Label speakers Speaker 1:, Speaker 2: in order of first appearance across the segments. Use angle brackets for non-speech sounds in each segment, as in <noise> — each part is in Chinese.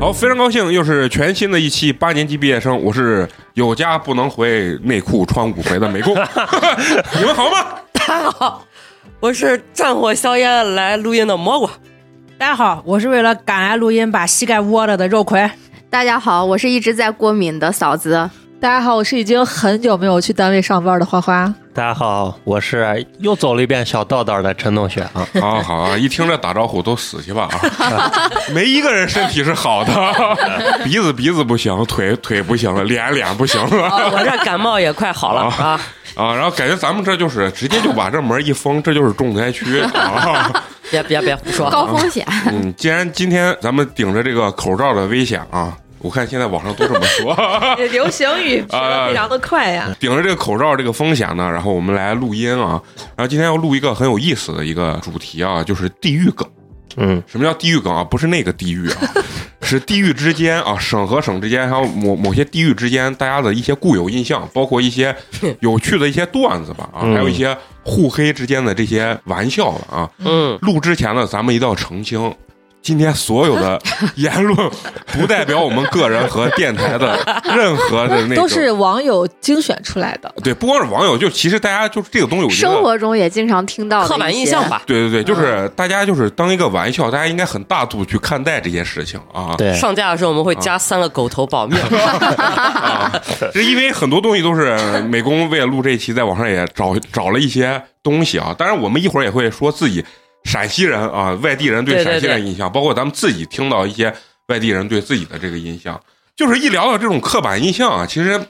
Speaker 1: 好，非常高兴，又是全新的一期八年级毕业生，我是有家不能回，内裤穿五回的美工， <laughs> 你们好吗？
Speaker 2: 大家好，我是战火硝烟来录音的蘑菇。
Speaker 3: 大家好，我是为了赶来录音把膝盖窝着的肉葵。
Speaker 4: 大家好，我是一直在过敏的嫂子。
Speaker 5: 大家好，我是已经很久没有去单位上班的花花。
Speaker 6: 大家好，我是又走了一遍小道道的陈同学啊。
Speaker 1: 好好啊，一听这打招呼都死去吧啊！没一个人身体是好的， <laughs> 鼻子鼻子不行，腿腿不行了，脸脸不行了
Speaker 2: 啊，我这感冒也快好了啊。
Speaker 1: 啊！然后感觉咱们这就是直接就把这门一封，这就是重灾区啊！
Speaker 2: 别别别胡说啊，
Speaker 4: 高风险，
Speaker 1: 嗯，既然今天咱们顶着这个口罩的危险啊，我看现在网上都这么说，
Speaker 7: 流行
Speaker 3: <laughs>
Speaker 7: 语学
Speaker 3: 啊
Speaker 7: 的非常的快呀。
Speaker 1: 顶着这个口罩这个风险呢，然后我们来录音啊。然后今天要录一个很有意思的一个主题啊，就是地狱梗。
Speaker 6: 嗯，
Speaker 1: 什么叫地狱梗啊？不是那个地狱啊， <laughs> 是地域之间啊，省和省之间，还有某某些地域之间，大家的一些固有印象，包括一些有趣的一些段子吧啊，
Speaker 6: 嗯
Speaker 1: 还有一些互黑之间的这些玩笑吧啊。
Speaker 2: 嗯，
Speaker 1: 录之前呢，咱们一定要澄清，今天所有的 <laughs> 言论不代表我们个人和电台的任何的那种，
Speaker 5: 都是网友精选出来的，
Speaker 1: 对，不光是网友，就其实大家就是这个东西，我觉
Speaker 4: <laughs> 生
Speaker 1: 得。
Speaker 4: 活嗯中也经常听到的
Speaker 2: 刻板印象吧，
Speaker 1: 对对对，就是大家就是当一个玩笑，大家应该很大度去看待这些事情啊。
Speaker 6: 对，
Speaker 2: 上架的时候我们会
Speaker 1: 哦
Speaker 2: 加三个狗
Speaker 1: <laughs>
Speaker 2: 头保命。
Speaker 1: 是 <laughs> 因为很多东西都是呃美工为了录这一期，在网上也找找了一些东西啊。当然，我们一会儿也会说自己陕西人啊，外地人对
Speaker 2: 对对
Speaker 1: 陕西人
Speaker 2: 对
Speaker 1: 印象，包括咱们自己听到一些外地人对自己的这个印象。就是一聊到这种刻板印象啊，其实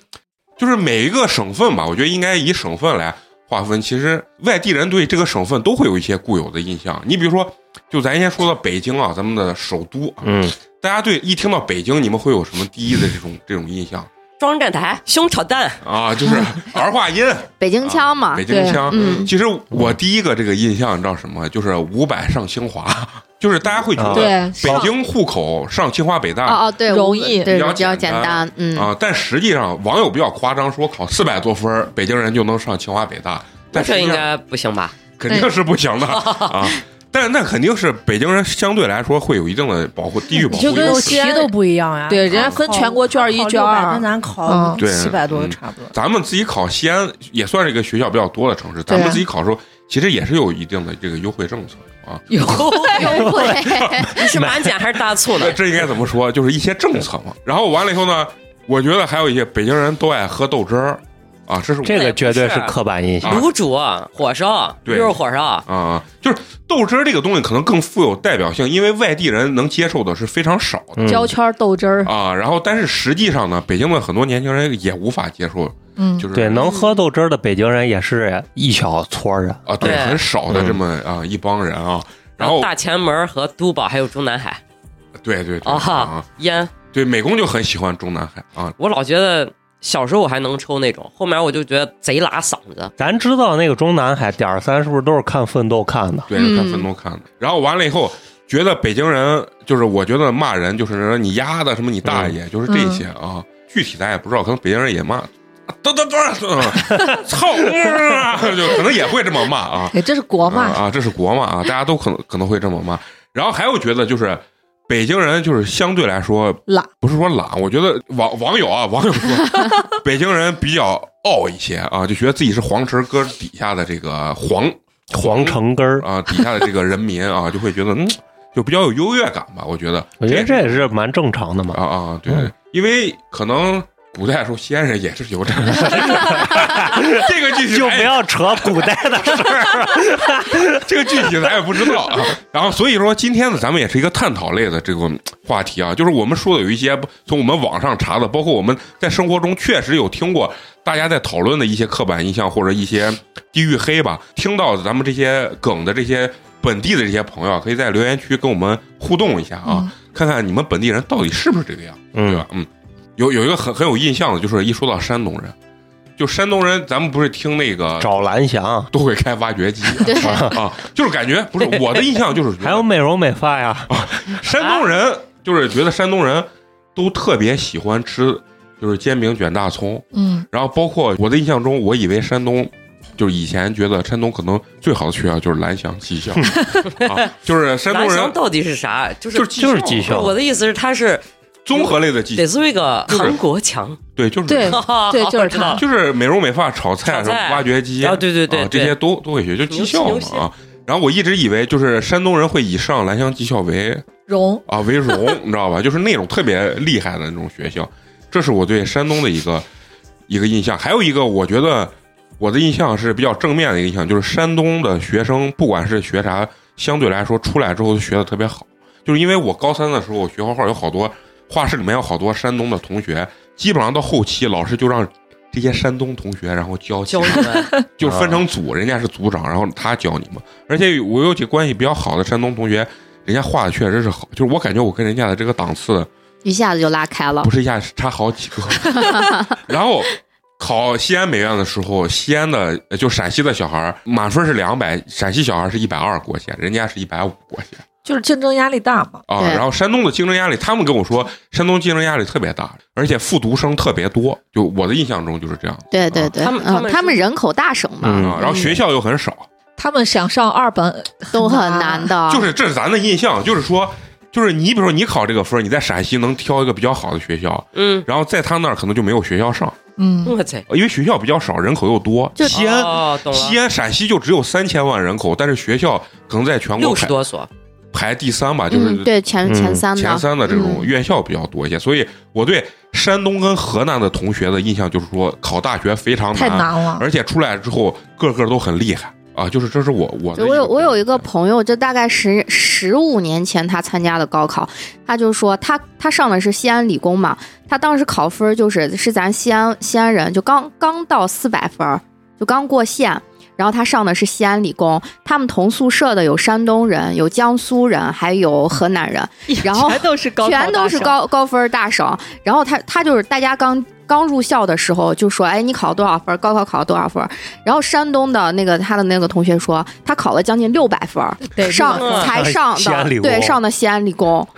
Speaker 1: 就是每一个省份吧，我觉得应该以省份来划分。其实外地人对这个省份都会有一些固有的印象。你比如说，就咱先说到北京啊，咱们的首都啊，
Speaker 6: 嗯，
Speaker 1: 大家对一听到北京，你们会有什么第一的这种这种印象？
Speaker 2: 中央电台胸炒蛋，
Speaker 1: 啊，
Speaker 4: <laughs>
Speaker 1: 就是儿化音，
Speaker 4: 北京腔嘛
Speaker 1: 啊北，京腔。
Speaker 4: 嗯，
Speaker 1: 其实我第一个这个印象，你知道什么？就是五百上清华， <laughs> 就是大家会觉得
Speaker 5: 对，
Speaker 1: 北京户口上清华北大
Speaker 4: 啊哦哦，对，
Speaker 5: 容易
Speaker 4: 对，
Speaker 1: 比较
Speaker 4: 比较
Speaker 1: 简
Speaker 4: 简
Speaker 1: 单
Speaker 4: 单，嗯，
Speaker 1: 啊，但实际上网友比较夸张，说考四百多分儿，北京人就能上清华北大，但实
Speaker 2: 这
Speaker 1: 际
Speaker 2: 应
Speaker 1: 上
Speaker 2: 该不
Speaker 1: <laughs>
Speaker 2: 行吧？
Speaker 1: 肯定是不行的啊。但那肯定是北京人相对来说会有一定的保护地域保
Speaker 5: 你
Speaker 1: 护
Speaker 5: 就跟
Speaker 1: 意
Speaker 3: 肉
Speaker 1: 识。
Speaker 5: 西
Speaker 3: 皮
Speaker 5: 安
Speaker 3: 都不一样呀。
Speaker 5: 对，人家分全国卷儿一、卷儿
Speaker 3: 跟
Speaker 5: 二，
Speaker 3: 咱考
Speaker 5: 嗯
Speaker 1: 对
Speaker 3: 七百多
Speaker 1: 嗯
Speaker 3: 差不多。
Speaker 1: 咱们自己考西安也算是一个学校比较多的城市，咱们
Speaker 5: 对啊
Speaker 1: 自己考的时候其实也是有一定的这个优惠政策啊。
Speaker 3: <laughs>
Speaker 2: 有，
Speaker 3: 嗯
Speaker 4: 优惠，
Speaker 2: 你是满减还是大促呢
Speaker 1: 那？ <laughs> 这应该怎么说？就是一些政策嘛。然后完了以后呢，我觉得还有一些北京人都爱喝豆汁儿啊，这是我
Speaker 6: <laughs> 这个绝对是刻板印象。
Speaker 1: 啊
Speaker 2: 卤煮、火烧、
Speaker 1: 对
Speaker 2: 驴肉火烧，
Speaker 1: 啊，就是豆汁儿这个东西可能更富有代表性，因为外地人能接受的是非常少的。
Speaker 6: 嗯
Speaker 5: 胶圈儿豆汁儿，
Speaker 1: 啊，然后但是实际上呢，北京的很多年轻人也无法接受，
Speaker 5: 嗯，
Speaker 1: 就是
Speaker 6: 对，能喝豆汁儿的北京人也是一小撮人。
Speaker 1: 啊，对，
Speaker 2: 对
Speaker 1: 很少
Speaker 6: 嗯
Speaker 1: 的这么啊一帮人啊，然后
Speaker 2: 大前门和都宝还有中南海
Speaker 1: 对对对
Speaker 2: 啊
Speaker 1: 啊
Speaker 2: 哈，烟，
Speaker 1: 对，美工就很喜欢中南海啊，
Speaker 2: 我老觉得小时候我还能抽那种，后面我就觉得贼拉嗓子。
Speaker 6: 咱知道那个中南海点儿三是不是都是看奋斗看的？
Speaker 1: 对，是
Speaker 5: 嗯
Speaker 1: 看分东看的。然后完了以后，觉得北京人就是，我觉得骂人就是你丫的什么你大爷，就是这些
Speaker 5: 嗯
Speaker 1: 啊。具体咱也不知道，可能北京人也骂，等等等， <laughs>
Speaker 5: <laughs>
Speaker 1: 操，就可能也会这么骂啊。
Speaker 5: 哎，这是国
Speaker 1: 啊
Speaker 5: 骂，
Speaker 1: 啊，这是国骂啊，大家都可能可能会这么骂。然后还有觉得就是。北京人就是相对来说
Speaker 5: 懒，
Speaker 1: 不是说懒，我觉得网网友啊，网友说北京人比较傲一些啊，就觉得自己是黄池哥底下的这个皇
Speaker 6: 皇城根儿，
Speaker 1: 啊底下的这个人民啊，就会觉得嗯，就比较有优越感吧。我觉得，
Speaker 6: 我觉得这也是蛮正常的嘛。
Speaker 1: 啊啊，对，
Speaker 6: 嗯
Speaker 1: 因为可能古代的时候西安人也是有这
Speaker 6: <laughs>
Speaker 1: 个，这个具体
Speaker 6: 就
Speaker 1: 咱
Speaker 6: 不
Speaker 1: 也
Speaker 6: 要扯古代的事儿。
Speaker 1: <laughs> 这个具体咱也不知道啊。然后所以说今天呢，咱们也是一个探讨类的这个话题啊，就是我们说的有一些从我们网上查的，包括我们在生活中确实有听过大家在讨论的一些刻板印象或者一些地域黑吧，听到咱们这些梗的这些。本地的这些朋友啊，可以在留言区跟我们互动一下啊，看看你们本地人到底是不是这个样。对
Speaker 6: 嗯
Speaker 1: 吧？嗯，有有一个很很有印象的，就是一说到山东人，就山东人，咱们不是听那个
Speaker 6: <laughs> 找蓝翔，
Speaker 1: 都会开挖掘机啊啊，就是感觉不是我的印象就是觉得
Speaker 6: 还有美容美发呀，
Speaker 1: 山东人，就是觉得山东人都特别喜欢吃就是煎饼卷大葱，
Speaker 5: 嗯，
Speaker 1: 然后包括我的印象中，我以为山东。就是以前觉得山东可能最好的学校就是蓝翔技
Speaker 2: <laughs>
Speaker 1: 校，啊，就是山东
Speaker 2: 蓝
Speaker 1: 人
Speaker 2: 翔到底是啥？就是
Speaker 1: 就是
Speaker 6: 就是技校
Speaker 2: 我的意思是，它是
Speaker 1: 综合类的技
Speaker 2: 得
Speaker 1: 巧，
Speaker 2: 是那个
Speaker 1: 就是
Speaker 2: 韩国强，
Speaker 1: 对，就是
Speaker 5: 对
Speaker 2: <laughs>
Speaker 5: 嗯对就是
Speaker 2: 啊知道
Speaker 5: 他
Speaker 2: 了
Speaker 1: 就是美容美发、炒菜、什
Speaker 2: 炒
Speaker 1: 么
Speaker 2: 菜
Speaker 1: 挖掘机
Speaker 2: 啊对对对
Speaker 1: 啊这
Speaker 2: 对
Speaker 1: 些都都会学，就技校
Speaker 2: 牛
Speaker 1: 嘛
Speaker 2: 皮牛皮
Speaker 1: 啊。然后我一直以为就是山东人会以上兰香技校为
Speaker 5: 荣
Speaker 1: 啊为荣， <laughs> 你知道吧？就是那种特别厉害的那种学校，这是我对山东的一个一个印象。还有一个，我觉得我的印象是比较正面的一个印象，就是山东的学生不管是学啥，相对来说出来之后都学的特别好。就是因为我高三的时候我学画画，有好多画室里面有好多山东的同学，基本上到后期老师就让。这些山东同学，然后教其
Speaker 2: 教
Speaker 1: 他
Speaker 2: 你们
Speaker 1: 就分成组，人家是组长，然后他教你们。而且我有几个关系比较好的山东同学，人家画的确实是好，就是我感觉我跟人家的这个档次
Speaker 4: 一下子就拉开了
Speaker 1: 不。是一下差好几个。然后考西安美院的时候，西安的呃就陕西的小孩儿满分是两百，陕西小孩儿是一百二过线，人家是一百五过线
Speaker 5: 就是竞争压力大嘛，
Speaker 1: 啊。
Speaker 4: 对
Speaker 1: 然后山东的竞争压力，他们跟我说山东竞争压力特别大，而且复读生特别多，就我的印象中就是这样
Speaker 4: 对对对，
Speaker 2: 他们他
Speaker 4: 嗯
Speaker 2: 们是
Speaker 4: 他们人口大省嘛，
Speaker 6: 嗯
Speaker 1: 啊。然后学校又很少。
Speaker 5: 他们想上二本
Speaker 4: 都很难。的。
Speaker 1: 嗯就是这是咱的印象，就是说，就是你比如说你考这个分儿，你在陕西能挑一个比较好的学校，
Speaker 2: 嗯，
Speaker 1: 然后在他那儿可能就没有学校上，
Speaker 5: 嗯，
Speaker 2: 我操，
Speaker 1: 因为学校比较少，人口又多。
Speaker 4: 就
Speaker 1: 西安，
Speaker 2: 哦，懂
Speaker 1: 西
Speaker 2: 了，
Speaker 1: 安陕西就只有三千万人口，但是学校可能在全国
Speaker 2: 六十
Speaker 1: 排
Speaker 2: 多所，
Speaker 1: 排第三吧，就
Speaker 4: 嗯，
Speaker 1: 是
Speaker 4: 对嗯前
Speaker 6: 嗯
Speaker 4: 前三的
Speaker 1: 前三的这种院校比较多一些。所以我对山东跟河南的同学的印象就是说，考大学非常
Speaker 5: 太难了。
Speaker 1: 而且出来之后个个都很厉害啊，就是这是我我的
Speaker 4: 我有我有一个
Speaker 1: 感觉
Speaker 4: 朋友，就大概十十五年前他参加的高考，他就说他他上的是西安理工嘛，他当时考分儿就是是咱西安西安人，就刚刚到四百分儿，就刚过线。然后他上的是西安理工，他们同宿舍的有山东人，有江苏人，还有河南人，然后
Speaker 7: 全都是高考大省，
Speaker 4: 全都是高高分儿大省。然后他他就是大家刚刚入校的时候就说，哎，你考了多少分儿？高考考了多少分儿？然后山东的那个他的那个同学说，他考了将近六百分儿，
Speaker 5: 对
Speaker 4: 上
Speaker 5: 六百
Speaker 2: 分
Speaker 4: 才
Speaker 1: <laughs>
Speaker 4: 上
Speaker 6: 西安
Speaker 4: 的
Speaker 6: 理工
Speaker 4: 对上的西安理工。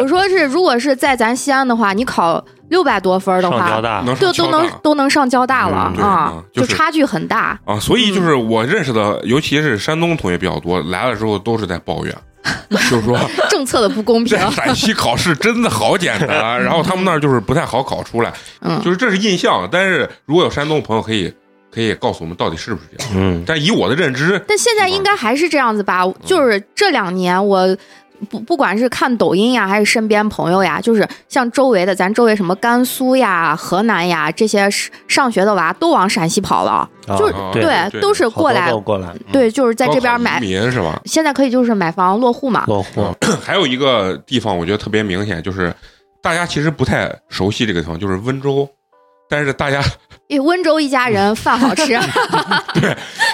Speaker 4: 我说是，如果是在咱西安的话，你考六百多分儿的
Speaker 6: 上交
Speaker 4: 话，
Speaker 6: 大，
Speaker 1: 啊能上
Speaker 4: 就都
Speaker 1: 交
Speaker 4: 能
Speaker 1: 大
Speaker 4: 都能上交大了
Speaker 1: 嗯对
Speaker 4: 啊
Speaker 1: 嗯，就是
Speaker 4: 差距很大。
Speaker 1: 啊，所以
Speaker 4: 嗯
Speaker 1: 就是我认识的，尤其是山东同学比较多，来了之后都是在抱
Speaker 4: <laughs>
Speaker 1: 怨，就是说
Speaker 4: 政策的不
Speaker 1: <laughs>
Speaker 4: 公平
Speaker 1: 在，陕西考试真的好简单，啊然后他们那儿就是不太好考出来，
Speaker 4: 嗯，
Speaker 1: 就是这是印象。但是如果有山东朋友可以可以告诉我们到底是不是这样，
Speaker 6: 嗯，
Speaker 1: 但以我的认知，
Speaker 4: 但现在应该还是这样子吧？就是这两年我。不，不管是看抖音呀，还是身边朋友呀，就是像周围的，咱周围什么甘肃呀、河南呀这些是上学的娃，都往陕西跑了，
Speaker 6: 啊
Speaker 4: 就是
Speaker 1: 啊
Speaker 6: 对
Speaker 1: 对
Speaker 4: 都是过
Speaker 6: 好
Speaker 4: 来
Speaker 6: 多，都过来
Speaker 4: 对，就是在这边
Speaker 1: 高考
Speaker 4: 买
Speaker 1: 移，民是吧？
Speaker 4: 现在可以就是买房落户嘛，
Speaker 6: 落户，
Speaker 1: 还有一个地方，我觉得特别明显，就是大家其实不太熟悉这个地方，就是温州。但是大家，
Speaker 4: 诶温州一家人饭好吃， <laughs>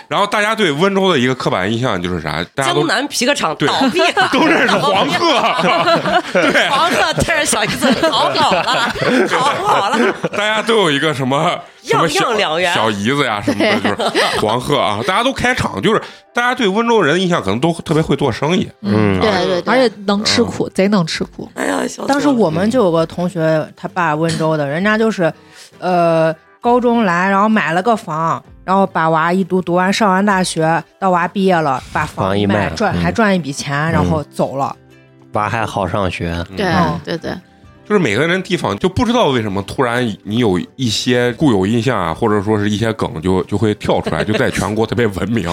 Speaker 1: 然后大家对温州的一个刻板印象就是啥？大家都
Speaker 2: 江南皮革厂
Speaker 1: 对
Speaker 2: 倒闭了，
Speaker 1: 都
Speaker 4: <laughs>
Speaker 1: 认识黄鹤， <laughs> 对，
Speaker 2: 黄鹤推着小姨子逃跑了，逃跑了，
Speaker 1: 大家都有一个什么什么
Speaker 2: 样
Speaker 1: 小
Speaker 2: 样两元
Speaker 1: 小姨子呀什么的，
Speaker 2: <laughs>
Speaker 1: 就是黄鹤啊，大家都开场，就是大家对温州人的印象可能都特别会做生意，
Speaker 6: 嗯，
Speaker 4: 对对
Speaker 5: 而
Speaker 4: 对，
Speaker 5: 且能
Speaker 3: 嗯
Speaker 5: 吃苦，贼能吃苦。
Speaker 2: 哎呀，笑死
Speaker 3: 当时
Speaker 2: 了
Speaker 3: 我们就有个同学，他爸温州的，人家就是，呃，高中来，然后买了个房，然后把娃一读读完，上完大学，到娃毕业了，把
Speaker 6: 房
Speaker 3: 房
Speaker 6: 一卖
Speaker 3: 卖，
Speaker 6: 了
Speaker 3: 赚
Speaker 6: 嗯
Speaker 3: 还赚一笔钱，然后走了。
Speaker 6: 娃还好上学，
Speaker 1: 嗯
Speaker 4: 对
Speaker 3: 嗯
Speaker 4: 对对，
Speaker 1: 就是每个人地方就不知道为什么突然你有一些固有印象啊，或者说是一些梗就就会跳出来，就在全国特别文
Speaker 2: <laughs>
Speaker 1: 明，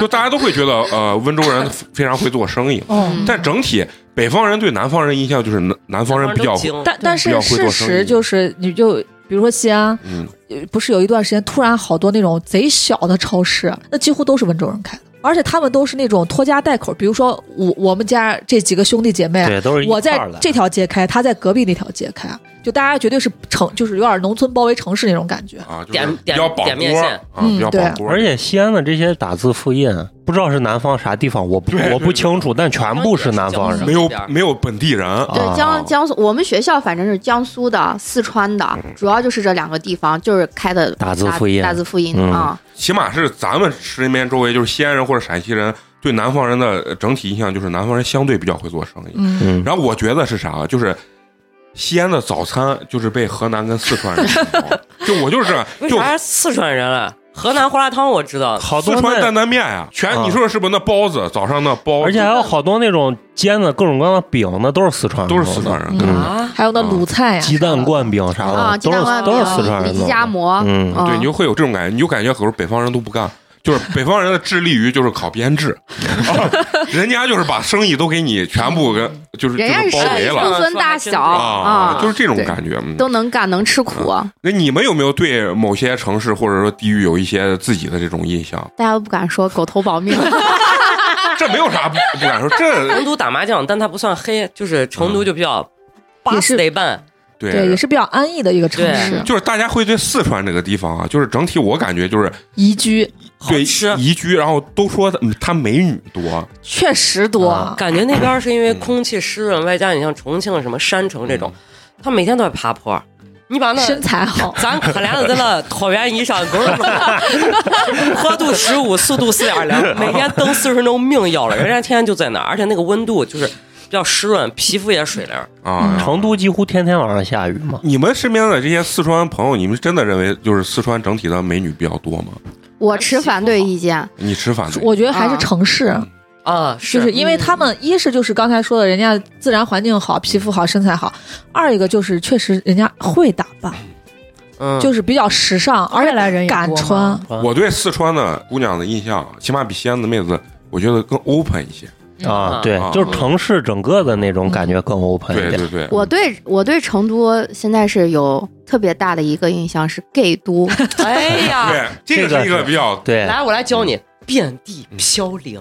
Speaker 1: 就大家都会觉得呃温州人非常会做生意，
Speaker 5: 哦
Speaker 4: 嗯
Speaker 1: 但整体北方人对南方人印象就是南南方人比较
Speaker 2: 南方都精
Speaker 5: 但
Speaker 3: 对
Speaker 5: 但
Speaker 1: 比
Speaker 5: 是
Speaker 1: 较会
Speaker 5: 事
Speaker 1: 做生意
Speaker 5: 实就是，你就比如说西安，
Speaker 1: 嗯
Speaker 5: 呃不是有一段时间突然好多那种贼小的超市，那几乎都是温州人开的，而且他们都是那种拖家带口，比如说我我们家这几个兄弟姐妹，啊
Speaker 6: 对，都是一
Speaker 5: 我
Speaker 6: 块
Speaker 5: 在
Speaker 6: 儿的
Speaker 5: 这条街开，他在隔壁那条街开，啊就大家绝对是城，就是有点农村包围城市那种感觉。
Speaker 1: 啊，就是
Speaker 2: 点
Speaker 1: 比较绑
Speaker 2: 点点
Speaker 1: 锅
Speaker 2: 面线
Speaker 1: 啊，
Speaker 5: 嗯
Speaker 1: 比较绑锅，
Speaker 6: 而且西安的这些打字复印，不知道是南方啥地方，我不
Speaker 1: 对
Speaker 6: 我不清楚，但全部是南方人
Speaker 1: 没有没有本地人，
Speaker 4: 对
Speaker 6: 啊
Speaker 4: 江江苏，我们学校反正是江苏的、四川的，主要就是这两个地方，就是开的
Speaker 6: 打字复印
Speaker 4: 打字复印
Speaker 6: 嗯
Speaker 4: 啊，
Speaker 1: 起码是咱们身边周围，就是西安人或者陕西人对南方人的呃整体印象，就是南方人相对比较会做生意。
Speaker 5: 嗯，
Speaker 6: 嗯，
Speaker 1: 然后我觉得是啥，啊就是西安的早餐就是被河南跟四川人承包就我就是这样，
Speaker 2: 为
Speaker 1: 就
Speaker 2: 啥四川人了？啊河南胡辣汤我知道，
Speaker 6: 好多
Speaker 1: 四川
Speaker 6: 那
Speaker 1: 担担面呀，全
Speaker 6: 啊
Speaker 1: 你说的是不是那包子？早上那包子，
Speaker 6: 而且还有好多那种煎的各种各样的饼，那都是四川
Speaker 1: 都
Speaker 6: 人
Speaker 1: 是
Speaker 6: 做
Speaker 1: 四
Speaker 6: 的
Speaker 1: 川人。
Speaker 5: 嗯
Speaker 1: 嗯，
Speaker 2: 啊，
Speaker 5: 还有那卤菜呀，
Speaker 6: 鸡蛋灌饼啥
Speaker 4: 啊，
Speaker 6: 的，
Speaker 4: 鸡
Speaker 6: 都
Speaker 4: 蛋
Speaker 6: 是
Speaker 4: 灌
Speaker 6: 都是四
Speaker 4: 饼
Speaker 6: 川
Speaker 4: 里
Speaker 6: 人
Speaker 4: 脊
Speaker 6: 做
Speaker 4: 夹
Speaker 6: 的。
Speaker 4: 馍，
Speaker 6: 嗯
Speaker 4: 啊
Speaker 1: 对，你就会有这种感觉，你就感觉可是北方人都不干。就是北方人的致力于就是考编制，啊人家就是把生意都给你全部跟就是就
Speaker 4: 人家
Speaker 1: 是
Speaker 4: 是
Speaker 1: 包围
Speaker 2: 生意
Speaker 1: 了
Speaker 4: 村村大小
Speaker 1: 啊，就是这种
Speaker 4: 对
Speaker 1: 感觉。嗯
Speaker 4: 都能干，能吃苦，
Speaker 6: 啊
Speaker 1: 那你们有没有对某些城市或者说地域有一些自己的这种印象？
Speaker 4: 大家都不敢说狗头保命。 <laughs>
Speaker 1: 这没有啥不不敢说，这
Speaker 2: <laughs> 成都打麻将，但它不算黑，就是成都就比较巴
Speaker 5: 也
Speaker 2: 适
Speaker 5: 是
Speaker 2: 得办，
Speaker 6: 嗯
Speaker 5: 对，也是比较安逸的一个城
Speaker 2: 对
Speaker 5: 市，
Speaker 1: 就是大家会对四川这个地方啊，就是整体我感觉就是
Speaker 5: 宜居
Speaker 2: 好
Speaker 1: 对
Speaker 2: 吃。
Speaker 1: 宜居，然后都说嗯她美女多，
Speaker 5: 确实多
Speaker 6: 嗯
Speaker 1: 啊。
Speaker 2: 感觉那边是因为空气湿润，外加你像重庆什么山城这种，
Speaker 5: 嗯
Speaker 2: 他每天都在爬坡，你把那
Speaker 5: 身材好，
Speaker 2: 咱可怜的在那椭圆仪上滚滚 <laughs> 滚，坡度十五，速度四点
Speaker 5: <laughs>
Speaker 2: 零，每天蹬四十分钟命要了。人家天天就在那儿，而且那个温度就是比较湿润，皮肤也水灵。
Speaker 1: 啊。
Speaker 6: 成都几乎天天晚上下雨嘛，
Speaker 1: 你们身边的这些四川朋友，你们真的认为就是四川整体的美女比较多吗？
Speaker 4: 我持反对意
Speaker 6: 嗯
Speaker 4: 见，
Speaker 1: 你持反对？
Speaker 5: 我觉得还是
Speaker 4: 啊
Speaker 5: 城市，
Speaker 2: 啊，
Speaker 5: 就是因为他
Speaker 1: 嗯
Speaker 5: 们一是就是刚才说的，人家自然环境好，皮肤好，身材好；二一个就是确实人家会打扮，
Speaker 2: 嗯，
Speaker 5: 就是比较时尚，而
Speaker 3: 而且
Speaker 5: 且
Speaker 3: 来人也
Speaker 5: 敢
Speaker 3: 多吗
Speaker 5: 穿。
Speaker 1: 我对四川的姑娘的印象，起码比西安的妹子，我觉得更 open 一些。
Speaker 4: 嗯
Speaker 6: 啊，对
Speaker 1: 啊，
Speaker 6: 就是城市整个的那种感觉更 open 一
Speaker 1: 对对
Speaker 6: 点。
Speaker 1: 对，
Speaker 4: 我对我对成都现在是有特别大的一个印象是 gay 都，
Speaker 6: 啊
Speaker 2: 哎
Speaker 5: <laughs>
Speaker 2: 呀，
Speaker 1: 对，这个
Speaker 6: 这个
Speaker 1: 是一个比较
Speaker 6: <laughs> 对，
Speaker 2: 来我来教
Speaker 5: 嗯
Speaker 2: 你遍地飘零，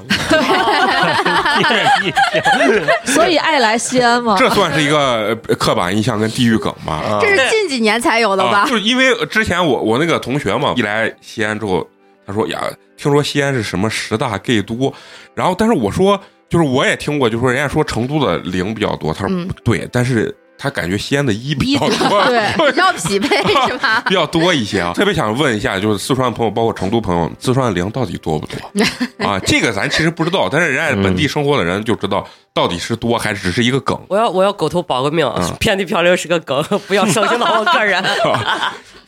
Speaker 4: <laughs>
Speaker 5: 所以爱来西安嘛，
Speaker 1: 这算是一个呃刻板印象跟地域梗吧？
Speaker 6: 啊
Speaker 4: 这是近几年才有的
Speaker 1: 啊，
Speaker 4: 吧
Speaker 1: 就？是因为之前我我那个同学嘛，一来西安之后，他说呀，听说西安是什么十大 gay 都，然后但是我说，就是我也听过，就说人家说成都的零比较多，他说
Speaker 4: 嗯
Speaker 1: 不对，但是他感觉西安的一比较
Speaker 6: 啊
Speaker 1: 多，
Speaker 6: <laughs>
Speaker 4: 对，比较匹配是吧？
Speaker 1: <laughs> 比较多一些啊。特别想问一下，就是四川朋友，包括成都朋友，四川的零到底多不 <laughs> 多啊？这个咱其实不知道，但是人家本地生活的人就知道到底是多还是只是一个梗。
Speaker 2: 我要我要狗头保个命
Speaker 1: 嗯，
Speaker 2: 遍地飘零是个梗，不要上升到我个人。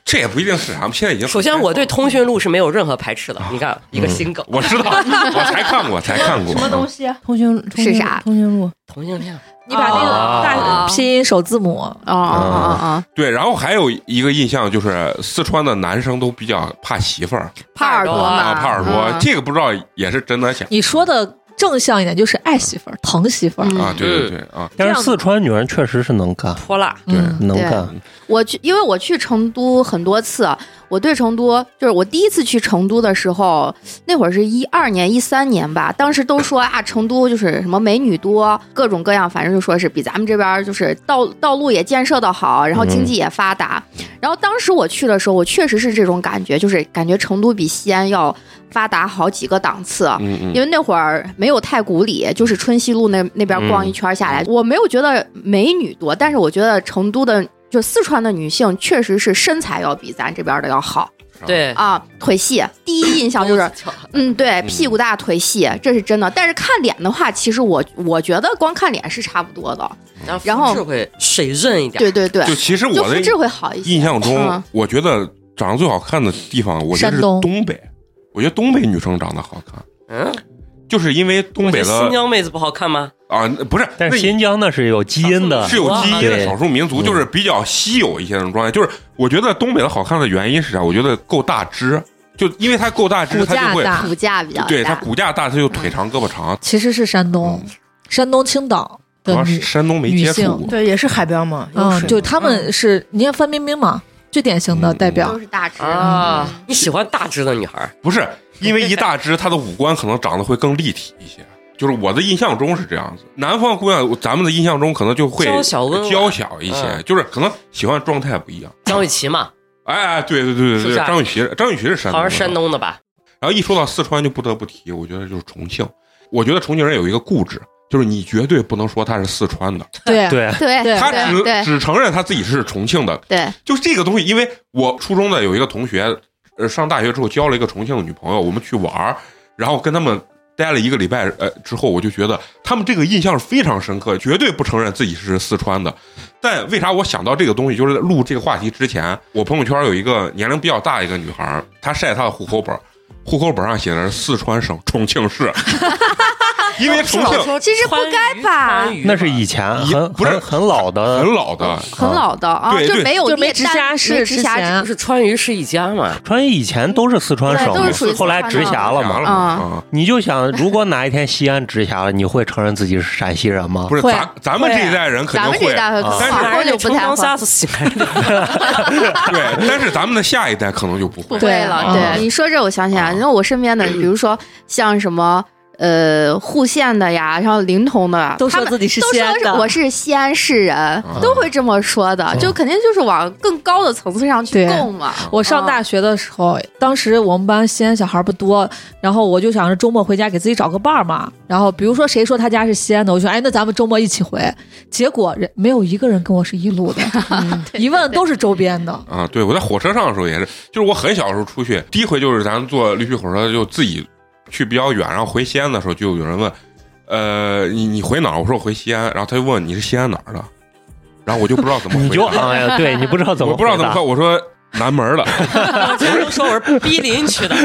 Speaker 1: 这也不一定是啥，现在已经
Speaker 2: 首先，我对通讯录是没有任何排斥的。你看，一个新梗，
Speaker 1: 啊嗯我知道，我才看过，才看过
Speaker 7: 什么东西？
Speaker 3: 通讯通讯
Speaker 4: 是啥
Speaker 3: 通讯录，
Speaker 2: 同性恋
Speaker 5: 你把那个
Speaker 1: 哦
Speaker 6: 啊
Speaker 5: 大拼音首字母，
Speaker 4: 哦哦哦哦，
Speaker 1: 对，然后还有一个印象就是四川的男生都比较怕媳妇儿
Speaker 4: 怕耳朵
Speaker 1: 啊，
Speaker 4: 嘛，
Speaker 1: 怕耳朵，
Speaker 4: 嗯
Speaker 1: 这个不知道也是真的假
Speaker 5: 你说的正向一点就是爱媳妇儿、疼媳妇儿。
Speaker 4: 嗯
Speaker 1: 啊？对对对啊，
Speaker 6: 但是四川女人确实是能干，
Speaker 2: 泼辣，
Speaker 1: 对
Speaker 5: 嗯
Speaker 6: 能
Speaker 4: 对
Speaker 6: 干。
Speaker 4: 我去，因为我去成都很多次，啊我对成都就是我第一次去成都的时候，那会儿是一二年、一三年吧，当时都说啊，成都就是什么美女多，各种各样，反正就说是比咱们这边儿就是道道路也建设的好，然后经济也发达。然后当时我去的时候，我确实是这种感觉，就是感觉成都比西安要发达好几个档次。啊
Speaker 1: 嗯嗯
Speaker 4: 因为那会儿没有太古里，就是春熙路那那边逛一圈下
Speaker 1: 嗯
Speaker 4: 来，我没有觉得美女多，但是我觉得成都的就四川的女性确实是身材要比咱这边的要好
Speaker 2: 对，
Speaker 4: 啊，腿细，第一印
Speaker 1: <laughs>
Speaker 4: 象就是，嗯，对，屁股大腿细，这是真的。但是看脸的话，其实我我觉得光看脸是差不多的，
Speaker 2: 然
Speaker 4: 嗯然
Speaker 2: 后
Speaker 4: 后
Speaker 2: 肤质会水润一点，
Speaker 4: 对对对
Speaker 1: 就，其实
Speaker 4: 就
Speaker 1: 我
Speaker 4: 肤
Speaker 1: 的
Speaker 4: 质会好一些。
Speaker 1: 印象中
Speaker 4: 嗯，
Speaker 1: 我觉得长得最好看的地方，我觉得是
Speaker 5: 山东
Speaker 1: 东北，我觉得东北女生长得好看，
Speaker 2: 嗯，
Speaker 1: 就是因为东北
Speaker 2: 这新
Speaker 1: 的
Speaker 2: 疆妹子不好看吗？
Speaker 1: 啊，不是，
Speaker 6: 但
Speaker 1: 那
Speaker 6: 是新疆那是有基因
Speaker 2: 啊
Speaker 6: 的，
Speaker 1: 是有基因的
Speaker 6: 对
Speaker 1: 少数民族，
Speaker 6: 嗯
Speaker 1: 就是比较稀有一些那种状态。就是我觉得东北的好看的原因是啥？我觉得够大只，就因为它够大只，
Speaker 5: 骨
Speaker 1: 它
Speaker 5: 架
Speaker 1: 就会
Speaker 5: 大
Speaker 4: 骨架比较
Speaker 1: 对它
Speaker 4: 大，
Speaker 1: 骨架大，它就腿长胳膊长。
Speaker 5: 其实是山东，山东青岛
Speaker 1: 嗯主
Speaker 5: 的
Speaker 1: 要是
Speaker 5: 女，
Speaker 1: 山东没接触过，
Speaker 3: 对，也是海边嘛，有
Speaker 5: 嗯，
Speaker 3: 水
Speaker 5: 就他们是，你看范冰冰嘛，最典型的
Speaker 1: 嗯
Speaker 5: 代表
Speaker 4: 都。是大只。
Speaker 2: 啊，你喜欢大只的女孩儿？
Speaker 1: 不是因为一大只，它的五官可能长得会更立体一些。就是我的印象中是这
Speaker 5: 嗯
Speaker 1: 样子，南方姑娘，咱们的印象中可能就会
Speaker 2: 娇小温婉
Speaker 1: 娇小一些，
Speaker 2: 嗯
Speaker 1: 就是可能喜欢状态不一样。
Speaker 2: 张雨绮嘛，
Speaker 1: 哎，对对对
Speaker 2: 是
Speaker 1: 对
Speaker 2: 不
Speaker 1: 对，
Speaker 2: 是啊
Speaker 1: 张雨绮，张雨绮是山
Speaker 2: 好
Speaker 1: 东
Speaker 2: 像
Speaker 1: 的，
Speaker 2: 是山东的吧？
Speaker 1: 然后一说到四川，就不得不提，我觉得就是重庆。我觉得重庆人有一个固执，就是你绝对不能说他是四川的，
Speaker 5: 对
Speaker 6: 对，
Speaker 4: 对
Speaker 5: 对
Speaker 1: 他只
Speaker 4: 对对
Speaker 1: 只承认他自己是重庆的。
Speaker 4: 对，
Speaker 1: 就这个东西，因为我初中的有一个同学，呃，上大学之后交了一个重庆的女朋友，我们去玩儿，然后跟他们待了一个礼拜，呃，之后我就觉得他们这个印象是非常深刻，绝对不承认自己是四川的。但为啥我想到这个东西，就是在录这个话题之前，我朋友圈有一个年龄比较大一个女孩儿，她晒她的户口本儿，户口本上写的是四川省重庆市，因为重庆
Speaker 4: 其实不该吧
Speaker 2: 川渝
Speaker 6: 那是以前
Speaker 1: 也
Speaker 6: 很
Speaker 1: 不是
Speaker 6: 很很老的，
Speaker 1: 很老的，
Speaker 4: 很老的啊，
Speaker 1: 对
Speaker 4: 就
Speaker 1: 对
Speaker 4: 没有
Speaker 5: 就没
Speaker 4: 列
Speaker 5: 直
Speaker 4: 单
Speaker 5: 辖市
Speaker 4: 没直
Speaker 5: 之
Speaker 4: 辖
Speaker 5: 前
Speaker 4: 市
Speaker 2: 不是川渝是一家嘛？
Speaker 6: 川渝以前都是四川省
Speaker 4: 对都
Speaker 6: 嘛，
Speaker 4: 是属于
Speaker 6: 后来直辖呃了
Speaker 1: 假
Speaker 6: 嘛。
Speaker 1: 了嘛啊。
Speaker 6: 你就想，如果哪一天西安直辖了，你会承认自己是陕西人吗？
Speaker 1: 不是
Speaker 5: 会
Speaker 1: 咱咱们这一代人肯
Speaker 4: 咱
Speaker 1: 定
Speaker 4: 们这
Speaker 1: 会，
Speaker 4: 代
Speaker 6: 啊
Speaker 4: 好多就不
Speaker 2: 城
Speaker 4: 太
Speaker 2: 乡
Speaker 4: 会
Speaker 2: 萨斯西安的，
Speaker 1: <laughs> 对，但是咱们的下一代可能就不会
Speaker 4: 不。会了。
Speaker 5: 对啊
Speaker 4: 对，你说这我想起来，
Speaker 1: 啊
Speaker 4: 因为我身边的，比如说像什么呃户县的呀，然后临潼的呀，
Speaker 5: 都
Speaker 4: 他
Speaker 5: 说
Speaker 4: 们
Speaker 5: 自己是
Speaker 4: 都
Speaker 5: 西安
Speaker 4: 说是
Speaker 5: 的
Speaker 4: 我是西安市人，
Speaker 1: 啊
Speaker 4: 都会这么说的，就肯定就是往更高的层次上去
Speaker 5: 对
Speaker 4: 供嘛。
Speaker 5: 我上
Speaker 3: 啊
Speaker 5: 大学的时候，当时我们班西安小孩不多，然后我就想着周末回家给自己找个伴儿嘛。然后比如说谁说他家是西安的，我就说哎，那咱们周末一起回。结果人没有一个人跟我是一路的，
Speaker 3: 嗯
Speaker 5: <laughs> 一问都是周边的。
Speaker 1: 啊，对，我在火车上的时候也是，就是我很小的时候出去，第一回就是咱坐绿皮火车就自己去比较远，然后回西安的时候就有人问，呃，你你回哪儿？我说我回西安，然后他就问你是西安哪儿的，然后我就不知道怎么
Speaker 6: <laughs> 你
Speaker 1: 回
Speaker 6: 就
Speaker 1: 答，
Speaker 6: 哎呀，对你不知道怎么，
Speaker 1: 我不知道怎么说，，我说南门
Speaker 6: <laughs>
Speaker 1: 的，
Speaker 2: 我经常说我是逼邻
Speaker 1: <laughs>
Speaker 2: 区的，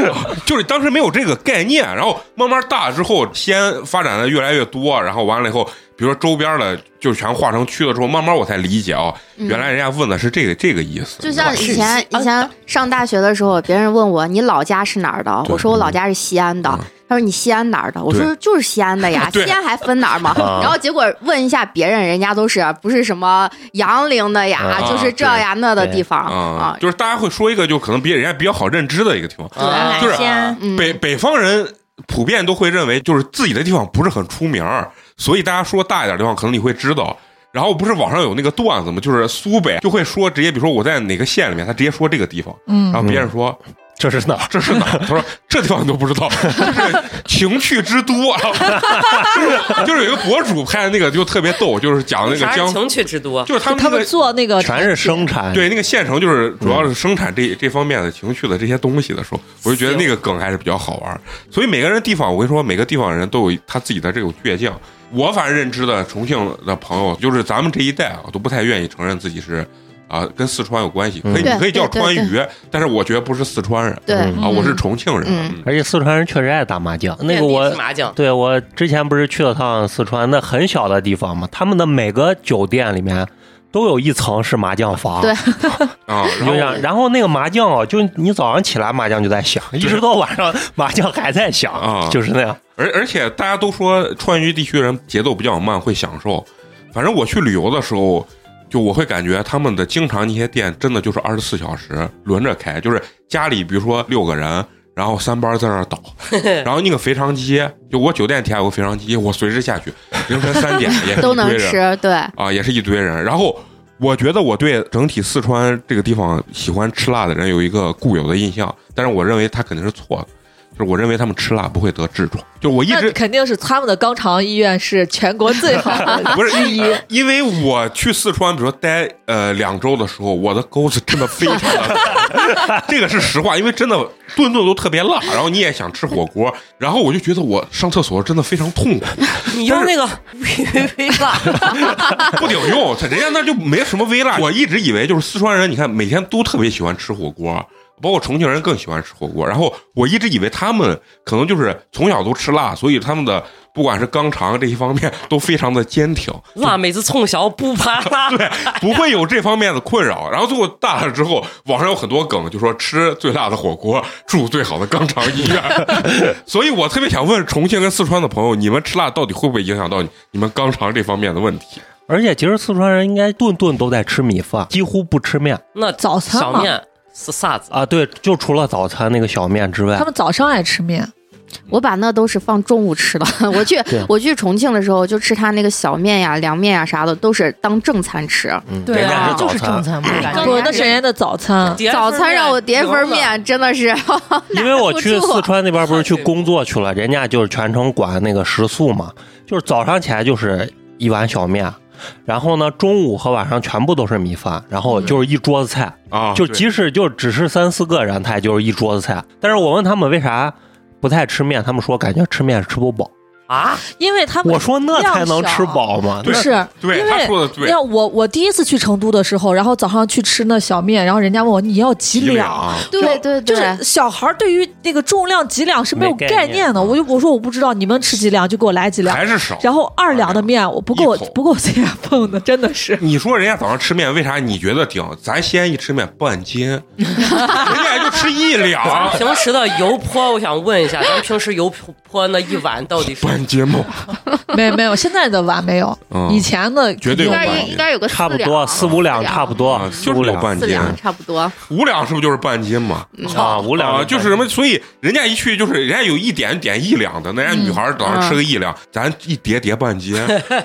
Speaker 1: 就是当时没有这个概念，然后慢慢大了之后，西安发展的越来越多，然后完了以后，比如说周边的就全划成区了之后，慢慢我才理解啊，
Speaker 4: 嗯
Speaker 1: 原来人家问的是这个这个意思，
Speaker 4: 就像
Speaker 1: 你知道吧
Speaker 4: 以前以前上大学的时候，别人问我你老家是哪儿的，
Speaker 1: 对
Speaker 4: 我说我老家是西安的
Speaker 1: 嗯。
Speaker 4: 他说你西安哪儿的？我
Speaker 1: 对
Speaker 4: 说就是西安的
Speaker 1: <laughs> ，
Speaker 4: 呀
Speaker 1: 对
Speaker 4: 西安还分哪儿吗？
Speaker 6: 啊
Speaker 4: 然后结果问一下别人，人家都是不是什么杨凌的呀
Speaker 6: 啊，
Speaker 4: 就是这呀那的地方
Speaker 1: 啊
Speaker 4: 啊，。
Speaker 1: 就是大家会说一个就可能比人家比较好认知的一个地方。
Speaker 2: 啊
Speaker 1: 就是
Speaker 8: 西安
Speaker 4: 嗯
Speaker 1: 北北方人普遍都会认为，就是自己的地方不是很出名儿，所以大家说大一点的地方，可能你会知道。然后不是网上有那个段子吗？就是苏北就会说直接，比如说我在哪个县里面，他直接说这个地方，
Speaker 5: 嗯
Speaker 1: 然后别人说
Speaker 6: 这是哪儿？
Speaker 1: 这是哪儿？他说这地方你都不知道，就是情趣之都。然 <laughs> 后就是就是有一个博主拍的那个就特别逗，就是讲那个
Speaker 2: 啥是
Speaker 1: 江，
Speaker 2: <laughs> 情趣之都？啊
Speaker 1: 就是他们
Speaker 5: 他
Speaker 1: 那
Speaker 5: 们
Speaker 1: 个
Speaker 5: 做那个
Speaker 6: 全是生产，
Speaker 1: 对，那个县城就是主要是生产这、这方面的情绪的这些东西的时候，我就觉得那个梗还是比较好玩儿。所以每个人地方，我跟你说，每个地方人都有他自己的这种倔强。我反正认知的重庆的朋友，就是咱们这一代啊，都不太愿意承认自己是啊跟四川有关系，可以
Speaker 4: 嗯
Speaker 1: 你可以叫
Speaker 4: 对对
Speaker 1: 川渝，但是我觉得不是四川人，
Speaker 4: 对
Speaker 1: 啊，我是重庆人。
Speaker 4: 嗯
Speaker 6: 而且四川人确实爱打麻将，那
Speaker 2: 遍
Speaker 6: 个
Speaker 2: 地
Speaker 6: 我
Speaker 2: 是麻将，
Speaker 6: 对我之前不是去了趟四川，那很小的地方嘛，他们的每个酒店里面都有一层是麻将房。
Speaker 4: 对
Speaker 1: 啊，然
Speaker 6: 你就
Speaker 1: 后
Speaker 6: 想，然后那个麻将啊，就你早上起来麻将就在响，一直到晚上麻将还在响，
Speaker 1: 啊
Speaker 6: 就是那样。
Speaker 1: 而而且大家都说川渝地区人节奏比较慢，会享受。反正我去旅游的时候，就我会感觉他们的经常那些店真的就是二十四小时轮着开，就是家里比如说六个人，然后三班在那儿
Speaker 4: <laughs>
Speaker 1: 倒，然后那个肥肠鸡，就我酒店底下有个肥肠鸡，我随时下去，凌晨三点
Speaker 4: <laughs>
Speaker 1: 也是
Speaker 4: 都
Speaker 1: 一
Speaker 4: 能
Speaker 1: 堆人
Speaker 4: 吃，对，
Speaker 1: 啊，也是一堆人。然后我觉得我对整体四川这个地方喜欢吃辣的人有一个固有的印象，但是我认为他肯定是错的。就是我认为他们吃辣不会得痔疮，就我一直
Speaker 5: 那肯定是他们的肛肠医院是全国最好的
Speaker 6: <laughs>
Speaker 1: 不是，因为我去四川，比如说待呃两周的时候，我的钩子真的非常的
Speaker 5: <laughs>
Speaker 1: 大，这个是实话，因为真的顿顿都特别辣，然后你也想吃火锅，然后我就觉得我上厕所真的非常痛苦，
Speaker 2: 你用那个 <laughs> 微微微辣，
Speaker 1: <laughs> 不顶用，他人家那就没什么微辣。我一直以为就是四川人，你看每天都特别喜欢吃火锅。包括重庆人更喜欢吃火锅，然后我一直以为他们可能就是从小都吃辣，所以他们的不管是肛肠这一方面都非常的坚挺，
Speaker 2: 辣妹子从小不怕辣，
Speaker 1: 不会有这方面的困扰。然后最后大了之后，网上有很多梗，就说吃最辣的火锅，住最好的肛肠医院。 <laughs> 所以我特别想问重庆跟四川的朋友，你们吃辣到底会不会影响到你你们肛肠这方面的问题？
Speaker 6: 而且其实四川人应该顿顿都在吃米饭，几乎不吃面
Speaker 2: 那
Speaker 5: 早餐
Speaker 2: 小
Speaker 5: 嘛。
Speaker 2: 面是啥子？
Speaker 6: 啊。对，就除了早餐那个小面之外
Speaker 5: 他，们早上爱吃面，
Speaker 4: 我把那都是放中午吃的。 <laughs> 我去
Speaker 6: 对
Speaker 4: 我去重庆的时候，就吃他那个小面呀、凉面呀啥的，都是当正餐吃。
Speaker 6: 嗯
Speaker 3: 对
Speaker 6: 人家
Speaker 3: 啊，
Speaker 6: 是
Speaker 3: 就
Speaker 6: 早
Speaker 3: 是正
Speaker 6: 餐，
Speaker 3: 餐嘛，感觉
Speaker 5: 不，那是人家的早餐。
Speaker 2: 碟
Speaker 4: 早
Speaker 2: 份
Speaker 4: 餐
Speaker 2: 面
Speaker 4: 让我叠份，
Speaker 2: 牛
Speaker 4: 面，真的是
Speaker 6: 因为我去四川那边不是
Speaker 3: <laughs>
Speaker 6: 去
Speaker 2: 太对
Speaker 6: 工作去了，人家就是全程管那个食宿嘛，就是早上起来就是一碗小面，然后呢中午和晚上全部都是米饭，然后就是一桌子菜，
Speaker 1: 啊，
Speaker 6: 就
Speaker 1: 对
Speaker 6: 即使就只是三四个人，他也就是一桌子菜。但是我问他们为啥不太吃面，他们说感觉吃面是吃不饱。
Speaker 2: 啊，
Speaker 5: 因为他们
Speaker 6: 我说那才能吃饱嘛。
Speaker 5: 不
Speaker 1: 对
Speaker 5: 是，
Speaker 1: 对
Speaker 5: 因
Speaker 1: 他
Speaker 5: 为
Speaker 1: 说的对
Speaker 5: 你看我我第一次去成都的时候，然后早上去吃那小面，然后人家问我你要几
Speaker 1: 几
Speaker 5: 两，
Speaker 1: 两，
Speaker 4: 对对
Speaker 5: 就
Speaker 4: 对
Speaker 5: 是，小孩儿对于那个重量几两是没有
Speaker 6: 没概
Speaker 5: 概
Speaker 6: 念啊
Speaker 5: 念的。我就我说我不知道，你们吃几两就给我来几两，
Speaker 1: 还是少。
Speaker 5: 然后二两的面我不够我
Speaker 1: 一口
Speaker 5: 不够自己碰的，真的
Speaker 3: <laughs>
Speaker 5: 是。
Speaker 1: 你说人家早上吃面，为啥你觉得顶？咱西安一吃面半斤，人家也就吃一两，
Speaker 2: 平时的油泼，我想问一下，咱们平时油泼那一碗到底是
Speaker 1: 半斤吗？
Speaker 5: 没有没有，现在的碗没有，
Speaker 1: 嗯
Speaker 5: 以前的
Speaker 1: 绝对
Speaker 4: 应
Speaker 1: 有
Speaker 4: 该
Speaker 1: 半
Speaker 4: 应
Speaker 1: 斤
Speaker 4: 应，该有个
Speaker 6: 差不
Speaker 4: 两
Speaker 6: 多四五两，差不多
Speaker 1: 啊
Speaker 6: 四
Speaker 1: 就
Speaker 6: 五
Speaker 1: 是有
Speaker 6: 两
Speaker 1: 半
Speaker 4: 四
Speaker 1: 斤，
Speaker 4: 两差不多。
Speaker 1: 五两是不是就是半斤嘛？
Speaker 6: 啊，五两
Speaker 1: 啊，就是什么，所以人家一去就是人家有一点点一两的，那人家女孩儿早上吃个一两，咱一叠叠半斤，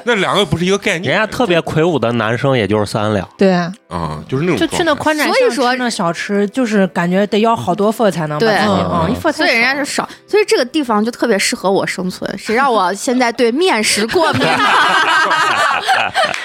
Speaker 1: 那两个不是一个概
Speaker 6: 人
Speaker 1: 念。
Speaker 6: 家特别魁梧的男生也就是三两，
Speaker 5: 对，
Speaker 1: 啊，就是那种
Speaker 3: 就去那
Speaker 1: 状态
Speaker 3: 宽窄巷
Speaker 4: 所以说
Speaker 3: 吃那小吃，就是感觉得要好多份才能把
Speaker 4: 对
Speaker 3: 自己
Speaker 1: 嗯
Speaker 3: 嗯，一份
Speaker 4: 所以人家就少，所以这个地方就特别适合我生存。谁让我现在对面食过敏？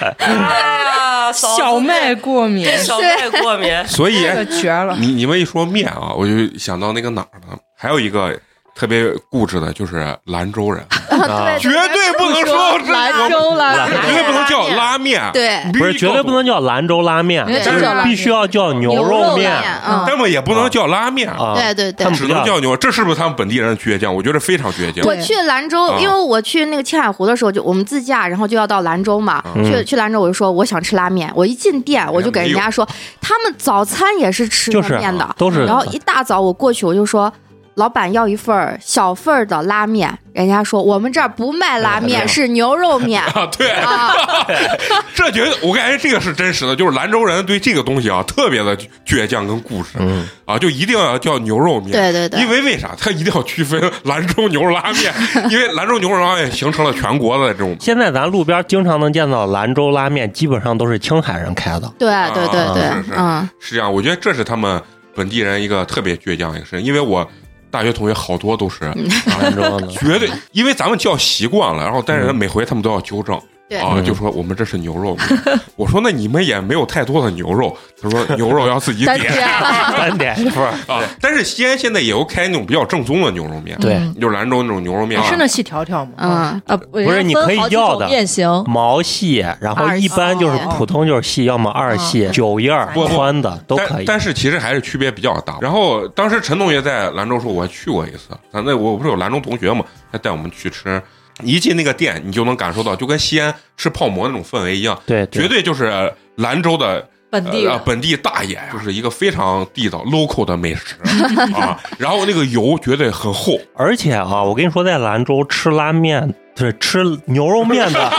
Speaker 2: 啊，嫂子
Speaker 3: 小麦过敏，
Speaker 2: 小麦过敏，
Speaker 1: 所以哎
Speaker 3: 这个绝了。
Speaker 1: 你你们一说面啊，我就想到那个哪儿呢？还有一个特别固执的，就是兰州人，
Speaker 4: 对，
Speaker 1: 绝对不
Speaker 3: <laughs>
Speaker 1: 能说这
Speaker 5: 兰
Speaker 1: 个，
Speaker 5: 州啦，
Speaker 1: 绝啊对不能叫拉面，
Speaker 4: 对
Speaker 1: 你必须
Speaker 6: 不是绝对不能叫兰州拉面，
Speaker 5: 人家
Speaker 6: 但
Speaker 5: 真叫拉面
Speaker 6: 是必须要叫牛
Speaker 5: 肉
Speaker 6: 肉面
Speaker 4: 嗯
Speaker 1: 搞，，他们也不能叫拉面
Speaker 6: 啊，
Speaker 4: 对对对
Speaker 6: 他。们
Speaker 1: 只
Speaker 6: 不
Speaker 1: 能
Speaker 6: 叫
Speaker 1: 叫牛。这是不是他们本地人的倔强？我觉得非常倔强。
Speaker 4: 我去兰州
Speaker 1: 啊，
Speaker 4: 因为我去那个青海湖的时候，就我们自驾，然后就要到兰州嘛。
Speaker 1: 嗯
Speaker 4: 去去兰州，我就说我想吃拉面。我一进店，我就给人家说，他们早餐也是吃
Speaker 6: 就是
Speaker 4: 拉面的。
Speaker 6: 都是
Speaker 4: 然后一大早我过去，我就说。老板要一份儿小份儿的拉面，人家说我们这儿不卖拉面，是牛肉面
Speaker 1: 啊，对，
Speaker 4: 啊。
Speaker 1: <laughs> 这绝对，我感觉这个是真实的，就是兰州人对这个东西啊特别的倔强跟固执，
Speaker 6: 嗯
Speaker 1: 啊，就一定要叫牛肉面。
Speaker 4: 对对对
Speaker 1: 因为为啥？他一定要区分兰州牛肉拉面，因为兰州牛肉拉面形成了全国的这种
Speaker 6: 现在咱路边经常能见到兰州拉面，基本上都是青海人开的。
Speaker 4: 对对对对
Speaker 1: 啊是是，
Speaker 4: 嗯，
Speaker 1: 是这样，我觉得这是他们本地人一个特别倔强的一个事情，因为我大学同学好多都是、
Speaker 6: 兰州 <laughs> 的
Speaker 1: 绝对，因为咱们叫习惯了，然后但
Speaker 6: 嗯
Speaker 1: 是每回他们都要纠正。
Speaker 4: 对
Speaker 1: 啊，就说我们这是牛肉面，我说那你们也没有太多的牛肉，他说牛肉要自己
Speaker 4: 但
Speaker 1: 点
Speaker 4: 是啊
Speaker 6: 三点一份儿，
Speaker 1: 啊。但是西安现在也有开那种比较正宗的牛肉面，
Speaker 6: 对，
Speaker 1: 就是兰州那种牛肉面啊，
Speaker 3: 是那细条条吗？
Speaker 4: 嗯，
Speaker 5: 啊，
Speaker 6: 不是你可以要的嗯
Speaker 5: 面型，
Speaker 6: 毛细，然后
Speaker 4: 二
Speaker 6: 一
Speaker 4: 细
Speaker 6: 般就是普通就是细，要么二细、九叶儿
Speaker 1: 不不
Speaker 6: 宽的都可
Speaker 1: 但
Speaker 6: 以。
Speaker 1: 但是其实还是区别比较大。然后当时陈同学在兰州时候，我还去过一次，咱那我不是有兰州同学嘛，他带我们去吃。一进那个店，你就能感受到，就跟西安吃泡馍那种氛围一样，
Speaker 6: 对，对
Speaker 1: 绝对就是兰州的
Speaker 5: 本地
Speaker 1: 呃、本地大爷呀，就是一个非常地道 local 的美食 <laughs> 啊。然后那个油绝对很厚，
Speaker 6: 而且啊，我跟你说，在兰州吃拉面，就是吃牛肉面的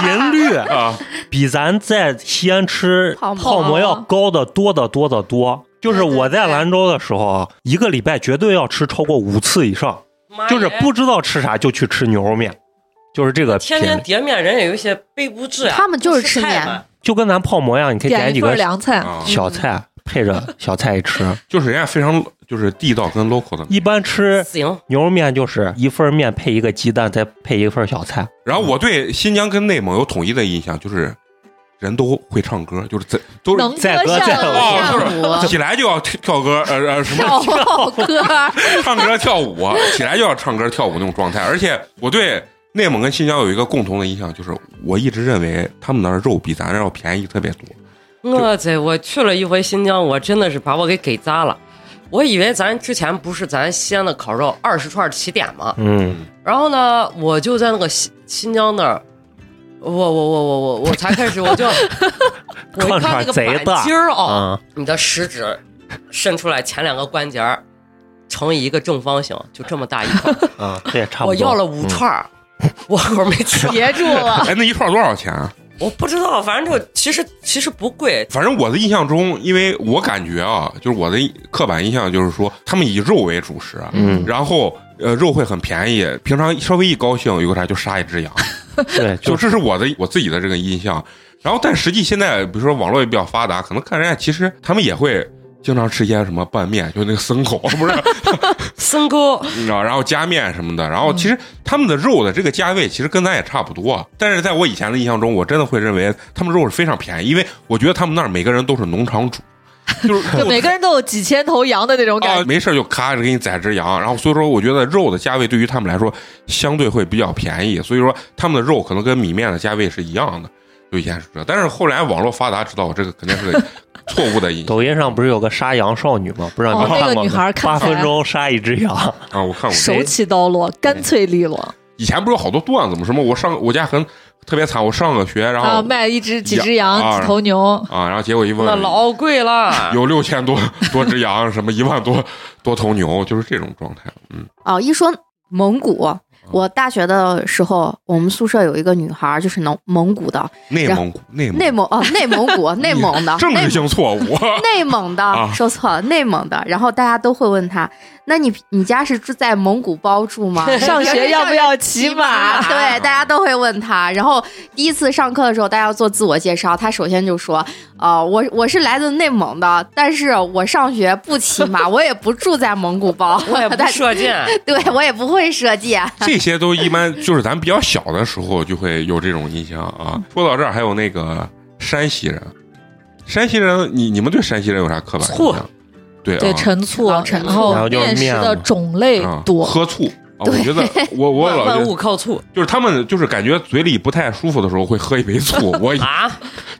Speaker 6: 频率
Speaker 1: 啊，
Speaker 6: 比咱在西安吃
Speaker 4: 泡馍
Speaker 6: 泡馍要高的多得多得多。就是我在兰州的时候啊，一个礼拜绝对要吃超过五次以上，
Speaker 2: 妈耶
Speaker 6: 就是不知道吃啥就去吃牛肉面，就是这个频
Speaker 2: 哎天天
Speaker 6: 率，
Speaker 2: 叠面，人也有一些背不至啊。
Speaker 4: 他们就是吃
Speaker 2: 不菜
Speaker 4: 面
Speaker 2: 嘛，
Speaker 6: 就跟咱泡馍一样，你可以
Speaker 5: 点
Speaker 6: 点
Speaker 5: 一
Speaker 6: 几
Speaker 5: 份
Speaker 6: 个嗯
Speaker 5: 凉菜，
Speaker 1: 啊，
Speaker 6: 小菜配着小菜一吃。
Speaker 1: 就是人家非常就是地道跟 local 的。
Speaker 6: 一般吃
Speaker 2: 行，
Speaker 6: 牛肉面就是一份面配一个鸡蛋，再配一份小菜。
Speaker 1: 然后我对新疆跟内蒙有统一的印象，就是人都会唱歌，就是在都是
Speaker 5: 能歌
Speaker 6: 载歌载
Speaker 5: 善
Speaker 6: 舞
Speaker 5: 舞。
Speaker 1: 哦
Speaker 4: 上午
Speaker 1: 起来就要跳跳歌，呃呃，什么
Speaker 4: 跳舞歌，，
Speaker 1: <laughs> 唱歌跳舞，啊起来就要唱歌跳舞那种状态。而且我对内蒙跟新疆有一个共同的印象，就是我一直认为他们那儿肉比咱这儿要便宜特别多。
Speaker 2: 我在我去了一回新疆，我真的是把我给给砸了。我以为咱之前不是咱西安的烤肉二十串起点吗？
Speaker 6: 嗯，
Speaker 2: 然后呢，我就在那个新新疆那儿，我我我我我我才开始，我就我一看那个板筋儿啊，
Speaker 6: 啊，
Speaker 2: 你的食指伸出来前两个关节儿乘以一个正方形，就这么大一块儿。
Speaker 6: 啊，这也差不多。
Speaker 2: 我要了五串儿，我口没吃
Speaker 5: <laughs>
Speaker 4: 别住
Speaker 3: <laughs>
Speaker 4: 了。
Speaker 1: 哎，那一串多少钱、啊？
Speaker 2: 我不知道，反正就其实其实不贵，
Speaker 1: 反正我的印象中，因为我感觉啊，就是我的刻板印象就是说，他们以肉为主食，啊
Speaker 6: 嗯
Speaker 1: 然后呃肉会很便宜，平常稍微一高兴有个啥就杀一只羊，
Speaker 6: 对，
Speaker 1: 就
Speaker 6: 就是
Speaker 1: 这是我的我自己的这个印象。然后，但实际现在，比如说网络也比较发达，可能看人家其实他们也会经常吃一些什么拌面，就那个牲口， <laughs> 不是，
Speaker 2: 森沟
Speaker 1: 你知道，然后加面什么的。然后
Speaker 5: 嗯
Speaker 1: 其实他们的肉的这个价位其实跟咱也差不多，啊但是在我以
Speaker 5: <laughs>
Speaker 1: 前的印象中，我真的会认为他们肉是非常便宜，因为我觉得他们那儿每个人都是农场主。就是
Speaker 5: <laughs> 就
Speaker 1: 肉
Speaker 5: 每个人都有几千头羊的那种感
Speaker 1: 啊
Speaker 6: 哦
Speaker 5: 觉，，
Speaker 1: 没事儿就咔着给你宰只羊，然后所以说我觉得肉的价位对于他们来说相对会比较便宜，所以说他们的肉可能跟米面的价位是一样的，就以前是这，但是后来网络发达知道我这个肯定
Speaker 5: <laughs>
Speaker 1: 是个错误的印象
Speaker 6: 抖音上不是有个杀羊少女吗？不知道你
Speaker 5: 哦
Speaker 6: 们
Speaker 5: 那
Speaker 6: 看
Speaker 5: 个
Speaker 6: 过
Speaker 5: 女孩
Speaker 6: 吗
Speaker 5: 儿？看
Speaker 6: 八
Speaker 5: 起来
Speaker 6: 分钟杀一只羊，
Speaker 1: 啊，我看过
Speaker 5: 手起刀落，干脆利落
Speaker 1: 以前不是有好多段子吗？什么我上我家很特别惨，我上个学，
Speaker 6: 嗯
Speaker 1: 然后
Speaker 6: 哦
Speaker 5: 啊！卖一只几只
Speaker 1: 羊
Speaker 5: 羊，
Speaker 1: 啊
Speaker 5: 几头
Speaker 3: <laughs>
Speaker 5: 牛，
Speaker 1: 啊然后结果一问
Speaker 2: 那老贵了。
Speaker 1: 有六千多多只羊，什么一万多多头牛，就是这种状态。嗯，
Speaker 4: 哦，一说蒙古，我大学的时候，我们宿舍有一个女孩儿，就是蒙蒙古的，
Speaker 1: 内蒙古，内蒙
Speaker 4: 内
Speaker 1: 古，
Speaker 4: 蒙
Speaker 1: <laughs>
Speaker 4: 哦，内蒙古，内蒙的，
Speaker 1: 政
Speaker 4: 内
Speaker 1: 治性错误。
Speaker 4: 内蒙的
Speaker 1: 啊，
Speaker 4: 说错了，内蒙的。然后大家都会问她，那你你家是住在蒙古包住吗？
Speaker 5: <laughs> 上学要不要骑
Speaker 3: <laughs>
Speaker 5: 马？
Speaker 4: 对，大家都会问他。然后第一次上课的时候，大家要做自我介绍，他首先就说：“呃，我我是来自内蒙的，但是我上学不骑
Speaker 1: <laughs>
Speaker 4: 马，我也不住在蒙古包， <laughs>
Speaker 2: 我也不
Speaker 4: 但
Speaker 2: 射箭，
Speaker 4: 对我也不会射箭。
Speaker 1: 这些都一般就是咱们比较小的时候就会有这种印象啊。说到这儿，还有那个山西人，山西人，你你们对山西人有啥刻板印
Speaker 2: 醋
Speaker 1: 象？对啊，
Speaker 5: 对，陈醋，
Speaker 4: 啊陈醋
Speaker 5: 然后
Speaker 6: 哦然后就是
Speaker 5: 面食
Speaker 6: 面
Speaker 5: 的
Speaker 6: 嘛嗯哦
Speaker 5: 种类
Speaker 1: 啊
Speaker 5: 多，
Speaker 1: 喝醋啊，我觉得我我
Speaker 2: 万
Speaker 1: 老觉
Speaker 2: 万
Speaker 1: 得
Speaker 2: 物靠醋
Speaker 1: 就是他们就是感觉嘴里不太舒服的时候会喝一杯醋，我以
Speaker 2: 啊！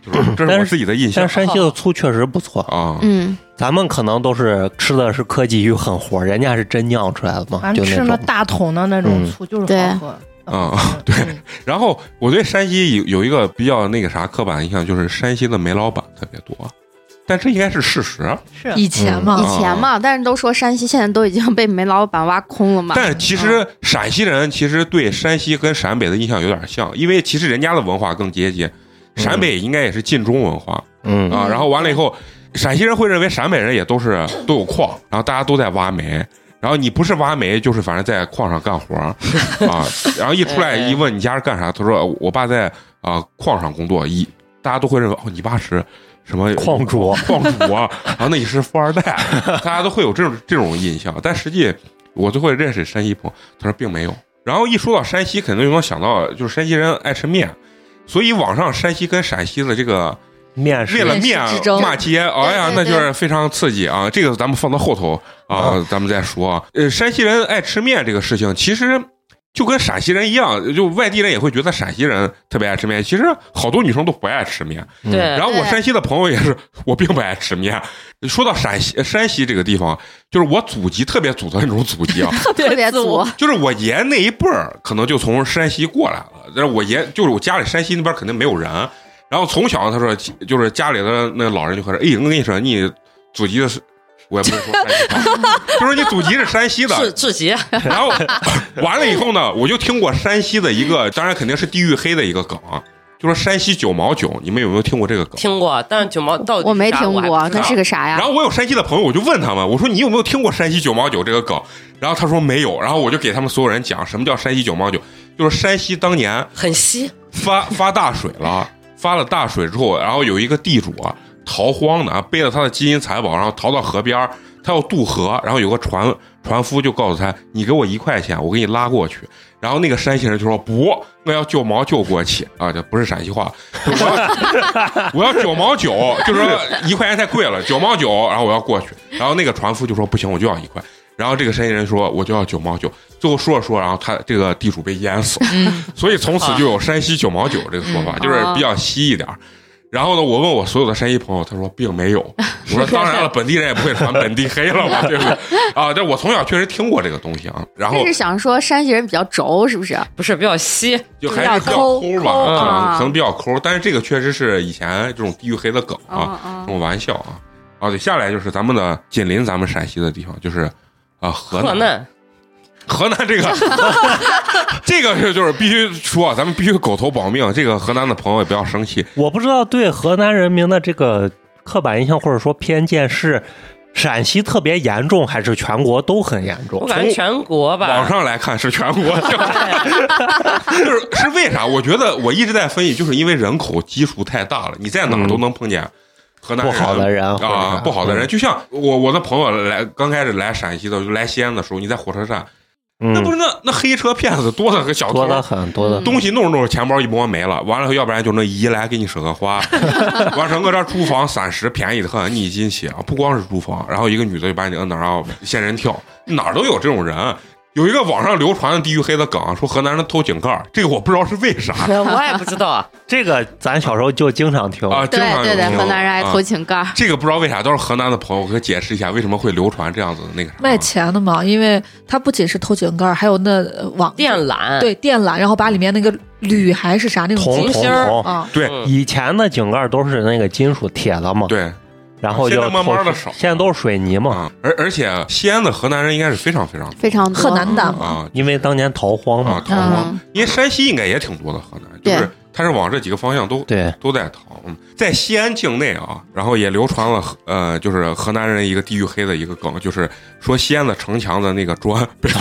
Speaker 1: 就是这是我自己的印象
Speaker 6: 但是山西的醋确实不错，
Speaker 1: 啊。
Speaker 4: 嗯，
Speaker 6: 咱们可能都是吃的是科技与狠活，人家是真酿出来的嘛，
Speaker 3: 俺
Speaker 6: 就
Speaker 3: 吃
Speaker 6: 那
Speaker 3: 那
Speaker 6: 种。
Speaker 3: 大桶的那种醋就是好喝。
Speaker 1: 嗯
Speaker 3: 嗯，对，嗯
Speaker 1: 然后我对山西有有一个比较那个啥刻板印象，就是山西的煤老板特别多，但这应该是事实。啊
Speaker 3: 是
Speaker 5: 以前
Speaker 6: 嗯
Speaker 5: 嘛，
Speaker 4: 嗯以前嘛，但是都说山西现在都已经被煤老板挖空了嘛。
Speaker 1: 但其实陕西人其实对山西跟陕北的印象有点像，因为其实人家的文化更接近，陕北应该也是晋中文化
Speaker 6: 嗯，
Speaker 1: 啊。然后完了以后，陕西人会认为陕北人也都是都有矿，然后大家都在挖煤。然后你不是挖煤，就是反正在矿上干活儿啊。然后一出来一问你家是干啥，他说我爸在啊、矿上工作，一大家都会认为哦你爸是什么
Speaker 6: 矿主
Speaker 1: 矿主啊， <laughs> 然后那你是富二代，大家都会有这种这种印象。但实际我最会认识山西朋友，他说并没有。然后一说到山西，肯定就能想到就是山西人爱吃面，所以网上山西跟陕西的这个
Speaker 6: 面食
Speaker 1: 为了面
Speaker 5: 面食之争
Speaker 1: 骂街，哎呀，那
Speaker 4: 对对
Speaker 1: 就是非常刺激啊！这个咱们放到后头啊，咱们再说啊。呃，山西人爱吃面这个事情，其实就跟陕西人一样，就外地人也会觉得陕西人特别爱吃面。其实好多女生都不爱吃面，
Speaker 2: 对
Speaker 1: 然，后我
Speaker 4: 对
Speaker 1: 山西的朋友也是， <laughs> 我并不爱吃面。说到陕西呃山西这个地方，就是我祖籍特别祖的那种祖籍啊，
Speaker 4: 特别
Speaker 5: 自我
Speaker 4: 足，
Speaker 1: 就是我爷那一辈儿可能就从山西过来了，但是我爷就是我家里山西那边肯定没有人，然后从小他说就是家里的那老人就开始，哎，我跟你说，你祖籍的是，我也不会说山西话，就说你祖 <laughs> 籍是山西的，
Speaker 2: 志志杰，
Speaker 1: 然后完了以后呢，我就听过山西的一个，当然肯定是地域黑的一个梗啊，就说山西九毛九，你们有没有听过这个梗？
Speaker 2: 听过，但是九毛到底
Speaker 4: 我没
Speaker 2: 啥
Speaker 4: 听
Speaker 2: 我还
Speaker 4: 过，
Speaker 2: 不知
Speaker 4: 那
Speaker 2: 道
Speaker 4: 是个啥呀
Speaker 1: 然？后我有山西的朋友，我就问他们，我说你有没有听过山西九毛九这个梗？然后他说没有，然后我就给他们所有人讲什么叫山西九毛九，就是山西当年
Speaker 2: 很稀，
Speaker 1: 发 <laughs> 发大水了，发了大水之后，然后有一个地主啊逃荒的啊，背着他的金银财宝，然后逃到河边儿，他要渡河，然后有个船船夫就告诉他，你给我一块钱，我给你拉过去。然后那个山西人就说不，我要九毛九过去啊，这不是陕西话， <laughs> 就我要我要九毛九，就说一块钱太贵了，九毛九，然后我要过去。然后那个船夫就说不行，我就要一块。然后这个山西人说我就要九毛九，最后说着说着，然后他这个地主被淹死了。
Speaker 4: 嗯
Speaker 1: 所以从此就有山西九毛九这个说法，就是比较稀一点儿。然后呢，我问我所有的山西朋友，他说并
Speaker 4: <laughs>
Speaker 1: 没有。我说当然了，本地人也不会传本地黑了嘛，对不对？啊，但我从小确实听过这个东西啊。然后
Speaker 4: 这是想说山西人比较轴，是不是？
Speaker 2: 不是比较稀。
Speaker 1: 就还是比较抠
Speaker 4: 比较
Speaker 1: 吧，
Speaker 4: 抠
Speaker 1: 可能
Speaker 4: 啊
Speaker 1: 可能比较抠，但是这个确实是以前这种地域黑的梗啊，
Speaker 4: 嗯嗯
Speaker 1: 这种玩笑啊。啊，对，下来就是咱们的紧邻咱们陕西的地方，就是啊河
Speaker 2: 河
Speaker 1: 南。
Speaker 2: 南
Speaker 1: 河南这个， <laughs> 这个是就是必须说，啊咱们必须狗头保命。这个河南的朋友也不要生气，
Speaker 6: 我不知道对河南人民的这个刻板印象或者说偏见是陕西特别严重，还是全国都很严
Speaker 2: 我
Speaker 6: 重？
Speaker 2: 感觉全国吧，
Speaker 1: 网上来看是全国性的， <laughs> 就是是为啥？我觉得我一直在分析，就是因为人口基数太大了，你在哪儿都能碰见河南
Speaker 6: 嗯不好的人或者
Speaker 1: <laughs> 啊
Speaker 6: 啥，
Speaker 1: 不好的人。就像我我的朋友来刚开始来陕西的，就来西安的时候，你在火车站。
Speaker 6: 嗯
Speaker 1: 那不是那那黑车骗子多的和小偷
Speaker 6: 多得很，多的
Speaker 4: 嗯
Speaker 1: 东西弄着弄着，钱包一摸没了，完了以后，要不然就那姨来给你舍个
Speaker 6: <laughs>
Speaker 1: 花，完成个这厨房三十，便宜的很，你一进去啊，不光是厨房，然后一个女的就把你摁那儿，然后仙人跳，哪儿都有这种人。啊有一个网上流传的地域黑的梗，啊说河南人偷井盖儿，这个我不知道是为啥
Speaker 2: 我也不知
Speaker 1: <laughs>
Speaker 2: 道啊，
Speaker 6: 这个咱小时候就经常听，
Speaker 1: 啊，经
Speaker 4: 对
Speaker 1: 常有
Speaker 4: 对对，
Speaker 1: 这种
Speaker 4: 河南人爱
Speaker 1: 啊
Speaker 4: 偷井盖儿，
Speaker 1: 这个不知道为啥，都是河南的朋友给我解释一下为什么会流传这样子的那个啥啊
Speaker 5: 卖钱
Speaker 1: 哦
Speaker 5: 的嘛，因为它不仅是偷井盖儿，还有那呃网
Speaker 2: 电缆，
Speaker 5: 对电缆，然后把里面那个铝还是啥那种
Speaker 6: 铜
Speaker 5: 金
Speaker 6: 铜
Speaker 5: 芯儿
Speaker 6: 铜。
Speaker 5: 啊，
Speaker 1: 对
Speaker 2: 嗯
Speaker 6: 以前的井盖都是那个金属铁的嘛，
Speaker 1: 对
Speaker 6: 然后
Speaker 1: 现
Speaker 6: 就
Speaker 1: 在慢慢地
Speaker 6: 偷
Speaker 1: 少
Speaker 6: 现在都是水泥嘛，
Speaker 1: 啊，而而且西安的河南人应该是非常非常多
Speaker 4: 非常多
Speaker 5: 很难打嘛。
Speaker 1: 啊
Speaker 6: 因为当年逃荒
Speaker 1: 啊
Speaker 6: 嘛，
Speaker 1: 逃荒，
Speaker 4: 嗯
Speaker 1: 因为山西应该也挺多的，河南就
Speaker 4: 对
Speaker 1: 是它是往这几个方向都
Speaker 6: 对，
Speaker 1: 都在逃。嗯在西安境内啊，然后也流传了呃，就是河南人一个地域黑的一个梗，就是说西安的城墙的那个砖， <laughs> 被
Speaker 6: <laughs>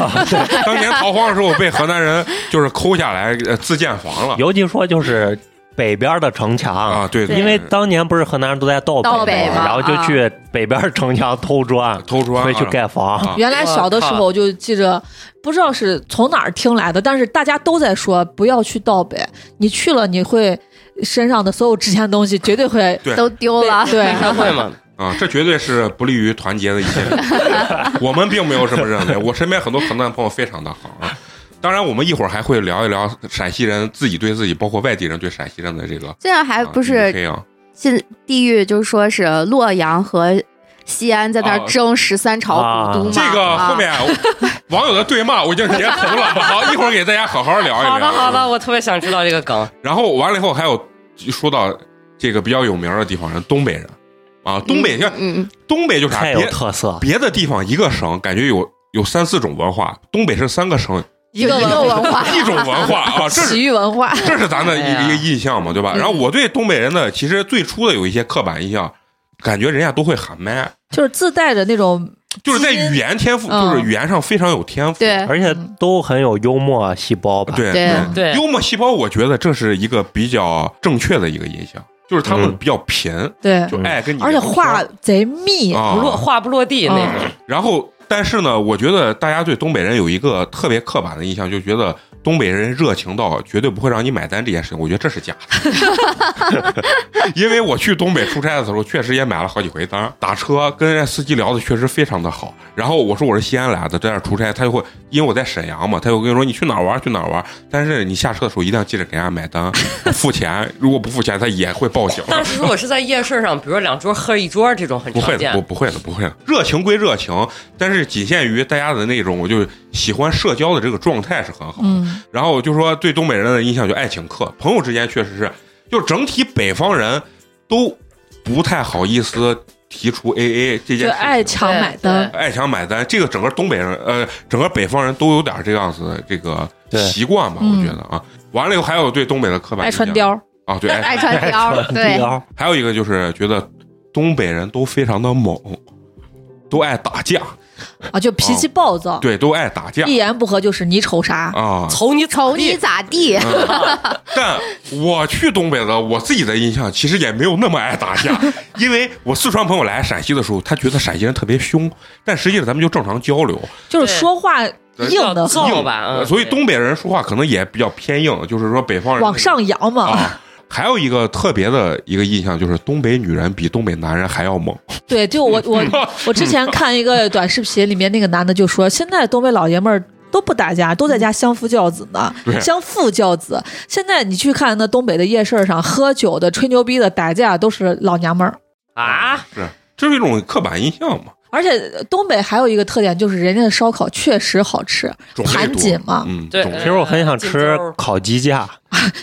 Speaker 1: 当年逃荒的时候被河南人就是抠下来呃自建房了
Speaker 6: 尤其说就是北边的城墙。
Speaker 1: 啊，对，对
Speaker 6: 因为
Speaker 1: 对
Speaker 6: 当年不是河南人都在盗
Speaker 4: 盗
Speaker 6: 北
Speaker 4: 北
Speaker 6: 嘛，
Speaker 4: 嘛
Speaker 6: 然后就
Speaker 4: 啊
Speaker 6: 去北边城墙偷砖，
Speaker 1: 偷砖
Speaker 6: 会去
Speaker 1: 啊
Speaker 6: 盖房。
Speaker 1: 啊
Speaker 5: 原来小的时候就记着，不知道是从哪儿听来的，但是大家都在说不要去盗北，你去了你会身上的所有值钱的东西绝对会
Speaker 1: 对
Speaker 4: 都丢
Speaker 5: 被
Speaker 1: <laughs>
Speaker 4: 了。
Speaker 5: 对，
Speaker 2: 开会嘛，
Speaker 1: 啊，这绝对是不利于团结的一些
Speaker 6: <laughs>
Speaker 1: 理由。我们并没有这么认为，我身边很多河南朋友非常的好啊。当然，我们一会儿还会聊一聊陕西人自己对自己，包括外地人对陕西人的这个
Speaker 4: 现在还
Speaker 1: 啊
Speaker 4: 哎不
Speaker 1: 地域
Speaker 4: 是
Speaker 1: 黑啊，
Speaker 4: 现地域，就是说是洛阳和西安在那
Speaker 1: 啊
Speaker 4: 儿争十三朝古都嘛。
Speaker 1: 这个
Speaker 4: 啊
Speaker 1: 后面网友的对骂我已经截图了，好，一会儿给大家好好聊一聊。啊
Speaker 2: 好的好的，我特别想知道这个梗，
Speaker 1: 然后完了以后还有说到这个比较有名的地方人，东北人啊，东北像
Speaker 4: 嗯，嗯
Speaker 1: 东北就是啥
Speaker 6: 太有
Speaker 1: 别
Speaker 6: 特色，
Speaker 1: 别的地方一个省感觉有有三四种文化，东北是三个省
Speaker 5: 一个
Speaker 4: 一个文
Speaker 1: <laughs>
Speaker 4: 化，
Speaker 1: 一种文化啊，这
Speaker 5: 洗
Speaker 1: 是
Speaker 5: 浴文化。
Speaker 1: 这是咱的一
Speaker 2: 哎呀
Speaker 1: 个一个印象嘛，对吧？
Speaker 4: 嗯
Speaker 1: 然后我对东北人的其实最初的有一些刻板印象，感觉人家都会喊麦，
Speaker 5: 就是自带着那种
Speaker 1: 就是在语言天赋，
Speaker 5: 嗯
Speaker 1: 就是语言上非常有天赋。
Speaker 4: 对，
Speaker 6: 而且都很有幽默细胞吧？
Speaker 1: 对
Speaker 4: 对
Speaker 1: 嗯
Speaker 2: 对
Speaker 1: 幽默细胞，我觉得这是一个比较正确的一个印象，就是他们
Speaker 6: 嗯
Speaker 1: 比较贫，
Speaker 5: 对，
Speaker 1: 就爱跟你
Speaker 5: 而且
Speaker 1: 聊天
Speaker 5: 话贼密，
Speaker 1: 啊
Speaker 2: 不落话不落地那种，
Speaker 1: 然后，但是呢，我觉得大家对东北人有一个特别刻板的印象，就觉得东北人热情到绝对不会让你买单这件事情，我觉得这是假的。 <laughs> 因为我去东北出差的时候，确实也买了好几回单，打车跟人家司机聊的确实非常的好。然后我说我是西安来的，在那儿出差，他就会因为我在沈阳嘛，他就跟你说你去哪儿玩去哪儿玩，但是你下车的时候一定要记着给人家买单，付钱，如果不付钱他也会报警。
Speaker 2: 但是如果是在夜市上，比如两桌喝一桌这种很
Speaker 1: 不会
Speaker 2: 常
Speaker 1: 的，不
Speaker 2: 见，
Speaker 1: 不会的，不会的。热情归热情，但是仅限于大家的那种，我就喜欢社交的这个状态是很好。
Speaker 5: 嗯，
Speaker 1: 然后我就说对东北人的印象就爱请客，朋友之间确实是，就整体北方人都不太好意思提出 A A 这件事
Speaker 5: 就
Speaker 1: 情，
Speaker 5: 爱抢买单。
Speaker 1: 爱强买单，这个整个东北人呃，整个北方人都有点这样子的这个
Speaker 6: 对
Speaker 1: 习惯吧，
Speaker 5: 嗯
Speaker 1: 我觉得啊。完了以后还有对东北的刻板
Speaker 5: 爱
Speaker 1: 印象
Speaker 5: 穿貂儿，
Speaker 1: 啊，
Speaker 5: <laughs>
Speaker 1: 对，爱
Speaker 4: 爱穿貂儿，对，
Speaker 6: 貂
Speaker 1: 还有一个就是觉得东北人都非常的猛，都爱打架，
Speaker 5: 啊，就脾气暴躁，
Speaker 1: 对，都爱打架
Speaker 5: 一言不合就是你瞅啥，
Speaker 1: 啊。
Speaker 2: 瞅你
Speaker 4: 瞅你咋地，
Speaker 1: 嗯但我去东北的，我自己的印象其实也没有那么爱打
Speaker 5: <laughs>
Speaker 1: 架，因为我四川朋友来陕西的时候，他觉得陕西人特别凶，但实际上咱们就正常交流，呃
Speaker 5: 就是说话硬的很，
Speaker 2: 揍吧，嗯
Speaker 1: 所以东北人说话可能也比较偏硬，就是说北方人
Speaker 5: 往上扬嘛。
Speaker 1: 啊。还有一个特别的一个印象就是东北女人比东北男人还要猛，
Speaker 5: 对，就
Speaker 1: <laughs>
Speaker 5: 我我我之前看一个短视频，里面那个男的就说，现在东北老爷们儿。都不打架，都在家相夫教子呢
Speaker 1: 嗯对，
Speaker 5: 相夫教子。现在你去看那东北的夜市上，喝酒的、吹牛逼的、打架都是老娘们儿。
Speaker 2: 啊，
Speaker 1: 是这是一种刻板印象嘛？
Speaker 5: 而且东北还有一个特点就是，人家的烧烤确实好吃，
Speaker 1: 种类
Speaker 5: 盘
Speaker 1: 多
Speaker 5: 锦嘛，
Speaker 1: 嗯，
Speaker 2: 对
Speaker 1: 种
Speaker 6: 其
Speaker 1: 类
Speaker 6: 实我很想
Speaker 2: 呃
Speaker 6: 吃
Speaker 2: 锦州
Speaker 6: 烤鸡架，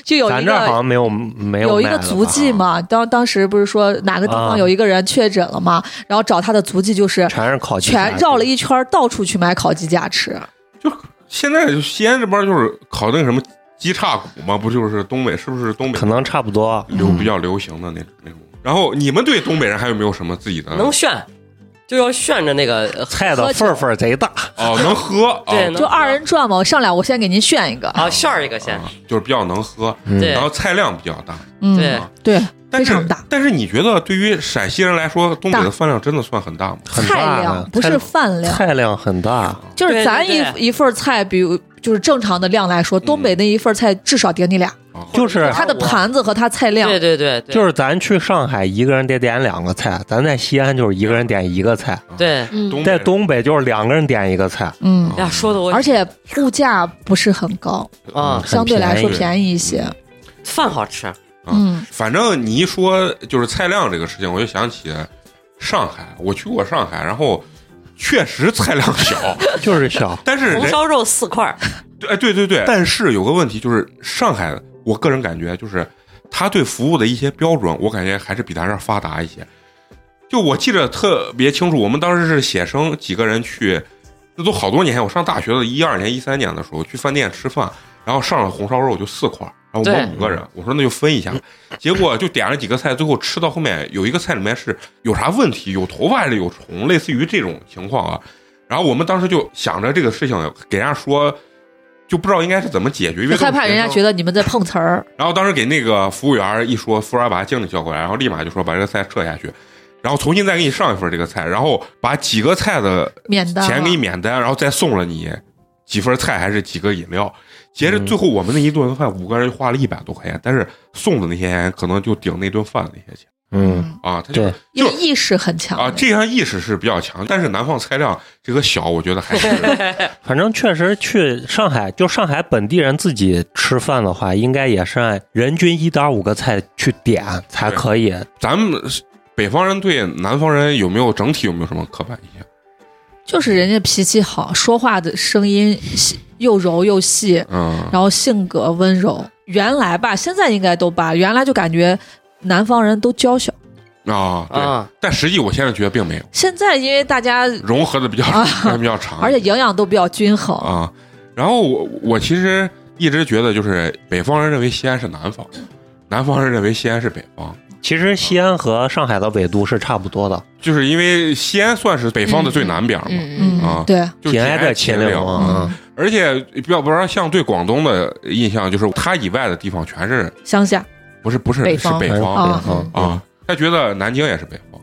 Speaker 5: 就有
Speaker 6: 咱
Speaker 5: 一
Speaker 6: 这儿好
Speaker 5: 个
Speaker 6: 像没有没
Speaker 5: 有一
Speaker 6: 卖
Speaker 5: 个
Speaker 6: 的吧
Speaker 5: 足迹嘛。当当时不是说哪个地
Speaker 6: 啊
Speaker 5: 方有一个人确诊了嘛，然后找他的足迹就是
Speaker 6: 全是烤鸡架，
Speaker 5: 全绕了一圈儿，到处去买烤鸡架吃。
Speaker 1: 现在就西安这边就是烤那个什么鸡叉骨嘛，不就是东北是不是东北
Speaker 6: 可能嗯差不多。
Speaker 1: 流比较流行的那种那种？然后你们对东北人还有没有什么自己的
Speaker 2: 能炫就要炫着那个呃
Speaker 6: 菜的份儿份儿贼大，
Speaker 1: 嗯哦能喝啊
Speaker 2: <laughs> 对能
Speaker 5: 就二人转嘛，我上来我先给您炫一个，
Speaker 1: 哦
Speaker 2: 啊炫儿一个先
Speaker 1: 啊，就是比较能喝，
Speaker 6: 嗯
Speaker 2: 对
Speaker 1: 然后菜量比较大。
Speaker 5: 嗯，
Speaker 2: 对
Speaker 5: 对，
Speaker 1: 但是
Speaker 5: 非常大
Speaker 1: 但是你觉得对于陕西人来说，东北的饭量真的算很大吗？
Speaker 6: 很
Speaker 5: 菜
Speaker 6: 大
Speaker 5: 量
Speaker 6: 的，
Speaker 5: 不是
Speaker 6: 菜
Speaker 5: 饭量，
Speaker 6: 菜量很大，
Speaker 5: 就是咱一
Speaker 2: 对对
Speaker 5: 一份菜，比如就是正常的量来说，东
Speaker 6: 嗯
Speaker 5: 北那一份菜至少顶你俩，
Speaker 1: 啊
Speaker 6: 就是
Speaker 5: 它的盘子和它菜量
Speaker 2: 对对对，对
Speaker 6: 就是咱去上海一个人得点两个菜，咱在西安就是一个人点一个菜，
Speaker 2: 对。哎
Speaker 4: 嗯，
Speaker 1: 东北
Speaker 6: 在东北就是两个人点一个菜，
Speaker 5: 嗯，
Speaker 2: 呀，说的我
Speaker 5: 而且物价不是很高，
Speaker 2: 啊，
Speaker 6: 很
Speaker 5: 相对来说
Speaker 6: 便宜嗯啊
Speaker 5: 便宜一些。
Speaker 2: 饭好吃，
Speaker 5: 嗯，
Speaker 1: 反正你一说就是菜量这个事情，我就想起上海，我去过上海，然后确实菜量小，。
Speaker 6: 就
Speaker 5: <laughs>
Speaker 6: 是小
Speaker 1: 但是
Speaker 2: 红
Speaker 1: 人
Speaker 2: 烧肉四块儿，
Speaker 1: 哎对对对，但是有个问题就是上海，我个人感觉就是他对服务的一些标准，我感觉还是比咱这儿发达一些。就我记得特别清楚，我们当时是写生几个人去，那都好多年前，我上大学的一二年、一三年的时候去饭店吃饭，然后上了红烧肉就四块儿，然后我们
Speaker 2: 对
Speaker 1: 五个人，我说那就分一下，结果就点了几个菜，最后吃到后面有一个菜里面是有啥问题，有头发还是有虫，类似于这种情况啊。然后我们当时就想着这个事情给人家说，就不知道应该是怎么解决，因为
Speaker 5: 就害怕人家觉
Speaker 1: 得。
Speaker 5: 得你们在碰瓷儿，
Speaker 1: 然后当时给那个服务员一说，服务员把经理叫过来，然后立马就说把这个菜撤下去，然后重新再给你上一份这个菜，然后把几个菜的
Speaker 5: 免单
Speaker 1: 钱
Speaker 5: 了
Speaker 1: 给你免单，然后再送了你几份菜还是几个饮料。其实最后我们那一顿饭五个人就花了一百多块钱，但是送的那些人可能就顶那顿饭的那些钱
Speaker 6: 嗯，
Speaker 1: 啊。他就
Speaker 6: 对，
Speaker 5: 因为
Speaker 1: 就
Speaker 5: 意识很强
Speaker 1: 啊，这样意识是比较强，但是南方菜量这个小，我觉得
Speaker 5: <laughs>
Speaker 1: 还是
Speaker 6: 反正确实去上海，就上海本地人自己吃饭的话，应该也是按人均一点五个菜去点才可以。
Speaker 1: 咱们北方人对南方人有没有整体有没有什么刻板印象？
Speaker 5: 就是人家脾气好，说话的声音细又柔又细，
Speaker 1: 嗯，
Speaker 5: 然后性格温柔。原来吧，现在应该都吧，原来就感觉南方人都娇小，
Speaker 1: 啊，对，
Speaker 2: 啊
Speaker 1: 但实际我现在觉得并没有
Speaker 5: 现在因为大家
Speaker 1: 融合的比较、
Speaker 5: 啊
Speaker 1: 时间比较长，
Speaker 5: 而且营养都比较均衡，
Speaker 1: 啊，然后我我其实一直觉得就是北方人认为西安是南方，南方人认为西安是北方，
Speaker 6: 其实西安和上海的纬度是差不多的，
Speaker 1: 就是因为西安算是北方的最南边嘛，
Speaker 4: 嗯嗯，
Speaker 5: 嗯，
Speaker 1: 啊
Speaker 5: 对，
Speaker 1: 就
Speaker 6: 紧挨着
Speaker 1: 秦
Speaker 6: 秦岭
Speaker 1: 啊
Speaker 6: 啊。
Speaker 1: 而且不要不要像对广东的印象，就是它以外的地方全是
Speaker 5: 乡下
Speaker 1: 不是不是
Speaker 3: 北
Speaker 1: 是
Speaker 3: 方
Speaker 1: 北方
Speaker 5: 啊
Speaker 6: 嗯
Speaker 1: 啊，他觉得南京也是北方。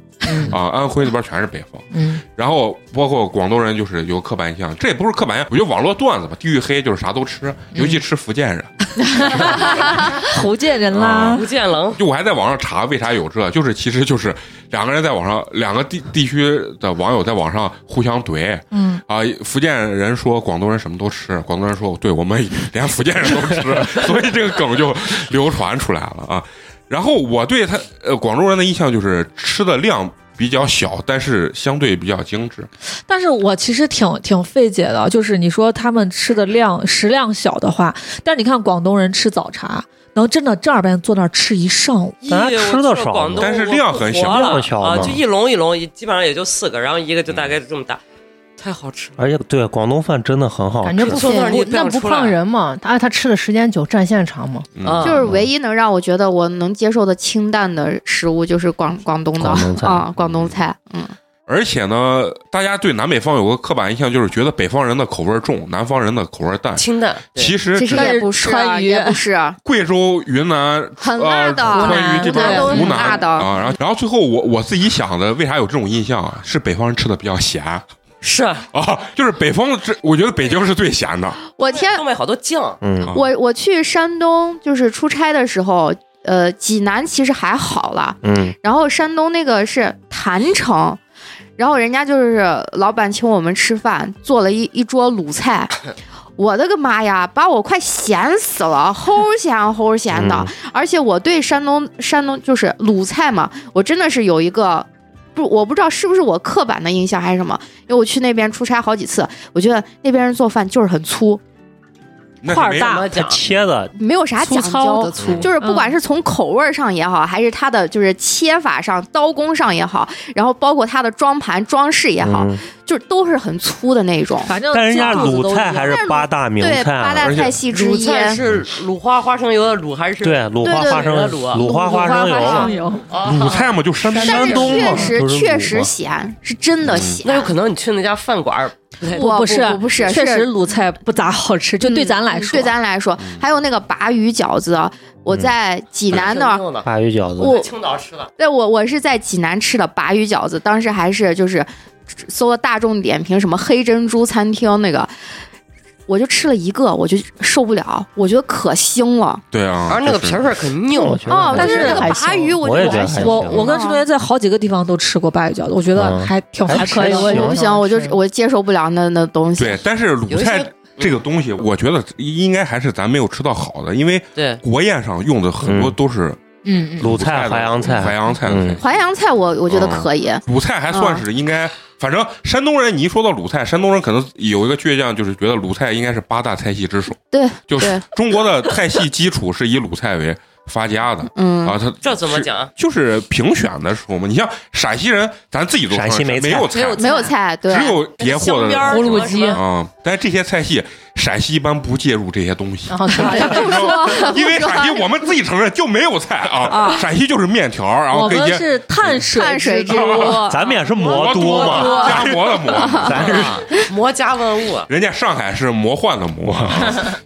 Speaker 1: 啊，安徽那边全是北方，
Speaker 3: 嗯，
Speaker 1: 然后包括广东人就是有刻板印象，这也不是刻板印象，我觉得网络段子吧，地域黑就是啥都吃，尤其吃福建人，
Speaker 5: 福建人
Speaker 1: 啊
Speaker 5: 啦
Speaker 2: 吴，建龙
Speaker 1: 就我还在网上查为啥有这，就是其实就是两个人在网上，两个地地区的网友在网上互相怼
Speaker 5: 嗯，
Speaker 1: 啊、福建人说广东人什么都吃，广东人说对我们连福建人都
Speaker 4: <laughs>
Speaker 1: 吃，所以这个梗就流传出来了啊。然后我对他呃广州人的印象就是吃的量比较小，但是相对比较精致。
Speaker 5: 但是我其实挺挺费解的，就是你说他们吃的量食量小的话，但是你看广东人吃早茶，能真的正儿八经坐那儿吃一上午，
Speaker 6: 咱
Speaker 2: 咦我
Speaker 6: 吃
Speaker 2: 去
Speaker 6: 的
Speaker 2: 了
Speaker 6: 少
Speaker 2: 广东
Speaker 1: 但是
Speaker 2: 我不
Speaker 1: 量很
Speaker 2: 活
Speaker 1: 小
Speaker 2: 了
Speaker 6: 量小
Speaker 2: 啊，
Speaker 6: 嘛
Speaker 2: 就一笼一笼，基本上也就四个，然后一个就大概这么大，
Speaker 1: 嗯
Speaker 2: 太好吃了。
Speaker 6: 而且对广东饭真的很好
Speaker 3: 感觉
Speaker 6: 哦吃
Speaker 3: 不
Speaker 2: 从那儿你
Speaker 3: 不那不
Speaker 2: 不想出来
Speaker 3: 胖人嘛，他他吃的时间久，占线长嘛。
Speaker 1: 嗯
Speaker 2: 啊
Speaker 4: 就是唯一能让我觉得我能接受的清淡的食物就是广广东的
Speaker 6: 广东菜
Speaker 4: 啊，广东菜，嗯，
Speaker 1: 而且呢，大家对南北方有个刻板印象，就是觉得北方人的口味重，南方人的口味嗯淡。
Speaker 2: 清淡，对
Speaker 1: 其实
Speaker 4: 其实
Speaker 1: 只
Speaker 4: 也不是啊，
Speaker 5: 川渝
Speaker 4: 也不是啊，
Speaker 1: 贵州、云南、
Speaker 4: <laughs> 很
Speaker 1: 呃
Speaker 4: 辣的
Speaker 1: 川渝这边
Speaker 5: 湖南
Speaker 1: 湖
Speaker 4: 湖南都是很辣的
Speaker 1: 啊，然后然后最后我我自己想的，为啥有这种印象啊？是北方人吃的比较咸啊，
Speaker 2: 是
Speaker 1: 就是北方的这，我觉得北京是最咸的。
Speaker 4: 我天，
Speaker 2: 东北好多酱，
Speaker 1: 啊
Speaker 6: 嗯，
Speaker 4: 我我去山东就是出差的时候，呃，济南其实还好了，
Speaker 6: 嗯，
Speaker 4: 然后山东那个是坛城，然后人家就是老板请我们吃饭，做了一一桌鲁菜。我的个妈呀，把我快咸死了，齁咸齁咸
Speaker 6: 嗯
Speaker 4: 的。而且我对山东山东就是鲁菜嘛，我真的是有一个不，我不知道是不是我刻板的印象还是什么，因为我去那边出差好几次，我觉得那边人做饭就是很粗，
Speaker 1: 那
Speaker 5: 块
Speaker 1: 是
Speaker 5: 儿
Speaker 1: 没
Speaker 5: 大
Speaker 1: 有
Speaker 2: 我
Speaker 6: 它
Speaker 2: 讲
Speaker 6: 切的
Speaker 4: 没有啥
Speaker 5: 粗
Speaker 4: 讲
Speaker 5: 糙
Speaker 4: 究
Speaker 5: 的粗，
Speaker 4: 就是不管是从口味儿上也好，还是它的就是切法上、刀工上也好，然后包括它的装盘、装饰也好，
Speaker 6: 嗯
Speaker 4: 就是都是很粗的那种。
Speaker 5: 反正
Speaker 6: 但人家
Speaker 5: 酱肚子
Speaker 6: 鲁
Speaker 5: 都
Speaker 6: 菜
Speaker 5: 一样
Speaker 6: 还是八大名
Speaker 4: 对，
Speaker 6: 菜
Speaker 4: 八
Speaker 6: 啊，
Speaker 4: 大
Speaker 1: 而且
Speaker 4: 菜系之
Speaker 2: 鲁
Speaker 4: 一。
Speaker 2: 菜是鲁花花生油的鲁还是
Speaker 6: 对鲁花
Speaker 4: 对对
Speaker 6: 花生
Speaker 2: 对对
Speaker 6: 鲁花花生
Speaker 4: 鲁花花
Speaker 6: 油
Speaker 4: 生
Speaker 5: 酱，油，
Speaker 2: 啊
Speaker 1: 鲁菜嘛，就山
Speaker 6: 但
Speaker 4: 但
Speaker 6: 山
Speaker 4: 是
Speaker 6: 东嘛
Speaker 4: 确实
Speaker 6: 就是
Speaker 4: 确
Speaker 6: 鲁啊
Speaker 4: 实
Speaker 6: 嘛
Speaker 4: 咸，是真的咸。
Speaker 2: 那有可能你去那家饭馆儿不太
Speaker 4: 不
Speaker 5: 不是
Speaker 4: 不不是
Speaker 5: 确
Speaker 4: 是
Speaker 3: 嗯
Speaker 4: 嗯
Speaker 5: 实鲁菜不咋好吃，就对咱来说，
Speaker 4: 对咱来说，还有那个鲅鱼饺子，啊我在济南那儿，
Speaker 5: 嗯
Speaker 2: 挺硬的
Speaker 6: 啊鲅鱼饺子，
Speaker 4: 我
Speaker 2: 在青岛吃的，
Speaker 4: 对我我是在济南吃的鲅鱼饺子，当时还是就是搜了大众点评什么黑珍珠餐厅那个，我就吃了一个，我就受不了，我觉得可腥了。
Speaker 1: 对啊，
Speaker 2: 而那个
Speaker 1: 就
Speaker 2: 皮
Speaker 1: 是
Speaker 2: 儿儿可硬
Speaker 6: 我
Speaker 2: 了。
Speaker 6: 觉得
Speaker 4: 哦，
Speaker 5: 但
Speaker 4: 就是那个
Speaker 5: 还
Speaker 4: 鲅
Speaker 5: 行
Speaker 4: 鱼，我
Speaker 6: 我也
Speaker 4: 觉
Speaker 6: 觉得
Speaker 4: 得
Speaker 6: 还嗯行
Speaker 5: 我我跟陈同学在好几个地方都吃过鲅鱼饺子，我觉得
Speaker 6: 嗯
Speaker 5: 还挺
Speaker 6: 还
Speaker 5: 还
Speaker 6: 可
Speaker 5: 可
Speaker 6: 以
Speaker 5: 以。
Speaker 4: 我
Speaker 6: 我
Speaker 4: 就
Speaker 6: 也
Speaker 4: 不
Speaker 6: 不
Speaker 4: 行，我就我接受不了那那东西。
Speaker 1: 对，但是鲁
Speaker 2: 有一
Speaker 1: 菜
Speaker 2: 些
Speaker 1: 这个东西，我觉得应该还是咱没有吃到好的，因为
Speaker 2: 对，
Speaker 1: 国宴上用的很多
Speaker 6: 嗯
Speaker 1: 都是
Speaker 3: 嗯嗯，
Speaker 6: 鲁
Speaker 1: 菜
Speaker 6: 菜、
Speaker 1: 的
Speaker 6: 淮扬菜、
Speaker 1: 淮扬菜的菜
Speaker 6: 嗯
Speaker 1: 系。
Speaker 4: 淮扬菜我我觉得可以，
Speaker 1: 鲁菜还算是应该，反正山东人，你一说到鲁菜，山东人可能有一个倔强，就是觉得鲁菜应该是八大菜系之首，
Speaker 4: 对，
Speaker 1: 就是
Speaker 4: 对
Speaker 1: 中国的菜系基础是以鲁菜为发家的
Speaker 4: 嗯，
Speaker 1: 啊。他
Speaker 2: 这怎么？讲？
Speaker 1: 就是评选的时候嘛，你像陕西人，咱自己都
Speaker 6: 陕西
Speaker 1: 没
Speaker 6: 没菜
Speaker 1: 有菜，
Speaker 4: 没有菜，对，
Speaker 1: 只有叠货
Speaker 2: 香
Speaker 1: 的
Speaker 2: 边儿
Speaker 5: 葫芦
Speaker 2: 什么什么
Speaker 1: 啊。但是这些菜系，陕西一般不介入这些东西
Speaker 4: 啊
Speaker 5: 嗯
Speaker 3: 然。后啥呀？
Speaker 4: 不说，
Speaker 1: 因为
Speaker 4: 不说
Speaker 1: 陕西我们自己承认就没有菜啊，陕西就是面条，然后
Speaker 5: 我
Speaker 1: 跟一
Speaker 5: 们
Speaker 1: 些
Speaker 5: 是碳水
Speaker 4: 碳水之
Speaker 5: 之
Speaker 4: 都，
Speaker 6: <laughs> 咱们也是魔
Speaker 1: 多
Speaker 6: 都嘛，
Speaker 1: 夹馍的馍，
Speaker 6: 咱是
Speaker 2: 啊魔家万物，啊
Speaker 1: 人家上海是魔幻的
Speaker 6: <laughs>
Speaker 1: 魔，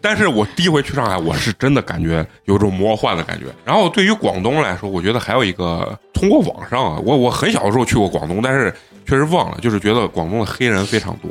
Speaker 1: 但是我第一回去上海，我是真的感觉有种魔幻的感觉。然后对于广东来说，我觉得还有一个通过网上啊，我我很小的时候去过广东，但是确实忘了，就是觉得广东的黑人非常多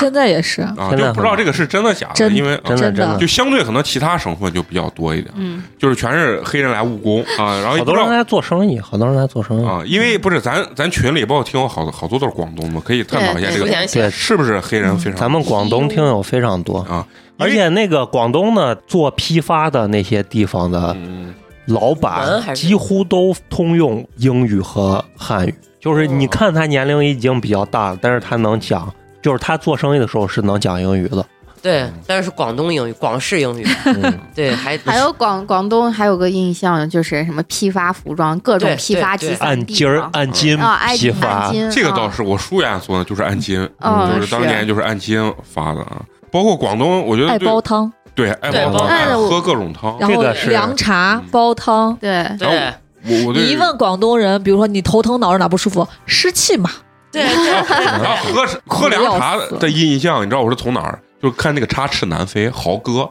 Speaker 5: 现在也是
Speaker 1: 啊，
Speaker 6: 真的
Speaker 1: 就不知道这个是真的假的，
Speaker 5: 真
Speaker 1: 因为、啊
Speaker 6: 真的
Speaker 5: 真的
Speaker 6: 的
Speaker 1: 就。相对可能其他省份就比较多一点，
Speaker 4: 嗯，
Speaker 1: 就是全是黑人来务工啊，然后也不
Speaker 6: 好多
Speaker 1: 知道
Speaker 6: 人在做生意，好多人在做生意。
Speaker 1: 啊，因为不是咱咱群里包括听友好多好多都是广东的，可以探讨一下这
Speaker 4: 对
Speaker 2: 福
Speaker 1: 个
Speaker 2: 田县
Speaker 6: 对，
Speaker 1: 是不是黑人非常
Speaker 6: 咱们广东听友非常多，
Speaker 1: 啊，
Speaker 6: 而且那个广东呢，做批发的那些地方的
Speaker 1: 嗯
Speaker 6: 老
Speaker 2: 文
Speaker 6: 板
Speaker 2: 还是
Speaker 6: 几乎都通用英语和汉语，
Speaker 1: 哦
Speaker 6: 就是你看他年龄已经比较大了，但是他能讲，就是他做生意的时候是能讲英语的。嗯
Speaker 2: 对，但是广东英语、广式英语，
Speaker 1: 嗯
Speaker 2: 对，还
Speaker 4: 还有广广东还有个印象就是什么批发服装，各种
Speaker 2: 对
Speaker 4: 批
Speaker 2: 对
Speaker 4: 发
Speaker 2: 对
Speaker 4: 集散
Speaker 6: 按
Speaker 4: 地
Speaker 6: 斤儿
Speaker 4: 嘛
Speaker 6: 按斤
Speaker 4: 啊，按
Speaker 6: 批
Speaker 4: 按
Speaker 6: 发，
Speaker 4: 斤，
Speaker 1: 这个倒
Speaker 4: 啊
Speaker 1: 是我叔爷做的，就是按斤，
Speaker 4: 嗯
Speaker 1: 就是当年就是按斤发的啊。包括广东，我觉得
Speaker 5: 爱
Speaker 1: 对
Speaker 5: 煲汤，
Speaker 1: 对爱
Speaker 2: 对
Speaker 1: 煲汤，
Speaker 2: 煲
Speaker 1: 爱
Speaker 4: 汤
Speaker 1: 喝各种汤。
Speaker 5: 然后
Speaker 6: 这个是嗯
Speaker 5: 凉茶、煲汤。
Speaker 4: 对
Speaker 2: 对
Speaker 1: 我我对
Speaker 5: 你一问广东人，比如说你头疼脑热哪不舒服，湿气嘛，
Speaker 2: 对
Speaker 1: <laughs> 啊然后喝喝凉茶
Speaker 5: 我要死
Speaker 1: 的印象，你知道我是从哪儿？就是看那个《插翅难飞》，豪哥。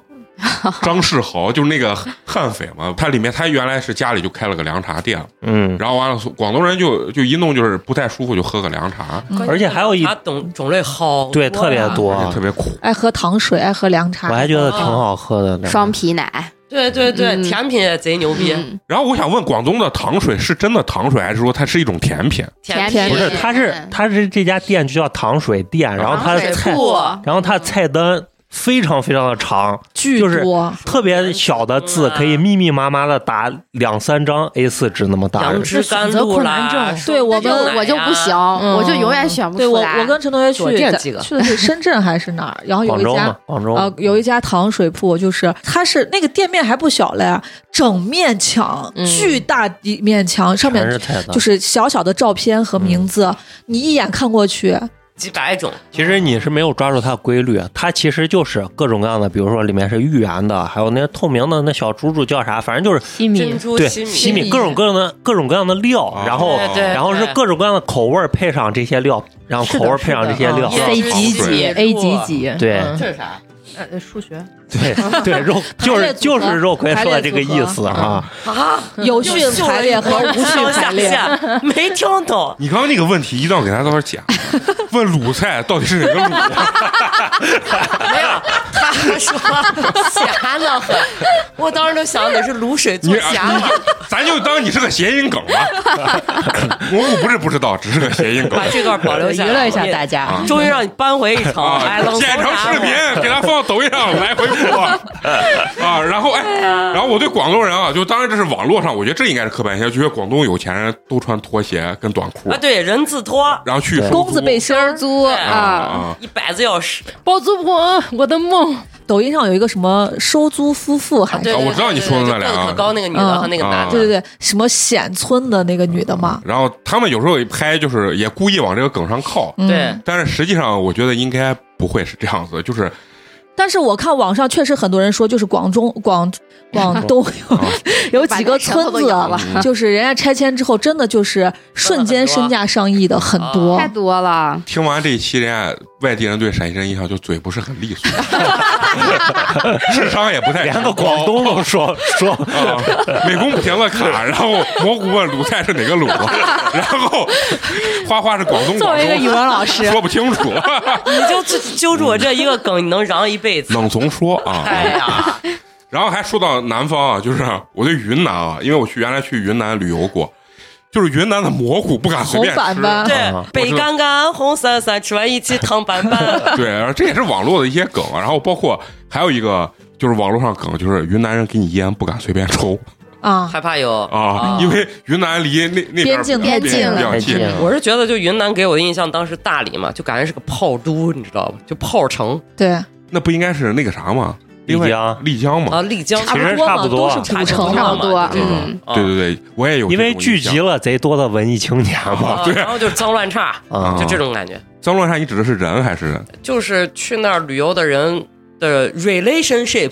Speaker 1: 张世豪就是那个悍匪嘛，他里面他原来是家里就开了个凉茶店，
Speaker 6: 嗯，
Speaker 1: 然后完了，广东人就就一弄就是不太舒服就喝个凉茶，
Speaker 6: 而且还有一
Speaker 2: 它种种类好
Speaker 6: 对，特别
Speaker 2: 呀
Speaker 6: 多
Speaker 1: 而且，特别苦。
Speaker 5: 爱喝糖水，爱喝凉茶。
Speaker 6: 我还觉得挺好喝的呢。
Speaker 4: 双皮奶，
Speaker 2: 对对对
Speaker 4: 嗯，
Speaker 2: 甜品也贼牛逼，
Speaker 4: 嗯
Speaker 1: 然后我想问，广东的糖水是真的糖水，还是说它是一种甜品？
Speaker 4: 甜
Speaker 2: 品
Speaker 4: 品
Speaker 6: 不是，他是他是这家店就叫糖水店，然后
Speaker 4: 嗯
Speaker 6: 他
Speaker 4: 糖
Speaker 6: 的
Speaker 4: 水
Speaker 6: 菜
Speaker 4: 铺，
Speaker 6: 然后他菜单非常非常的长，
Speaker 5: 巨
Speaker 6: 就是
Speaker 5: 多，
Speaker 6: 特别小的字可以密密麻麻的打两三张 A4 纸那么大。
Speaker 2: 杨枝甘露啦，
Speaker 5: 对我
Speaker 4: 就
Speaker 5: 们
Speaker 4: 我就不行，，我就永远选不
Speaker 5: 嗯对
Speaker 4: 出
Speaker 5: 我，
Speaker 4: 来。
Speaker 5: 我跟陈同学
Speaker 2: 左
Speaker 5: 去
Speaker 2: 店
Speaker 5: 咱
Speaker 2: 几个
Speaker 5: 去的是深圳还是
Speaker 6: <laughs>
Speaker 5: 哪儿？然后有
Speaker 6: 广州
Speaker 5: 一
Speaker 6: 嘛
Speaker 5: 家，
Speaker 6: 广州
Speaker 5: 呃，有一家糖水铺，就是它是那个店面还不小嘞，整面墙，
Speaker 2: 嗯
Speaker 5: 巨大一面墙，上
Speaker 6: 嗯全
Speaker 5: 面
Speaker 6: 是嗯菜单。
Speaker 5: 就是小小的照片和名字，你一眼看过去，
Speaker 2: 几百种，
Speaker 6: 其实你是没有抓住它的规律，啊它其实就是各种各样的，比如说里面是芋圆的，还有那些透明的那小珠珠叫啥，反正就是
Speaker 3: 西
Speaker 2: 珍
Speaker 3: 米，
Speaker 2: 珠
Speaker 6: 对
Speaker 2: 西
Speaker 6: 西
Speaker 2: 米，
Speaker 6: 米各种各样的各种各样的料，
Speaker 1: 啊
Speaker 6: 然后
Speaker 2: 对对，
Speaker 6: 然后是各种各样的口味儿配上这些料，然后
Speaker 3: 是
Speaker 6: 口
Speaker 3: 的
Speaker 6: 味儿配上这些料
Speaker 2: 是，的啊
Speaker 3: C 几
Speaker 1: 糖水
Speaker 3: 几 A 几几，
Speaker 6: 对
Speaker 3: 嗯
Speaker 2: 这是啥？
Speaker 3: 呃数学
Speaker 6: 对对，肉就
Speaker 5: 排
Speaker 6: 是
Speaker 5: 列组
Speaker 6: 就
Speaker 5: 合
Speaker 6: 是肉葵说的这个意思啊。
Speaker 5: 有序排列和无序排列，
Speaker 2: 没听
Speaker 1: <laughs>
Speaker 2: 懂。
Speaker 1: 你刚刚那个问题一定要给大家到时候讲，问鲁菜到底是哪个鲁？
Speaker 2: 没有，他 <laughs> 说咸的很， <laughs> 我当时都想的是卤水做
Speaker 1: 你
Speaker 2: 咸
Speaker 1: 啊
Speaker 2: 了，
Speaker 1: 你咱就当你是个谐音梗吧。 <laughs> 蘑菇不是不知道，只是个谐
Speaker 2: <laughs>
Speaker 1: 音梗
Speaker 2: 把这段保留
Speaker 3: 娱
Speaker 2: 下来，
Speaker 3: 乐一下大
Speaker 6: 啊
Speaker 3: 家。
Speaker 2: 终于让你扳回一城，
Speaker 1: 啊
Speaker 2: 哎，
Speaker 6: <laughs>
Speaker 2: 冷，
Speaker 1: 剪成视频给他放抖音上来回播啊。然后哎，然后我对广东人啊，就当然这是网络上，我觉得这应该是刻板印象，就觉得广东有钱人都穿拖鞋跟短裤
Speaker 2: 啊，，对，人字拖，
Speaker 1: 然后去收
Speaker 5: 公子
Speaker 1: 租
Speaker 5: 背心儿
Speaker 4: 嗯
Speaker 3: 租
Speaker 1: 啊
Speaker 3: 啊，
Speaker 1: 啊，
Speaker 2: 一百字钥匙，
Speaker 3: 包租婆，我的梦，
Speaker 5: 抖音上有一个什么收租夫妇还是
Speaker 2: 对，
Speaker 1: 啊我知道你说的那俩啊
Speaker 2: 个子可高那个女的和那个男
Speaker 5: 对
Speaker 2: 的，
Speaker 5: 对对，什么显村的那个女的嘛，
Speaker 1: 然后他们有时候一拍，就是也故意往这个梗上靠，
Speaker 5: 嗯
Speaker 2: 对
Speaker 1: 但是实际上我觉得应该不会是这样子，就是
Speaker 5: 但是我看网上确实很多人说，就是
Speaker 4: <laughs>
Speaker 5: 广中广广东 <laughs> 有有几个村
Speaker 4: 哦把那舌头都咬了
Speaker 5: 子，就是人家拆迁之后，真的就是瞬间身价上亿的很
Speaker 2: 多
Speaker 5: 多
Speaker 6: 嗯
Speaker 4: 哦太。多了，
Speaker 1: 嗯听完这一期，人家外地人对陕西人印象就嘴不是很利索， <laughs> 智商也不太
Speaker 6: 连个
Speaker 1: 高
Speaker 6: 广东都说说，
Speaker 1: 啊，美工不停的卡，然后蘑菇问鲁菜是哪个
Speaker 6: <laughs>
Speaker 1: 鲁，然后花花是广东
Speaker 5: 作
Speaker 1: 广
Speaker 5: 为一个语文
Speaker 1: 州，<laughs>
Speaker 5: 老师，
Speaker 1: 说不清
Speaker 5: <laughs>
Speaker 1: 楚，
Speaker 2: 你就揪揪住我这一个梗，你能嚷一辈子。
Speaker 1: 冷怂说啊。
Speaker 2: 哎呀，
Speaker 1: 然后还说到南方啊，就是我对云南啊，因为我去原来去云南旅游过，就是云南的蘑菇不敢随便
Speaker 5: 红板
Speaker 1: 吃。
Speaker 5: 板
Speaker 2: 对
Speaker 1: 啊
Speaker 6: 我，
Speaker 2: 北干干，红伞伞，吃完一起烫板板。 <laughs>
Speaker 1: <laughs> 对，然后这也是网络的一些梗，啊然后包括还有一个就是网络上梗，就是云南人给你烟不敢随便抽
Speaker 5: 啊，
Speaker 2: 害怕有
Speaker 1: 啊，
Speaker 5: 啊
Speaker 1: 因为云南离那那边
Speaker 5: 边境
Speaker 1: 比
Speaker 4: 太近了
Speaker 1: 比较
Speaker 6: 太
Speaker 1: 近
Speaker 6: 近。了
Speaker 2: 我是觉得，就云南给我的印象，当时大理嘛，就感觉是个炮都，你知道吧？就炮城
Speaker 5: 对，
Speaker 1: 那不应该是那个啥吗？另外
Speaker 6: 丽江
Speaker 1: 丽江嘛。
Speaker 2: 啊，丽江。
Speaker 6: 其实
Speaker 5: 多
Speaker 6: 差
Speaker 5: 嘛，
Speaker 6: 不多
Speaker 5: 都是古
Speaker 1: 啊
Speaker 5: 城
Speaker 4: 差
Speaker 5: 嘛
Speaker 4: 不多
Speaker 2: 嘛
Speaker 1: 对吧
Speaker 4: 嗯
Speaker 2: 啊
Speaker 1: 对对对，我也有这
Speaker 6: 因
Speaker 1: 种
Speaker 6: 为
Speaker 1: 印象，
Speaker 6: 聚集了贼多的文艺青年嘛，
Speaker 2: 啊
Speaker 1: 嗯对
Speaker 2: 然后就是脏乱差，
Speaker 6: 啊
Speaker 2: 就这种感觉。
Speaker 1: 脏乱差，你指的是人还
Speaker 6: <laughs>
Speaker 1: 是
Speaker 2: 就是去那儿旅游的人的 relationship，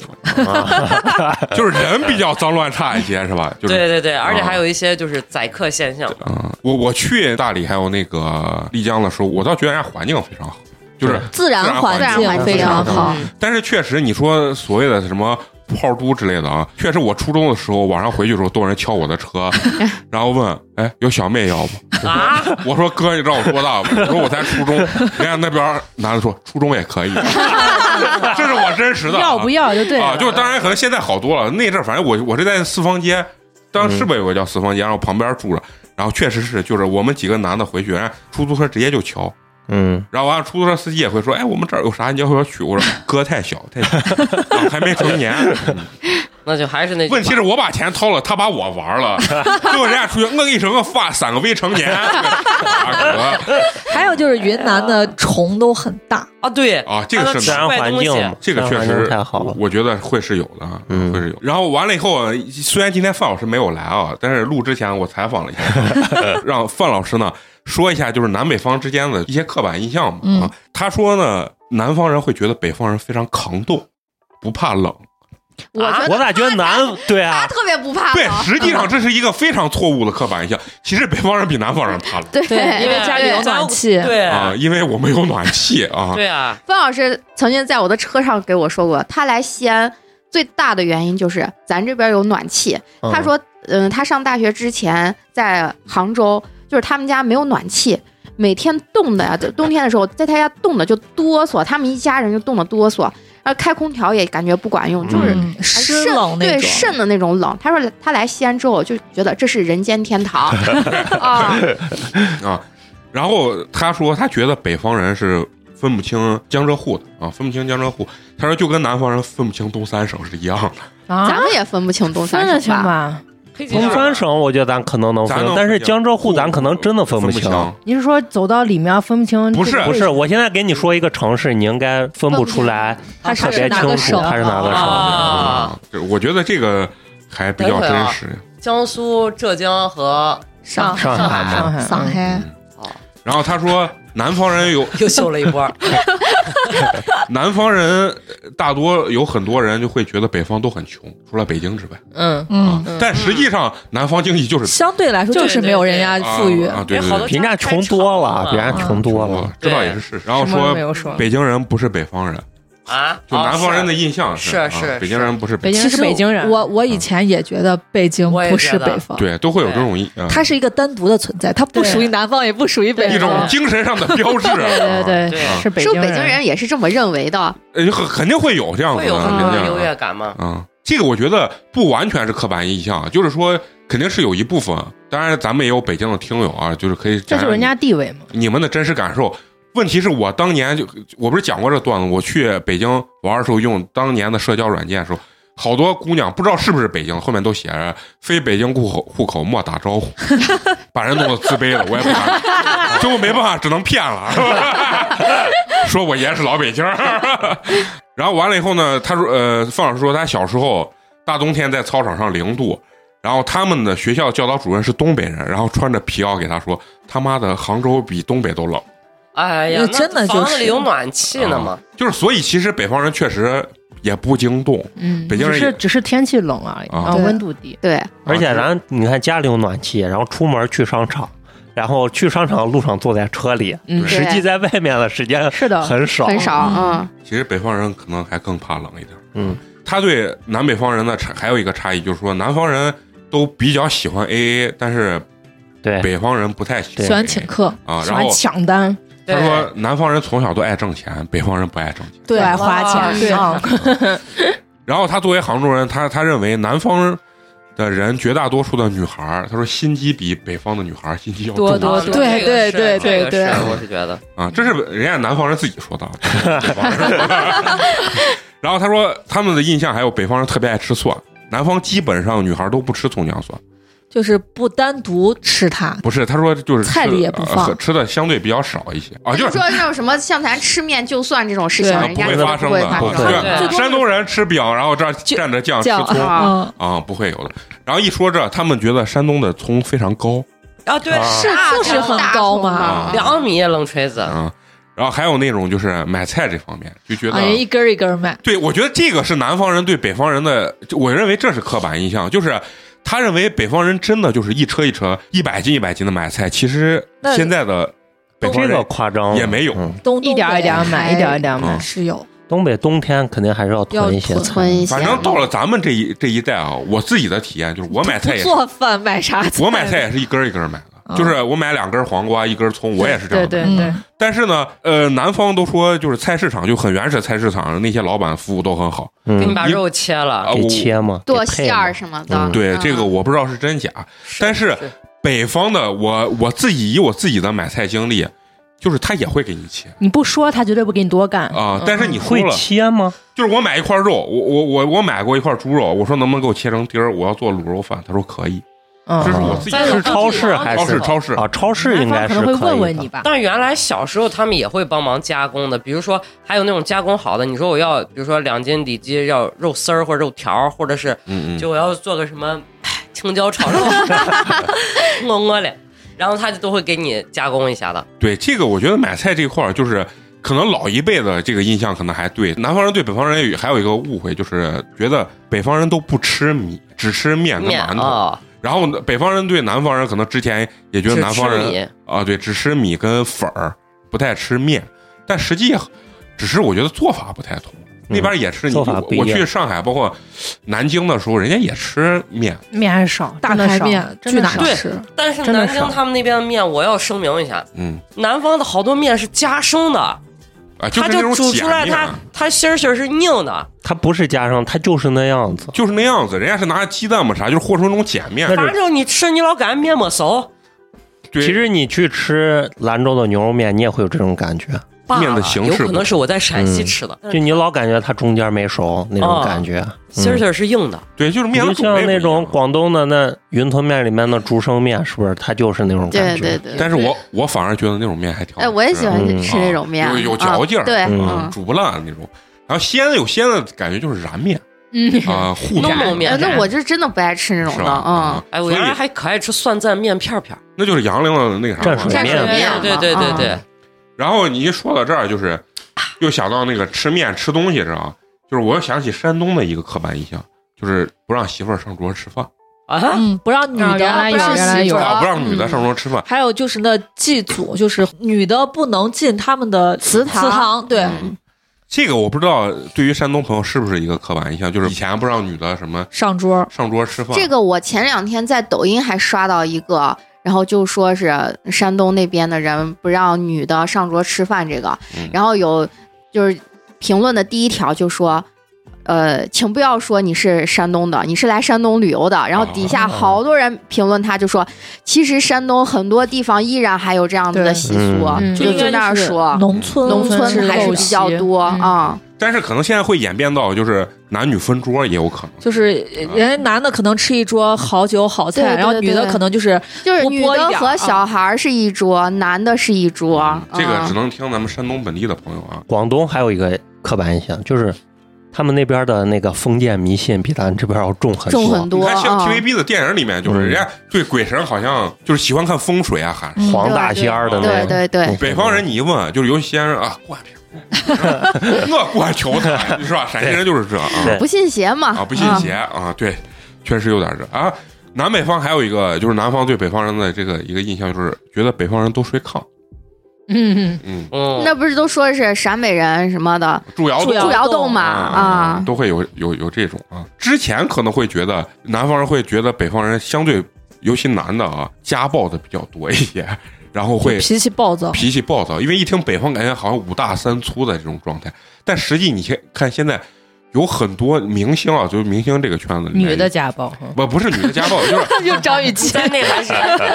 Speaker 1: 就是人比较脏乱差一些是吧？就是
Speaker 2: 对对对，
Speaker 1: 啊
Speaker 2: 而且还有一些就是宰客现象。
Speaker 1: 嗯，我我去大理还有那个丽江的时候，我倒觉得人家环境非常好，就是，
Speaker 5: 自
Speaker 1: 然
Speaker 5: 然
Speaker 1: 环
Speaker 5: 环
Speaker 1: 境
Speaker 5: 境
Speaker 4: 非
Speaker 5: 非常
Speaker 4: 常好
Speaker 6: 嗯
Speaker 5: 好，
Speaker 1: 但是确实你说所谓的什么。炮都之类的啊，确实，我初中的时候晚上回去的时候，都有人敲我的
Speaker 3: <laughs>
Speaker 1: 车，然后问：“哎，有小妹要不？”
Speaker 2: 啊，
Speaker 1: 我说：“哥，你知道我多大吗？”我说：“我才初中。”人家那边男的说：“初中也可以。” <laughs> 这是我真实的啊、
Speaker 3: 要不要就对了。
Speaker 4: 哦
Speaker 1: 啊，就是当然可能现在好多了。那阵儿反正我我是在四方街，当
Speaker 3: 嗯
Speaker 1: 时是不是有个叫四方街，然后旁边住着，然后确实是就是我们几个男的回去，人家出租车直接就敲，
Speaker 6: 嗯，
Speaker 1: 然后完了出租车司机也会说，哎，我们这儿有啥你要不要取？
Speaker 6: <laughs>
Speaker 1: 我说哥太小太小、啊还没成年。
Speaker 2: <laughs> 那就还是那句话
Speaker 1: 问题是我把钱掏了，他把我玩
Speaker 6: <laughs>
Speaker 1: 了，最后人家出去我给你整个发三个未成年，啊哥
Speaker 5: 还有就是云南的虫都很大，
Speaker 2: 啊，对
Speaker 1: 啊这个是嗯
Speaker 2: 还能吃
Speaker 6: 自然
Speaker 2: 坏
Speaker 6: 环
Speaker 2: 东西
Speaker 6: 境嘛，
Speaker 1: 这个确
Speaker 6: 自然环
Speaker 1: 实
Speaker 6: 境太好了。
Speaker 1: 我觉得会是有的，啊，
Speaker 6: 嗯
Speaker 1: 会是有。然后完了以后，虽然今天范老师没有来啊，但是录之前我采访了一
Speaker 6: <laughs>
Speaker 1: 下，让范老师呢说一下就是南北方之间的一些刻板印象嘛。
Speaker 5: 嗯
Speaker 1: 啊他说呢，南方人会觉得北方人非常抗冻，不怕冷。
Speaker 4: 我觉
Speaker 6: 啊
Speaker 4: 得
Speaker 6: 我咋觉得南对
Speaker 4: 他
Speaker 6: 啊，
Speaker 4: 特别不怕
Speaker 1: 对， <laughs>
Speaker 4: 冷，
Speaker 1: 实际上这是一个非常错误的刻
Speaker 5: <laughs>
Speaker 1: 板印象。其实北方人比南方人怕冷
Speaker 4: 对，
Speaker 5: 因为家里有暖气，
Speaker 2: 对
Speaker 1: 啊，因为我们有暖
Speaker 5: <laughs>
Speaker 1: 气啊。
Speaker 2: 对啊，
Speaker 4: 方老师曾经在我的车上给我说过，他来西安最大的原因就是咱这边有暖气。
Speaker 6: 嗯
Speaker 4: 他说，嗯，他上大学之前在杭州，就是他们家没有暖气。每天冻的呀，就冬天的时候在他家冻的就哆嗦，他们一家人就冻得哆嗦，然后开空调也感觉不管用，就是
Speaker 5: 嗯，湿
Speaker 4: 渗
Speaker 5: 冷那
Speaker 4: 对
Speaker 5: 种，
Speaker 4: 肾的那种冷。他说他来西安之后就觉得这是人间天
Speaker 5: <laughs>
Speaker 4: 堂啊，
Speaker 1: 啊。然后他说，他觉得北方人是分不清江浙沪的啊，分不清江浙沪。他说就跟南方人分不清东三省是一样的。
Speaker 3: 啊
Speaker 4: 咱，们也分不清东
Speaker 3: 分
Speaker 4: 三
Speaker 3: 得
Speaker 4: 省吧？
Speaker 3: 清吧？
Speaker 6: 东三省我觉得咱可能能
Speaker 1: 咱
Speaker 6: 分
Speaker 1: 能，
Speaker 6: 但
Speaker 1: 分
Speaker 6: 是
Speaker 1: 清
Speaker 6: 江浙沪咱可能真 <laughs> 的分
Speaker 1: 不
Speaker 6: 不清。
Speaker 5: 啊
Speaker 3: 你是说走到里面分不清？
Speaker 1: 不是
Speaker 3: 这个
Speaker 6: 不是，我现在给你说一个城市，你应该分不出来，
Speaker 5: 它
Speaker 6: 特
Speaker 5: 是
Speaker 6: 别
Speaker 5: 哪
Speaker 6: 清
Speaker 5: 个
Speaker 6: 楚
Speaker 5: 省
Speaker 6: 它是哪个省。
Speaker 2: 啊，
Speaker 1: 对我觉得这个还比较真实。
Speaker 5: 啊
Speaker 2: 江苏、浙江和 <laughs>
Speaker 5: 上
Speaker 6: 上
Speaker 5: 上
Speaker 6: 海
Speaker 3: 上
Speaker 6: 嘛，
Speaker 3: 海
Speaker 5: 上海
Speaker 1: 然后他说，南方人有 <laughs>
Speaker 2: 又秀了一波，
Speaker 1: 南方人呃大多有很多人就会觉得北方都很穷，除了北京之外
Speaker 2: 嗯，
Speaker 1: 啊
Speaker 5: <laughs> 嗯，。
Speaker 1: 但实际上，南方经济就是
Speaker 5: 相对来说就是没有人家富裕，
Speaker 1: 啊啊，对
Speaker 2: 因为
Speaker 1: 对
Speaker 2: 好
Speaker 1: 对
Speaker 2: 多，
Speaker 6: 人家穷多了，人家穷多了。
Speaker 1: 这倒也是事实。然后
Speaker 3: 什么都
Speaker 1: 说
Speaker 3: 没有说。
Speaker 1: 北京人不是北方人，
Speaker 2: 啊，
Speaker 1: 就南方人的印象
Speaker 2: 是
Speaker 1: 啊
Speaker 2: 是
Speaker 1: 北京人不是北
Speaker 3: 北京
Speaker 5: 其
Speaker 3: 人
Speaker 5: 实
Speaker 3: 是北京人，
Speaker 5: 我我以前也觉得北京
Speaker 2: 我也
Speaker 5: 不是
Speaker 2: 觉得
Speaker 5: 北方，
Speaker 1: 对，都会有这种一嗯
Speaker 5: 它是一个单独的存在，它不
Speaker 3: 对
Speaker 5: 属于南方，也不属于北
Speaker 1: 一
Speaker 5: 方。
Speaker 1: 种精神上的标志。
Speaker 3: 对啊 <laughs> 对对
Speaker 2: 对啊
Speaker 3: 是北
Speaker 4: 是不
Speaker 3: 京
Speaker 4: 是北京人也是这么认为的？
Speaker 1: 对，啊很肯定会有这样子
Speaker 2: 会有
Speaker 1: 的，
Speaker 2: 很
Speaker 1: 肯
Speaker 2: 多
Speaker 1: 定
Speaker 2: 优越感嘛？
Speaker 1: 啊。这个我觉得不完全是刻板印象，啊就是说肯定是有一部分。啊当然，咱们也有北京的听友啊，就是可以
Speaker 3: 这
Speaker 1: 讲讲
Speaker 3: 就是人家地位嘛。
Speaker 1: 你们的真实感受。问题是我当年就我不是讲过这段子，我去北京玩的时候用当年的社交软件的时候，好多姑娘不知道是不是北京，后面都写着非北京户口户口莫打招呼，把人弄得自卑了，我也不敢，最后没办法只能骗了，说我爷是老北京 <laughs> 儿，然后完了以后呢，他说呃，范老师说他小时候大冬天在操场上零度。然后他们的学校教导主任是东北人，然后穿着皮袄给他说：“他妈的，杭州比东北都冷。
Speaker 2: 哎呀，
Speaker 5: 那
Speaker 2: 那
Speaker 5: 真的就是
Speaker 2: 房子里有暖气呢嘛，
Speaker 1: 就是所以其实北方人确实也不经冻，
Speaker 4: 嗯
Speaker 1: 北，京
Speaker 3: 只
Speaker 1: 人
Speaker 3: 是
Speaker 1: 也
Speaker 3: 只是天气冷而已，
Speaker 1: 啊
Speaker 3: 啊，
Speaker 5: 对
Speaker 3: 温度低。
Speaker 4: 对，
Speaker 6: 而且咱你看家里有暖气，然后出门去商场，然后去商场路上坐在车里，
Speaker 3: 嗯
Speaker 6: 实
Speaker 4: 对
Speaker 6: 际在外面的时间
Speaker 3: 是的，
Speaker 6: 很少，
Speaker 4: 很少，
Speaker 5: 嗯
Speaker 4: 嗯，
Speaker 1: 其实北方人可能还更怕冷一点。
Speaker 6: 嗯，
Speaker 1: 他对南北方人的差还有一个差异，就是说南方人都比较喜欢 AA，但是
Speaker 6: 对，
Speaker 1: 北方人不太喜欢 AA,
Speaker 5: 喜欢请客，
Speaker 1: 啊。
Speaker 3: 喜
Speaker 1: 然
Speaker 3: 欢
Speaker 1: 后
Speaker 3: 抢单，
Speaker 1: 他说南方人从小都爱挣钱，北方人不爱挣钱。
Speaker 3: 不
Speaker 5: 对
Speaker 3: 爱花钱，
Speaker 5: 对
Speaker 3: 啊
Speaker 1: 然后他作为杭州人，他他认为南方的人绝大多数的女孩儿，他说心机比北方的女孩儿心机要重
Speaker 5: 多多
Speaker 1: 啊
Speaker 5: 多对对对对对
Speaker 2: 我是觉得
Speaker 1: 啊，这是人家南方人自己说的。啊北方
Speaker 5: <laughs>
Speaker 1: 人然后他说他们的印象还有北方人特别爱吃蒜，南方基本上女孩儿都不吃葱姜蒜，
Speaker 5: 就是不单独吃它，
Speaker 1: 不是他说就是吃
Speaker 5: 菜里也不放
Speaker 1: 呃吃的相对比较少一些啊，
Speaker 4: 就
Speaker 1: 就是是
Speaker 4: 说那种什么像咱吃面就蒜这种事情，
Speaker 5: 对
Speaker 4: 人
Speaker 1: 不
Speaker 4: 家
Speaker 1: 会
Speaker 4: 根
Speaker 1: 发
Speaker 4: 本
Speaker 1: 生
Speaker 4: 不
Speaker 1: 的
Speaker 4: 会发，
Speaker 1: 不
Speaker 4: 生
Speaker 5: 对
Speaker 1: 对
Speaker 5: 最多
Speaker 1: 山东人吃饼，然后这儿
Speaker 5: 就
Speaker 1: 蘸着酱吃
Speaker 5: 酱
Speaker 1: 葱
Speaker 4: 啊。
Speaker 5: 嗯，
Speaker 1: 啊，不会有的。然后一说这，他们觉得山东的葱非常高
Speaker 2: 啊，对，
Speaker 1: 啊
Speaker 5: 是素质很高嘛，
Speaker 1: 啊
Speaker 2: 两米冷锤子，
Speaker 1: 啊，然后还有那种就是买菜这方面就觉得
Speaker 5: 啊，人一根儿一根儿卖，
Speaker 1: 对，我觉得这个是南方人对北方人的，就我认为这是刻板印象，就是他认为北方人真的就是一车一车、一百斤一百斤的买菜。其实
Speaker 5: 那
Speaker 1: 现在的北方
Speaker 6: 这个
Speaker 1: 人
Speaker 6: 夸张
Speaker 1: 也没有
Speaker 6: 嗯
Speaker 5: 东哎
Speaker 3: 一点儿一点儿买，一点儿一点儿买
Speaker 1: 嗯。
Speaker 5: 是有，
Speaker 6: 东北冬天肯定还是要囤一些
Speaker 5: 要
Speaker 6: 菜
Speaker 4: 存一些，
Speaker 1: 反正到了咱们这一这一代啊，我自己的体验就是，我买
Speaker 5: 不
Speaker 1: 菜也是，
Speaker 5: 做饭买啥菜？
Speaker 1: 我买菜也是一根儿一根儿买的，
Speaker 5: 啊
Speaker 1: 就是我买两根儿黄瓜，一根儿葱，我也是这样
Speaker 3: 对
Speaker 1: 的。
Speaker 3: 对
Speaker 5: 嗯
Speaker 3: 对，
Speaker 1: 但是呢，呃，南方都说就是菜市场就很原始，菜市场那些老板服务都很好
Speaker 2: 给你
Speaker 6: 嗯，
Speaker 2: 把肉切
Speaker 1: 啊。
Speaker 2: 了，
Speaker 1: 我
Speaker 6: 给切嘛，给
Speaker 4: 剁
Speaker 6: 配
Speaker 4: 馅
Speaker 6: 嘛
Speaker 4: 儿什么的。
Speaker 6: 嗯
Speaker 1: 对这个我不知道是真假，但是北方的我我自己以我自己的买菜经历，就是他也会给你切
Speaker 3: 你不说他绝对不给你多干。
Speaker 1: 啊、
Speaker 2: 嗯
Speaker 1: 但是你说
Speaker 6: 会
Speaker 1: 了，
Speaker 6: 切吗？
Speaker 1: 就是我买一块肉，我我我我买过一块猪肉，我说能不能给我切成丁儿，我要做卤肉饭，他说可以，
Speaker 3: 嗯
Speaker 1: 这是我自己
Speaker 2: 在
Speaker 6: 啊是超市还
Speaker 1: 超市
Speaker 6: 是
Speaker 1: 超市
Speaker 6: 啊？超市
Speaker 3: 南
Speaker 6: 应该
Speaker 3: 方可
Speaker 6: 是可
Speaker 3: 能会
Speaker 6: 以
Speaker 3: 问问
Speaker 6: 的
Speaker 3: 你吧。
Speaker 2: 但是原来小时候他们也会帮忙加工的，比如说还有那种加工好的，你说我要，比如说两斤里脊要肉丝儿或者肉条儿，或者是
Speaker 1: 嗯嗯，
Speaker 2: 就我要做个什么哎青椒炒肉， <laughs> 我我嘞，然后他就都会给你加工一下的。
Speaker 1: 对这个我觉得买菜这块儿就是。可能老一辈的这个印象可能还对，南方人对北方人有还有一个误会，就是觉得北方人都不吃米，只吃面跟
Speaker 2: 面
Speaker 1: 馒头。
Speaker 2: 啊，
Speaker 1: 然后呢北方人对南方人可能之前也觉得
Speaker 2: 只
Speaker 1: 南方
Speaker 2: 吃
Speaker 1: 人
Speaker 2: 米
Speaker 1: 啊，对，只吃米跟粉儿，不太吃面。但实际只是我觉得做法不太同，那边也吃你。
Speaker 6: 嗯做法
Speaker 1: 我
Speaker 6: 不一
Speaker 1: 我
Speaker 6: 样
Speaker 1: 去上海，包括南京的时候，人家也吃面
Speaker 3: 面还少，
Speaker 5: 大
Speaker 3: 真的
Speaker 5: 排
Speaker 3: 少
Speaker 5: 面
Speaker 3: 真
Speaker 5: 巨
Speaker 3: 的
Speaker 5: 难
Speaker 3: 少。
Speaker 2: 对
Speaker 5: 吃，
Speaker 2: 但是
Speaker 3: 真的
Speaker 2: 南京
Speaker 3: 少
Speaker 2: 他们那边的面，我要声明一下，
Speaker 1: 嗯
Speaker 2: 南方的好多面是加生的，
Speaker 1: 啊，就
Speaker 2: 它
Speaker 1: 是那种
Speaker 2: 煮
Speaker 1: 碱
Speaker 2: 出来
Speaker 1: 面，
Speaker 2: 它它芯儿芯儿是硬的，
Speaker 6: 它不是加上，它就是那样子。
Speaker 1: 就是那样子。人家是拿鸡蛋嘛啥，就是和成那种碱面
Speaker 6: 那。
Speaker 2: 反正你吃你老感觉面没熟，
Speaker 1: 对，
Speaker 6: 其实你去吃兰州的牛肉面，你也会有这种感觉，
Speaker 2: 罢
Speaker 1: 面的
Speaker 2: 了
Speaker 1: 形
Speaker 2: 有
Speaker 1: 式
Speaker 2: 可
Speaker 1: 不
Speaker 2: 能是我在陕西
Speaker 6: 嗯
Speaker 2: 吃的，
Speaker 6: 就你老感觉它中间没熟那种感觉。
Speaker 2: 芯儿
Speaker 6: 嗯
Speaker 2: 芯儿是硬的。
Speaker 1: 对，就是
Speaker 6: 你
Speaker 1: 面
Speaker 6: 就
Speaker 1: 的种类
Speaker 6: 像
Speaker 1: 不一
Speaker 6: 那
Speaker 1: 样
Speaker 6: 种。广东的那云吞面里面的竹升面，是不是它就是那种
Speaker 4: 对
Speaker 6: 感
Speaker 4: 嗯
Speaker 6: 觉？
Speaker 4: 对对。
Speaker 1: 但是我我反而觉得那种面还挺好吃的。
Speaker 4: 哎，我也喜欢
Speaker 6: 嗯
Speaker 4: 吃那种面，
Speaker 1: 有有
Speaker 4: 啊
Speaker 1: 嚼劲儿
Speaker 4: 对，
Speaker 6: 嗯
Speaker 4: 嗯，
Speaker 1: 煮不烂那种。然后西安有西安的感觉，就是燃面
Speaker 3: 嗯，
Speaker 4: <laughs>
Speaker 1: 啊，糊
Speaker 2: 弄
Speaker 1: 弄
Speaker 2: 弄面
Speaker 4: 哎那我就是真的不爱吃那种
Speaker 1: 是
Speaker 4: 的，
Speaker 1: 吧啊
Speaker 4: 嗯，？
Speaker 2: 哎，我
Speaker 1: 所以
Speaker 2: 原来还可爱吃蒜蘸面片片儿，啊
Speaker 1: 那就是杨凌的那个啥
Speaker 6: 蘸水
Speaker 1: 玩意儿
Speaker 6: 面蘸水
Speaker 4: 面
Speaker 1: 啊
Speaker 2: 对
Speaker 4: 嘛
Speaker 2: 对对
Speaker 4: 嗯
Speaker 2: 对，
Speaker 1: 然后你一说到这儿，就是又想到那个吃面吃东西是吧？就是我又想起山东的一个刻板印象，就是不让媳妇儿上桌吃饭
Speaker 2: 啊，
Speaker 5: 嗯，不让女
Speaker 3: 啊原来
Speaker 5: 的，不
Speaker 3: 有
Speaker 5: 让
Speaker 3: 原来
Speaker 5: 媳妇
Speaker 3: 有
Speaker 5: 儿
Speaker 1: 啊，不让女
Speaker 4: 嗯
Speaker 1: 的上桌吃饭。
Speaker 5: 还有就是那祭祖，就是女的不能进他们的
Speaker 4: 祠堂
Speaker 5: 祠堂，对，
Speaker 4: 嗯
Speaker 1: 这个我不知道对于山东朋友是不是一个刻板印象，就是以前不让女的什么
Speaker 5: 上桌。
Speaker 1: 上桌吃饭。
Speaker 4: 这个我前两天在抖音还刷到一个，然后就说是山东那边的人不让女的上桌吃饭，这个
Speaker 1: 嗯，
Speaker 4: 然后有就是评论的第一条就说。呃，请不要说你是山东的，你是来山东旅游的。然后底下好多人评论他，就说，其实山东很多地方依然还有这样子的
Speaker 3: 对
Speaker 4: 习俗，
Speaker 3: 嗯
Speaker 4: 就就那样说，
Speaker 5: 农村
Speaker 4: 农村
Speaker 5: 之
Speaker 4: 还是
Speaker 5: 陋
Speaker 4: 比较
Speaker 5: 习
Speaker 4: 多啊。
Speaker 1: 但是可能现在会演变到就是男女分桌也有可能。
Speaker 5: 就是人家男的可能吃一桌好酒好菜，
Speaker 4: 对对
Speaker 5: 然后
Speaker 4: 对
Speaker 5: 女的
Speaker 4: 对
Speaker 5: 可能就是
Speaker 4: 就是
Speaker 5: 不
Speaker 4: 女
Speaker 5: 播一
Speaker 4: 的
Speaker 5: 点儿
Speaker 4: 和
Speaker 5: 啊
Speaker 4: 小孩儿是一桌，男的是一桌。
Speaker 1: 啊这个
Speaker 4: 嗯
Speaker 1: 只能听咱们山东本地的朋友啊，
Speaker 6: 广东还有一个刻板印象，就是他们那边的那个封建迷信比咱这边要重很多。
Speaker 4: 重很
Speaker 1: 你
Speaker 4: 多
Speaker 1: 看像
Speaker 4: 啊。 <laughs>
Speaker 1: TVB 的电影里面，就是
Speaker 6: 嗯
Speaker 1: 人家对鬼神好像就是喜欢看风水啊，喊。
Speaker 5: 嗯
Speaker 6: 黄大仙儿的那
Speaker 4: 对
Speaker 6: 种。
Speaker 4: 对对，
Speaker 1: 北方人你一问，就是尤其西安人啊，灌瓶，我灌球台是吧？陕西人就是这啊
Speaker 6: 对
Speaker 4: 不信邪嘛。
Speaker 1: 啊，不信
Speaker 4: 啊
Speaker 1: 邪啊，对，确实有点这啊。南北方还有一个就是南方对北方人的这个一个印象就是觉得北方人都睡炕，
Speaker 5: 嗯，
Speaker 1: 嗯，
Speaker 2: 嗯，
Speaker 4: 那不是都说是陕北人什么的
Speaker 1: 住窑
Speaker 4: 住
Speaker 1: 洞嗯
Speaker 4: 窑洞嘛啊？
Speaker 1: 都会有有有这种啊。之前可能会觉得南方人会觉得北方人相对，尤其男的啊，家暴的比较多一些，然后会
Speaker 5: 脾气暴躁，
Speaker 1: 脾气暴躁，因为一听北方感觉好像五大三粗的这种状态，但实际你看看现在有很多明星啊，就是明星这个圈子里面
Speaker 3: 女的家暴，
Speaker 1: 不不是女的家暴，就是
Speaker 5: 又张雨绮
Speaker 2: 在那还是
Speaker 1: <laughs>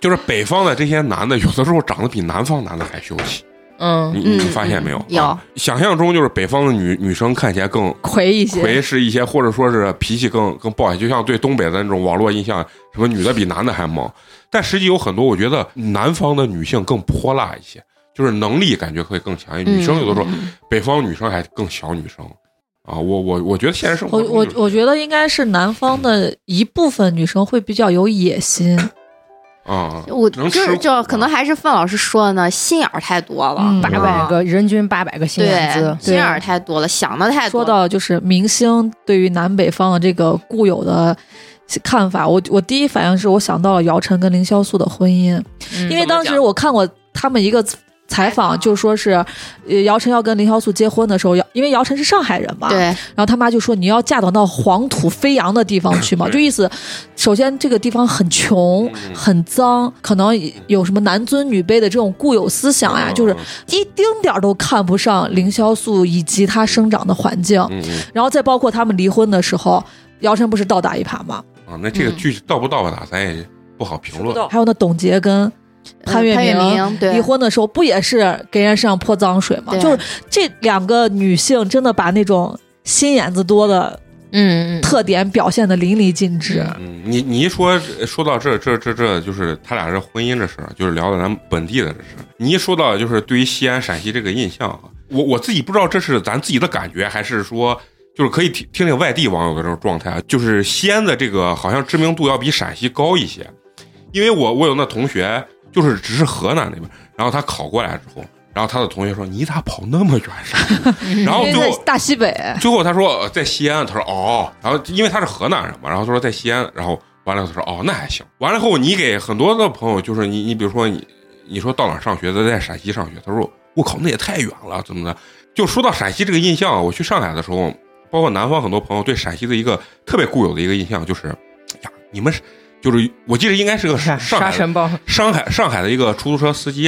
Speaker 1: 就是北方的这些男的，有的时候长得比南方男的还秀气，
Speaker 3: 嗯，
Speaker 1: 你你
Speaker 4: 嗯
Speaker 1: 发现没有？
Speaker 4: 嗯有
Speaker 1: 啊想象中就是北方的女女生看起来更
Speaker 5: 魁一些，
Speaker 1: 魁是一些，或者说是脾气更更暴一些，就像对东北的那种网络印象，什么女的比男的还猛。但实际有很多，我觉得南方的女性更泼辣一些，就是能力感觉会更强一些。
Speaker 4: 嗯
Speaker 1: 女生有的时候，北方女生还更小女生啊。我我我觉得现实生活
Speaker 5: 我
Speaker 1: 中
Speaker 5: 我
Speaker 1: 就是
Speaker 5: 我觉得应该是南方的一部分女生会比较有野心，
Speaker 1: 啊，
Speaker 4: 我
Speaker 1: 能
Speaker 4: 就
Speaker 1: 吃啊
Speaker 4: 是就可能还是范老师说的呢，心眼儿太多了，
Speaker 5: 嗯
Speaker 3: 八百个人均八百个啊心
Speaker 4: 对
Speaker 3: 眼子，
Speaker 4: 心眼儿太多了，想的太多
Speaker 5: 说
Speaker 4: 了。
Speaker 5: 到就是明星对于南北方的这个固有的看法，我我第一反应是我想到了姚晨跟凌潇肃的婚姻，
Speaker 3: 嗯
Speaker 5: 因为当时我看过他们一个采访，就说是，呃，姚晨要跟凌潇肃结婚的时候，姚因为姚晨是上海人嘛，
Speaker 4: 对，
Speaker 5: 然后他妈就说你要嫁到那黄土飞扬的地方去嘛，
Speaker 1: 嗯对
Speaker 5: 就意思，首先这个地方很穷
Speaker 1: 嗯
Speaker 5: 很脏，可能有什么男尊女卑的这种固有思想
Speaker 1: 哦
Speaker 5: 呀，
Speaker 1: 啊
Speaker 5: 就是一丁点儿都看不上凌潇肃以及他生长的环境，
Speaker 1: 嗯嗯
Speaker 5: 然后再包括他们离婚的时候，姚晨不是倒打一耙吗？
Speaker 1: 啊，那这个
Speaker 4: 嗯
Speaker 1: 剧到不到吧，咱也不好评论。
Speaker 5: 还有那董洁跟潘
Speaker 4: 嗯
Speaker 5: 粤
Speaker 4: 潘粤
Speaker 5: 明
Speaker 4: 明对
Speaker 5: 离婚的时候，不也是给人身上泼脏水吗？
Speaker 4: 对
Speaker 5: 就是这两个女性真的把那种心眼子多的
Speaker 3: 嗯嗯
Speaker 5: 特点表现的淋漓尽致。
Speaker 1: 嗯，你你一说说到这这这这，就是他俩这婚姻这事儿，就是聊到咱们本地的这事儿。你一说到就是对于西安陕西这个印象啊，我我自己不知道这是咱自己的感觉，还是说就是可以听听听外地网友的这种状态啊。就是西安的这个好像知名度要比陕西高一些，因为我我有那同学就是只是河南那边，然后他考过来之后，然后他的同学说你咋跑那么远上？ <laughs> 然
Speaker 2: 哦
Speaker 1: 后
Speaker 5: 因
Speaker 1: 最
Speaker 5: 为
Speaker 1: 后
Speaker 5: 在大西北，
Speaker 1: 最后他说呃在西安，他说哦，然后因为他是河南人嘛，然后他说在西安，然后完了他说哦那还行。完了后你给很多的朋友，就是你你比如说你你说到哪儿上学的，在陕西上学，他说我靠那也太远了，怎么的？就说到陕西这个印象，我去上海的时候，包括南方很多朋友对陕西的一个特别固有的一个印象就是，呀你们是就是我记得应该是个
Speaker 3: 杀
Speaker 1: 上
Speaker 3: 杀
Speaker 1: 海的
Speaker 3: 神报，
Speaker 1: 上海上海的一个出租车司机，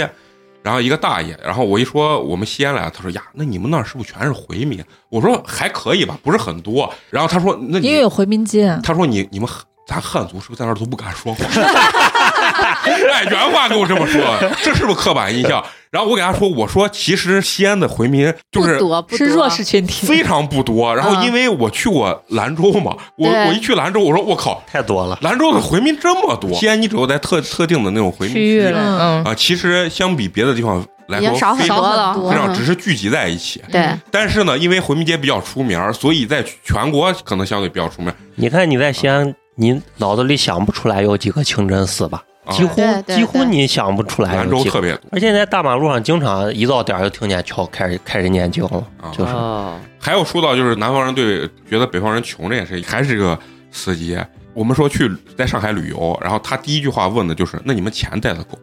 Speaker 1: 然后一个大爷，然后我一说我们西安来了，他说呀，那你们那儿是不是全是回民？我说还可以吧，不是很多。然后他说那
Speaker 5: 因为
Speaker 1: 你，
Speaker 5: 有回民街，
Speaker 1: 他说你你们咱汉族是不是在那儿都不敢说话？ <laughs> 哎，原话跟我这么说，这是不是刻板印象？然后我给他说，我说其实西安的回民就是
Speaker 4: 不多不
Speaker 5: 是
Speaker 4: 多
Speaker 5: 弱势群体。
Speaker 1: 非常不多。然后因为我去过兰州嘛，我
Speaker 4: 对
Speaker 1: 我一去兰州，我说我靠，
Speaker 6: 太多了。
Speaker 1: 兰州的回民这么多，西安你只有在特特定的那种回民
Speaker 3: 区域
Speaker 1: 区
Speaker 3: 了，嗯，
Speaker 1: 啊，其实相比别的地方来
Speaker 4: 已经
Speaker 1: 说，
Speaker 4: 少很
Speaker 1: 非
Speaker 4: 多
Speaker 1: 常
Speaker 4: 了，
Speaker 5: 非
Speaker 1: 非常只
Speaker 4: 嗯
Speaker 1: 是聚集在一起。
Speaker 4: 对，
Speaker 1: 但是呢，因为回民街比较出名儿，所以在全国可能相对比较出名儿。
Speaker 6: 你看你在西安，你脑子里想不出来有几个清真寺吧？
Speaker 1: 啊
Speaker 6: 几乎
Speaker 4: 对对
Speaker 6: 几乎
Speaker 4: 对
Speaker 6: 你想不出来
Speaker 1: 兰
Speaker 6: 有
Speaker 1: 州
Speaker 6: 几
Speaker 1: 特
Speaker 6: 个。
Speaker 1: 别多，
Speaker 6: 而且在大马路上，经常一到点儿就听见敲开始开始念经了
Speaker 1: 啊，
Speaker 6: 就是
Speaker 1: <laughs>
Speaker 4: 哦
Speaker 2: 啊，
Speaker 1: 还有说到就是南方人对觉得北方人穷这件事，还是这个司机。我们说去在上海旅游，然后他第一句话问的就是：“那你们钱带的够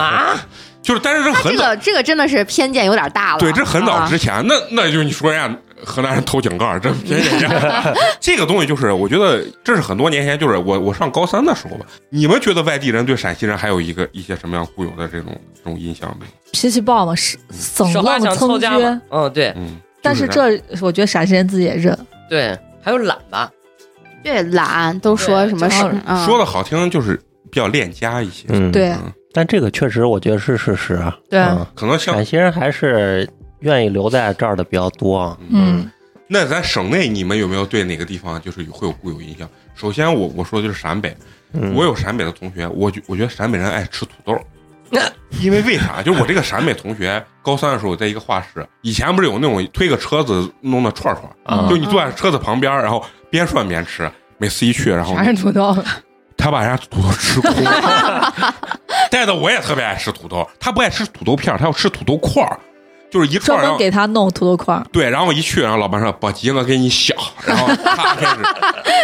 Speaker 2: 啊？
Speaker 1: 就是，但是这
Speaker 4: 这
Speaker 1: 很早，
Speaker 4: 个这个真的是偏见有点大了。
Speaker 1: 对，这很早
Speaker 4: 啊
Speaker 1: 之前。那那就是你说人家河南人偷井盖儿，这这这 <laughs> 这个东西就是，我觉得这是很多年前，就是我我上高三的时候吧。你们觉得外地人对陕西人还有一个一些什么样固有的这种这种印象没？
Speaker 5: 脾气暴嘛，是怂
Speaker 2: 说话
Speaker 5: 愣
Speaker 2: 想
Speaker 5: 蹭
Speaker 2: 凑家
Speaker 5: 撅
Speaker 2: 嘛。，嗯，对
Speaker 1: 嗯，
Speaker 5: 但
Speaker 1: 就是
Speaker 5: 这我觉得陕西人自己也认，
Speaker 2: 对，还有懒吧，
Speaker 4: 对懒都说什么
Speaker 5: 对
Speaker 4: 是
Speaker 5: 就是
Speaker 4: 嗯
Speaker 1: 说的好听就是比较恋家一些，
Speaker 6: 嗯，
Speaker 5: 对
Speaker 1: 嗯
Speaker 6: 但这个确实我觉得是事实啊。
Speaker 3: 对
Speaker 6: 嗯
Speaker 1: 可能像
Speaker 6: 陕西人还是愿意留在这儿的比较多啊。
Speaker 5: 嗯，
Speaker 1: 那咱省内你们有没有对哪个地方就是有会有固有印象？首先我我说的就是陕北，
Speaker 6: 嗯
Speaker 1: 我有陕北的同学，我觉我觉得陕北人爱吃土豆，因为为啥？就是我这个陕北同学，高三的时候在一个画室，以前不是有那种推个车子弄的串串，
Speaker 6: 啊
Speaker 1: 就你坐在车子旁边，然后边涮边吃。每次一去，然后
Speaker 3: 全是土豆，
Speaker 1: 他把人家土豆吃空了，带的我也特别爱吃土豆，他不爱吃土豆片儿，他要吃土豆块儿。就是一
Speaker 5: 专
Speaker 1: 串，然
Speaker 5: 门
Speaker 1: 后
Speaker 5: 给他弄土豆块儿。
Speaker 1: 对，然后我一去，然后老板说把鸡我给你削，然后他开始，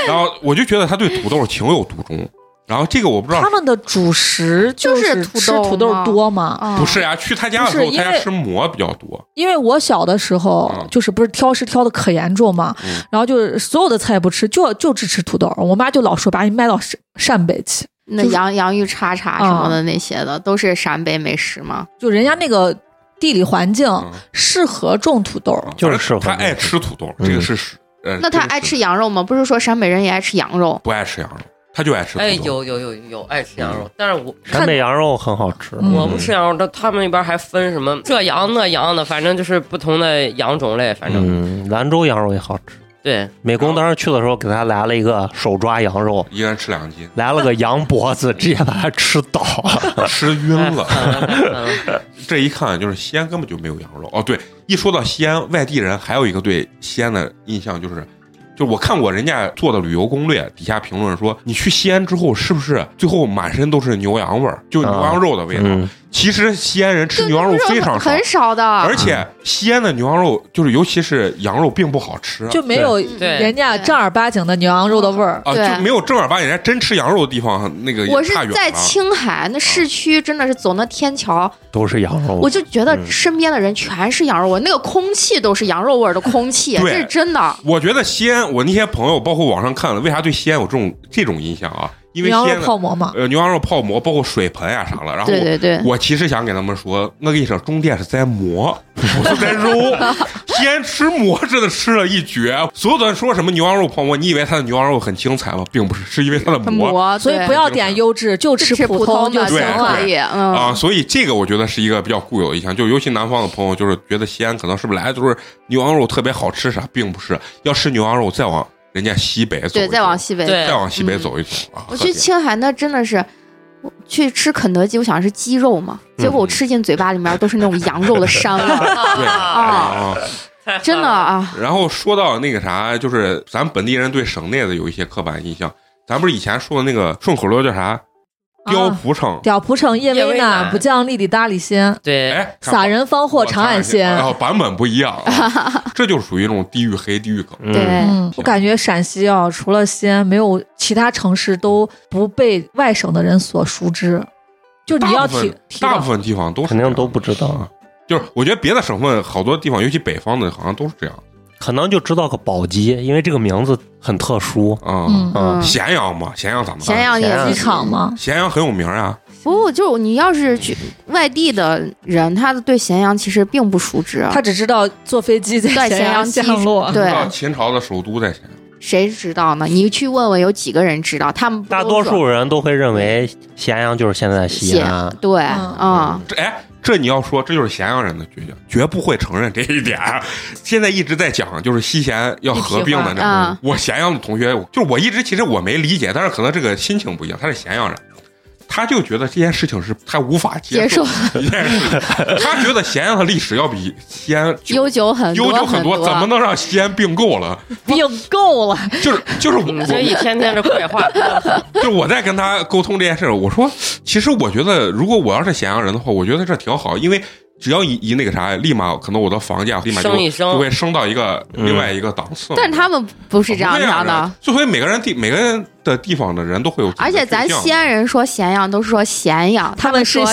Speaker 1: 然后我就觉得他对土豆情有独钟。然后这个我不知道
Speaker 5: 他，们的主食就
Speaker 4: 就是土
Speaker 5: 土吃
Speaker 4: 豆
Speaker 5: 土豆
Speaker 4: 吗
Speaker 5: 多吗？
Speaker 4: 啊
Speaker 1: 不是呀、去他家的时
Speaker 5: 不
Speaker 1: 候，
Speaker 5: 是
Speaker 1: 他家
Speaker 5: 因为
Speaker 1: 吃馍比较多。
Speaker 5: 因为我小的时候
Speaker 1: 嗯
Speaker 5: 就是不是挑食挑的可严重嘛，
Speaker 1: 嗯
Speaker 5: 然后就是所有的菜不吃，就就只吃土豆。我妈就老说把你卖到陕陕北去，
Speaker 4: 那
Speaker 5: 就是
Speaker 4: 洋洋芋叉叉什么的那些的，都是陕北美食吗？
Speaker 5: 就人家那个地理环境
Speaker 1: 嗯，
Speaker 5: 适合种土豆。
Speaker 6: 就是
Speaker 1: 啊反正
Speaker 6: 适合
Speaker 1: 他
Speaker 6: 那
Speaker 1: 爱
Speaker 6: 个
Speaker 1: 吃土豆，
Speaker 6: 嗯
Speaker 1: 这个是实呃，
Speaker 4: 那他
Speaker 1: 这个是
Speaker 4: 爱吃羊肉吗？不是说陕北人也爱吃羊肉？
Speaker 1: 不爱吃羊肉，他就爱吃土豆。
Speaker 2: 哎，有有有有爱吃羊
Speaker 1: 嗯
Speaker 2: 肉，但是我
Speaker 6: 陕北羊肉很好吃，
Speaker 5: 嗯
Speaker 2: 我不吃羊肉，但他们那边还分什么这羊那羊的，反正就是不同的羊种类，反正、
Speaker 6: 嗯，兰州羊肉也好吃。
Speaker 2: 对。
Speaker 6: 美工当时去的时候，给他来了一个手抓羊肉，
Speaker 1: 一个人吃两斤，
Speaker 6: 来了个羊脖子，直接把他吃倒。
Speaker 1: 吃晕
Speaker 2: <laughs>
Speaker 1: 了。
Speaker 2: 嗯
Speaker 4: <laughs>
Speaker 2: 嗯嗯
Speaker 1: 这一看就是西安根本就没有羊肉。哦，对，一说到西安，外地人还有一个对西安的印象就是，就我看过人家做的旅游攻略，底下评论说你去西安之后是不是最后满身都是牛羊味儿，就牛羊肉的味道。
Speaker 6: 嗯，
Speaker 1: 其实西安人吃牛羊肉非常少。
Speaker 4: 很少的，
Speaker 1: 而且西安的牛羊肉，就是尤其是羊肉，并不好吃，
Speaker 5: 就没有
Speaker 2: 对
Speaker 5: 人家
Speaker 4: 嗯对嗯
Speaker 5: 正儿八经的牛羊肉的味儿。
Speaker 1: 啊，
Speaker 4: 对
Speaker 1: 就没有正儿八经人家真吃羊肉的地方，那个也
Speaker 4: 我是
Speaker 1: 差远
Speaker 4: 在
Speaker 1: 了嗯
Speaker 4: 青海那市区，真的是走那天桥，
Speaker 6: 都是羊肉。
Speaker 4: 我就觉得
Speaker 6: 嗯
Speaker 4: 身边的人全是羊肉味，那个空气都是羊肉味儿的空气，
Speaker 1: 对
Speaker 4: 这是真的。
Speaker 1: 我觉得西安，我那些朋友，包括网上看了，为啥对西安有这种这种印象啊？因为
Speaker 5: 牛
Speaker 1: 西
Speaker 5: 羊
Speaker 1: 安
Speaker 5: 肉
Speaker 1: 的
Speaker 5: 泡馍嘛，
Speaker 1: 呃牛羊肉泡馍，包括水盆呀、啥了。然后
Speaker 4: 啊对
Speaker 1: 我
Speaker 4: 对对，
Speaker 1: 我其实想给他们说，我跟你说，重点是在馍，不是在
Speaker 4: <laughs>
Speaker 1: 肉。西安吃馍真的吃了一绝。所有的人说什么牛羊肉泡馍，你以为它的牛羊肉很精彩吗？并不是，是因为它的馍
Speaker 4: 馍，
Speaker 5: 所以
Speaker 4: 对
Speaker 5: 不要点优质，就
Speaker 4: 就
Speaker 5: 吃
Speaker 4: 普
Speaker 5: 通就
Speaker 4: 的
Speaker 5: 行
Speaker 1: 对
Speaker 5: 了
Speaker 4: 可。以，
Speaker 1: 啊，
Speaker 4: 嗯，
Speaker 1: 所以这个我觉得是一个比较固有的印象，就尤其南方的朋友，就是觉得西安可能是不是来的都是牛羊肉特别好吃啥，并不是，要吃牛羊肉再往人家西北走一走，
Speaker 4: 对，再往嗯西北。
Speaker 2: 对
Speaker 1: 再往西北走一走啊。
Speaker 4: 我
Speaker 1: 河
Speaker 4: 去
Speaker 1: 北
Speaker 4: 青海那真的是。我去吃肯德基，我想是鸡肉嘛，结果我吃进嘴巴里面都是那种羊肉的膻味儿
Speaker 1: <laughs>
Speaker 2: <laughs>
Speaker 1: 对
Speaker 4: 啊，
Speaker 1: 啊，
Speaker 4: 真的啊，
Speaker 1: 然后说到那个啥，就是咱本地人对省内的有一些刻板印象，咱不是以前说的那个顺口溜叫啥？刁
Speaker 5: 啊
Speaker 1: 蒲城，
Speaker 5: 屌蒲城夜
Speaker 2: 夜
Speaker 5: 威
Speaker 2: 威
Speaker 5: 呢，
Speaker 2: 南
Speaker 5: 不降粒粒搭里鲜，
Speaker 2: 对，
Speaker 1: 哎，看
Speaker 5: 撒人方
Speaker 1: 我
Speaker 5: 货长安
Speaker 1: 鲜，然
Speaker 5: 鲜。
Speaker 1: 后版本不一样
Speaker 5: <laughs>
Speaker 1: 啊，这就属于那种地域黑、地域梗。
Speaker 6: 嗯
Speaker 4: 对
Speaker 5: 嗯，我感觉陕西啊，除了西安，没有其他城市都不被外省的人所熟知。就你
Speaker 1: 大
Speaker 5: 要
Speaker 1: 部
Speaker 5: 提
Speaker 1: 分
Speaker 5: 提
Speaker 1: 大
Speaker 5: 到
Speaker 1: 部分地方都是
Speaker 6: 肯定都不
Speaker 1: 这样
Speaker 6: 知
Speaker 1: 的
Speaker 6: 道，啊
Speaker 1: 就是我觉得别的省份好多地方，尤其北方的，好像都是这样
Speaker 6: 可能就知道个宝鸡，因为这个名字很特殊。
Speaker 1: 啊。嗯
Speaker 5: 嗯
Speaker 6: 嗯
Speaker 4: 嗯，
Speaker 1: 咸阳嘛，咸阳咋么办？
Speaker 4: 咸阳也
Speaker 6: 咸阳
Speaker 5: 机场嘛，
Speaker 1: 咸阳很有名啊，
Speaker 4: 不过就是你要是去外地的人，他对咸阳其实并不熟知，
Speaker 5: 他只知道坐飞机在
Speaker 4: 在
Speaker 5: 咸
Speaker 4: 咸
Speaker 5: 阳
Speaker 4: 机
Speaker 5: 降落。
Speaker 1: 知
Speaker 4: 对，
Speaker 1: 道秦朝的首都在咸阳。
Speaker 4: 谁知道呢？你去问问有几个人知道，他们不
Speaker 6: 大
Speaker 4: 都
Speaker 6: 多
Speaker 4: 说
Speaker 6: 数人都会认为咸阳就是现在的西
Speaker 4: 写
Speaker 6: 安。
Speaker 4: 对
Speaker 5: 嗯
Speaker 4: 啊，
Speaker 1: 这哎，这你要说，这就是咸阳人的倔强，绝不会承认这一点。现在一直在讲，就是西咸要合并的那
Speaker 5: 一体
Speaker 1: 种。
Speaker 4: 化啊
Speaker 1: 我咸阳的同学，就是我一直其实我没理解，但是可能这个心情不一样。他是咸阳人。他就觉得这件事情是他无法接
Speaker 4: 接受
Speaker 1: 的一件事情，他觉得咸阳的历史要比西安久
Speaker 4: <laughs> 悠久很
Speaker 1: 悠久很
Speaker 4: 很
Speaker 1: 多，怎么能让西安并购了？
Speaker 5: 并购了，
Speaker 1: 就是就是我
Speaker 2: 所以天天这怪
Speaker 4: <laughs>
Speaker 2: 话，
Speaker 1: <laughs> 就是我在跟他沟通这件事儿，我说，其实我觉得，如果我要是咸阳人的话，我觉得这挺好，因为只要一一那个啥，立马可能我的房价立马就
Speaker 2: 升一升
Speaker 1: 就会升到一个
Speaker 6: 嗯
Speaker 1: 另外一个档次。
Speaker 4: 但他们不是这样
Speaker 1: 不啊
Speaker 4: 想
Speaker 1: 的
Speaker 4: 的。，啊
Speaker 1: 所以每个人地每个人的地方的人都会有自己的
Speaker 4: 而
Speaker 1: 倔
Speaker 4: 且
Speaker 1: 强，
Speaker 4: 咱西安人说咸阳都是说咸阳，
Speaker 5: 他们是
Speaker 4: 说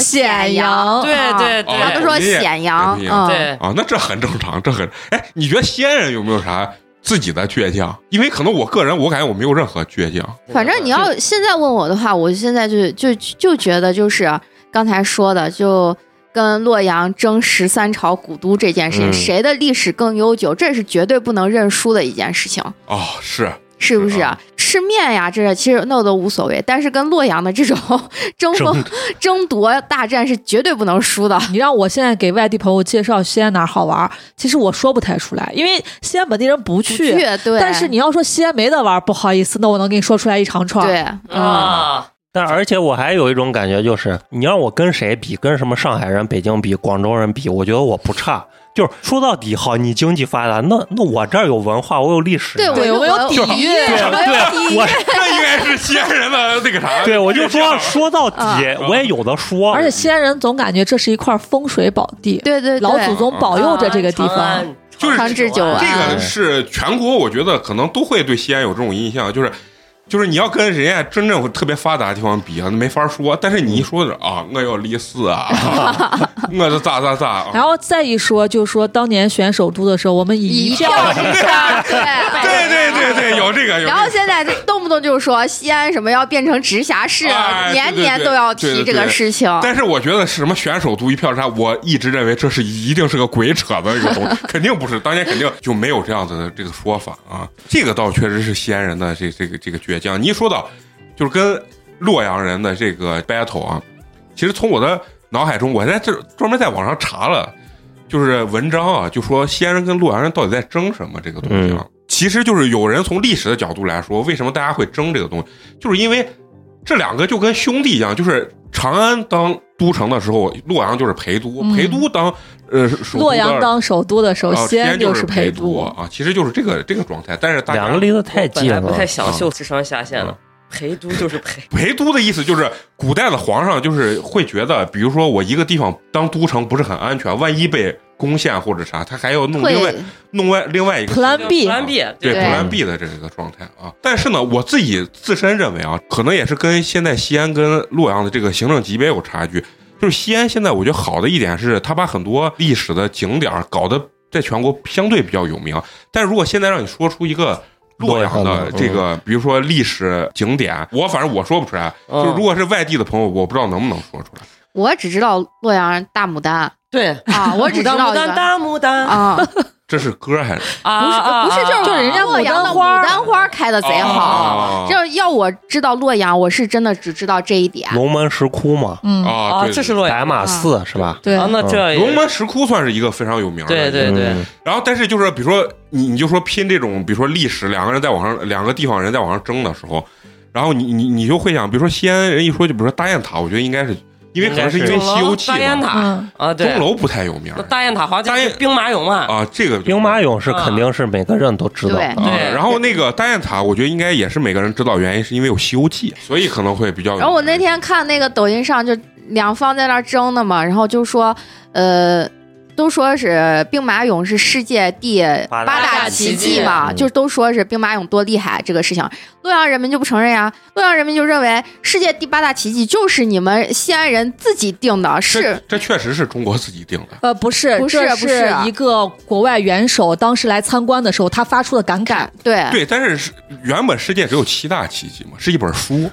Speaker 4: 阳，
Speaker 5: 咸阳
Speaker 2: 对
Speaker 4: 啊
Speaker 1: <laughs>
Speaker 2: 对
Speaker 1: 哦
Speaker 2: 对
Speaker 4: 他们说咸阳
Speaker 1: 人，民
Speaker 4: 嗯，
Speaker 2: 对，
Speaker 1: 啊，那这很正常，这很哎，你觉得西安人有没有啥自己的倔强？因为可能我个人，我感觉我没有任何倔强，
Speaker 4: 反正你要现在问我的话，我现在就就就觉得就是刚才说的，就跟洛阳争十三朝古都这件事情，
Speaker 6: 嗯
Speaker 4: 谁的历史更悠久，这是绝对不能认输的一件事情。
Speaker 1: 哦，是
Speaker 4: 是不是、
Speaker 1: 是啊
Speaker 4: 吃面呀？这其实那都无所谓，但是跟洛阳的这种 <laughs> 争锋争夺大战是绝对不能输的。
Speaker 5: 你让我现在给外地朋友介绍西安哪儿好玩儿，其实我说不太出来，因为西安本地人不去。
Speaker 4: 去对，
Speaker 5: 但是你要说西安没得玩儿，不好意思，那我能给你说出来一长串儿。嗯
Speaker 4: 对，
Speaker 1: 嗯
Speaker 2: 啊，
Speaker 6: 但而且我还有一种感觉，就是你让我跟谁比，跟什么上海人、北京比、广州人比，我觉得我不差。就是说到底，好，你经济发达，那那我这儿有文化，我有历史呀。
Speaker 4: 对
Speaker 5: 对，
Speaker 4: 我
Speaker 5: 我
Speaker 4: 就
Speaker 5: 有
Speaker 4: 我
Speaker 5: 底蕴，
Speaker 6: 对
Speaker 5: 我有底蕴
Speaker 6: 对，我
Speaker 1: 这应该才是西安人的那个啥。
Speaker 6: 对，我就 <laughs> 说
Speaker 1: 说
Speaker 6: 说到底，我也有的说。
Speaker 5: 而且西安人总感觉这是一块风水宝地，
Speaker 4: <laughs> 对对对，
Speaker 5: 老祖宗保佑
Speaker 1: 啊
Speaker 5: 着这个地
Speaker 2: 长
Speaker 5: 方。
Speaker 2: 安
Speaker 1: 就是
Speaker 4: 长治久安
Speaker 2: 啊
Speaker 1: 这个是全国，我觉得可能都会对西安有这种印象，就是。就是你要跟人家真正特别发达的地方比啊，那没法说。但是你一说啊，我要离市啊，我就咋咋咋
Speaker 5: 然
Speaker 1: 啊，
Speaker 5: 后再一说，就说当年选首都的时候，我们以
Speaker 4: 一
Speaker 5: 一
Speaker 4: 票之差，对。
Speaker 1: 对对对对，有这个有这个
Speaker 4: 然后。现在这动不动就是说西安什么要变成直辖市
Speaker 1: 哎对对
Speaker 4: 了，年
Speaker 1: 对
Speaker 4: 年都要
Speaker 1: 对
Speaker 4: 提
Speaker 1: 对
Speaker 4: 这个
Speaker 1: 对
Speaker 4: 事情。
Speaker 1: 但是我觉得是什么选首都一票之差，我一直认为这是一定是个鬼扯的一个东西，肯定不是，当年肯定就没有这样子的这个说法啊。这个倒确实是西安人的这这个这个倔强。你一说到就是跟洛阳人的这个 battle 啊，其实从我的脑海中，我还在这专门在网上查了，就是文章啊，就说西安人跟洛阳人到底在争什么这个东西啊。其实就是有人从历史的角度来说，为什么大家会争这个东西，就是因为这两个就跟兄弟一样，就是长安当都城的时候，洛阳就是陪都，
Speaker 5: 嗯
Speaker 1: 陪都当呃首都的
Speaker 5: 洛阳当首都的时候，
Speaker 1: 啊
Speaker 5: 西安
Speaker 1: 就是陪
Speaker 5: 都。
Speaker 1: 啊，其实就是这个这个状态。但是大家
Speaker 6: 两个离得太
Speaker 2: 我本
Speaker 6: 近
Speaker 2: 来不
Speaker 6: 了
Speaker 2: 太，
Speaker 1: 啊
Speaker 2: 想秀智商下限了，陪都就是陪。
Speaker 1: 陪都的意思就是，古代的皇上就是会觉得，比如说我一个地方当都城不是很安全，万一被攻陷或者啥，他还要弄另外
Speaker 4: 会
Speaker 1: 弄外另外一个
Speaker 5: Plan B，
Speaker 2: 完毕，
Speaker 1: 对普
Speaker 4: 对
Speaker 1: 兰 B 的这个状态啊。但是呢，我自己自身认为啊，可能也是跟现在西安跟洛阳的这个行政级别有差距。就是西安现在我觉得好的一点是，它把很多历史的景点儿搞得在全国相对比较有名。但是如果现在让你说出一个洛阳的这个，比如说历史景点，我反正我说不出来。
Speaker 2: 嗯
Speaker 1: 就是如果是外地的朋友，我不知道能不能说出来。
Speaker 4: 我只知道洛阳大牡丹
Speaker 2: 对，
Speaker 4: 啊，我只
Speaker 2: 牡
Speaker 4: 知
Speaker 2: 丹
Speaker 4: 道
Speaker 2: 牡
Speaker 4: 一
Speaker 2: 丹
Speaker 4: 个
Speaker 2: 大牡丹啊
Speaker 4: 啊，
Speaker 1: 这是歌还是
Speaker 2: 啊，
Speaker 4: 不是
Speaker 2: 啊
Speaker 4: 就是
Speaker 5: 就是人家
Speaker 4: 洛阳的
Speaker 5: 牡丹花儿
Speaker 4: 牡丹花开的贼好。
Speaker 1: 啊
Speaker 4: 就是要我知道洛阳，我是真的只知道这一点。
Speaker 6: 龙门石窟嘛，
Speaker 5: 嗯，
Speaker 1: 啊，
Speaker 2: 啊，
Speaker 1: 对嗯
Speaker 2: 这是洛阳
Speaker 6: 白马寺是吧？
Speaker 5: 对
Speaker 2: 啊，那这也
Speaker 1: 龙门石窟算是一个非常有名的。
Speaker 2: 对对对
Speaker 6: 嗯，
Speaker 1: 然后，但是就是比如说你你就说拼这种，比如说历史，两个人在网上两个地方人在网上争的时候，然后你你你就会想，比如说西安人一说，就比如说大雁塔，我觉得应该是因为可能是因为《西游记
Speaker 2: 大》雁
Speaker 1: 嘛，
Speaker 2: 塔
Speaker 5: 嗯
Speaker 2: 啊，
Speaker 1: 钟
Speaker 2: 对，
Speaker 1: 楼不太有名
Speaker 2: 那大雁塔好像就
Speaker 1: 大
Speaker 2: 是
Speaker 1: 雁
Speaker 2: 兵马俑嘛，
Speaker 1: 啊，这个
Speaker 6: 兵马俑是肯定是每个人都知道
Speaker 4: 对
Speaker 6: 的。
Speaker 1: 啊，
Speaker 2: 对
Speaker 1: 然后那个大雁塔，我觉得应该也是每个人知道，原因是因为有《西游记》，所以可能会比较有名。
Speaker 4: 然后我那天看那个抖音上就两方在那儿争呢嘛，然后就说，呃，都说是兵马俑是世界第
Speaker 6: 八大
Speaker 4: 八大奇迹嘛，
Speaker 6: 嗯
Speaker 4: 就都说是兵马俑多厉害这个事情。洛阳人民就不承认呀，洛阳人民就认为世界第八大奇迹就是你们西安人自己定的，
Speaker 1: 这
Speaker 4: 是
Speaker 1: 这确实是中国自己定的。
Speaker 5: 呃，不是，
Speaker 4: 不是
Speaker 5: 这
Speaker 4: 不是啊
Speaker 5: 一个国外元首当时来参观的时候，他发出的感慨。
Speaker 4: 对
Speaker 1: 对，但是是原本世界只有七大奇迹嘛，是一本书，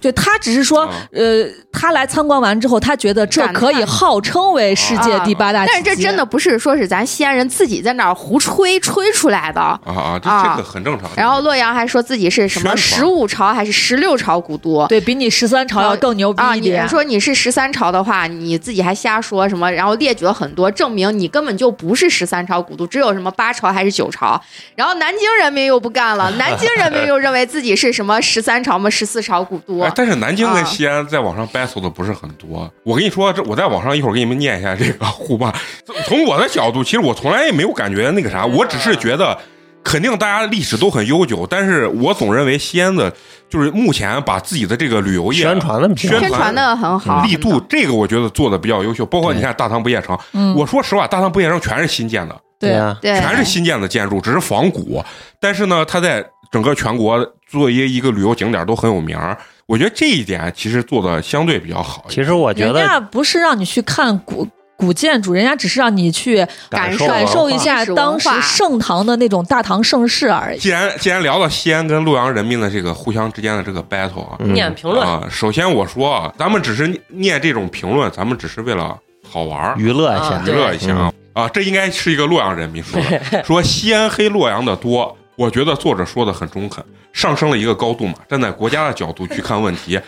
Speaker 5: 对他只是说
Speaker 1: 啊，
Speaker 5: 呃，他来参观完之后，他觉得这
Speaker 4: 感叹
Speaker 5: 可以号称为世界第八大奇
Speaker 4: 但
Speaker 5: 迹。
Speaker 4: 是这真的不是说是咱西安人自己在那儿胡吹吹出来的。
Speaker 1: 啊啊，这
Speaker 4: 啊
Speaker 1: 这个很正常。
Speaker 4: 然后洛阳还说自己是什么
Speaker 1: 宣
Speaker 4: 十
Speaker 1: 传
Speaker 4: 五朝还是十六朝古都，
Speaker 5: 对比你十三朝要更牛逼
Speaker 4: 啊，
Speaker 5: 一
Speaker 4: 你
Speaker 5: 点。
Speaker 4: 说你是十三朝的话，你自己还瞎说什么？然后列举了很多，证明你根本就不是十三朝古都，只有什么八朝还是九朝。然后南京人民又不干了，南京人民又认为自己是什么十三朝嘛、十四朝古都
Speaker 1: 哎，。但是南京跟
Speaker 4: 啊
Speaker 1: 西安在网上 battle 的不是很多。我跟你说，这我在网上一会儿给你们念一下这个互骂。 <laughs> 从我的角度，其实我从来也没有感觉那个啥，我只是觉得肯定大家历史都很悠久，但是我总认为西安的，就是目前把自己的这个旅游业
Speaker 6: 宣传的比较
Speaker 1: 宣
Speaker 4: 宣传啊的很好，
Speaker 1: 力度，这个我觉得做的比较优秀。包括你看大唐不夜城，
Speaker 5: 嗯，
Speaker 1: 我说实话，大唐不夜城全是新建的，
Speaker 5: 对
Speaker 6: 呀，
Speaker 4: 对，
Speaker 1: 全是新建的建筑，只是仿古。但是呢，它在整个全国作为一个旅游景点都很有名儿。我觉得这一点其实做的相对比较好。
Speaker 6: 其实我觉
Speaker 5: 人
Speaker 6: 得
Speaker 5: 家不是让你去看古古建筑，人家只是让你去
Speaker 4: 感
Speaker 6: 受啊
Speaker 5: 感受
Speaker 6: 文
Speaker 5: 一
Speaker 6: 化
Speaker 5: 下
Speaker 4: 历史文
Speaker 5: 当时
Speaker 4: 化
Speaker 5: 盛唐的那种大唐盛世而已。
Speaker 1: 既然既然聊到西安跟洛阳人民的这个互相之间的这个 battle 啊，
Speaker 6: 嗯
Speaker 2: 念评论，
Speaker 1: 啊，首先我说啊，咱们只是念这种评论，咱们只是为了好玩儿、
Speaker 6: 娱乐一下
Speaker 2: 啊
Speaker 1: 娱
Speaker 2: 对，
Speaker 1: 乐一下啊。啊，这应该是一个洛阳人民说的，说西安黑洛阳的多。我觉得作者说的很中肯，上升了一个高度嘛。站在国家的角度去看问题，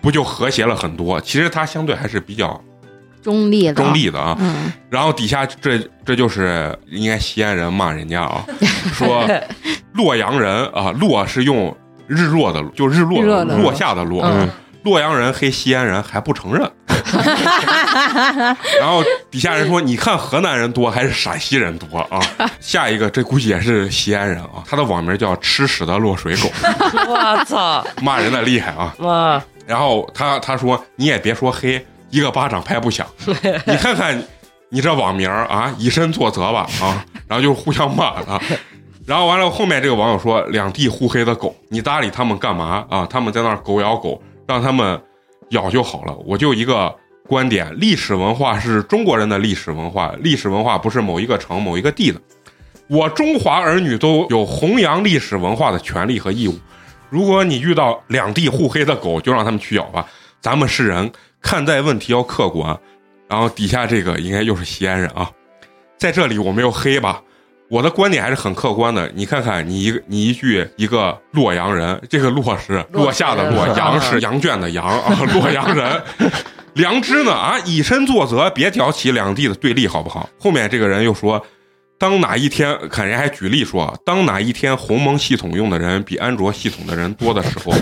Speaker 1: 不就和谐了很多？其实它相对还是比较
Speaker 4: 中立的，
Speaker 1: 中，立的啊。
Speaker 4: 嗯，
Speaker 1: 然后底下这这就是应该西安人骂人家
Speaker 5: <laughs>
Speaker 1: 啊，说洛阳人啊，落是用日落的，就日落
Speaker 5: 日落的
Speaker 1: 落下的落。
Speaker 5: 嗯
Speaker 1: 洛阳人黑西安人还不承认， <laughs> 然后底下人说：“你看河南人多还是陕西人多啊？”下一个这估计也是西安人啊，他的网名叫“吃屎的落水狗
Speaker 2: 我操，”，
Speaker 1: 骂人的厉害啊。
Speaker 2: 哇，
Speaker 1: 然后他他说：“你也别说黑，一个巴掌拍不响。你看看你这网名儿啊，以身作则吧啊。” <laughs> 然后就互相骂啊。然后完了，后面这个网友说：“两地互黑的狗，你搭理他们干嘛啊？他们在那儿狗咬狗，让他们咬就好了。”我就一个观点：历史文化是中国人的历史文化，历史文化不是某一个城、某一个地的。我中华儿女都有弘扬历史文化的权利和义务。如果你遇到两地互黑的狗，就让他们去咬吧。咱们是人，看待问题要客观。然后底下这个应该又是西安人啊，在这里我没有黑吧，我的观点还是很客观的。你看看你一个你一句一个洛阳人，这个洛是落下的落，羊 <laughs> 是羊圈的羊啊，洛阳人。良知呢啊，以身作则，别挑起两地的对立，好不好？后面这个人又说，当哪一天，看人家还举例说，当哪一天鸿蒙系统用的人比安卓系统的人多的时候，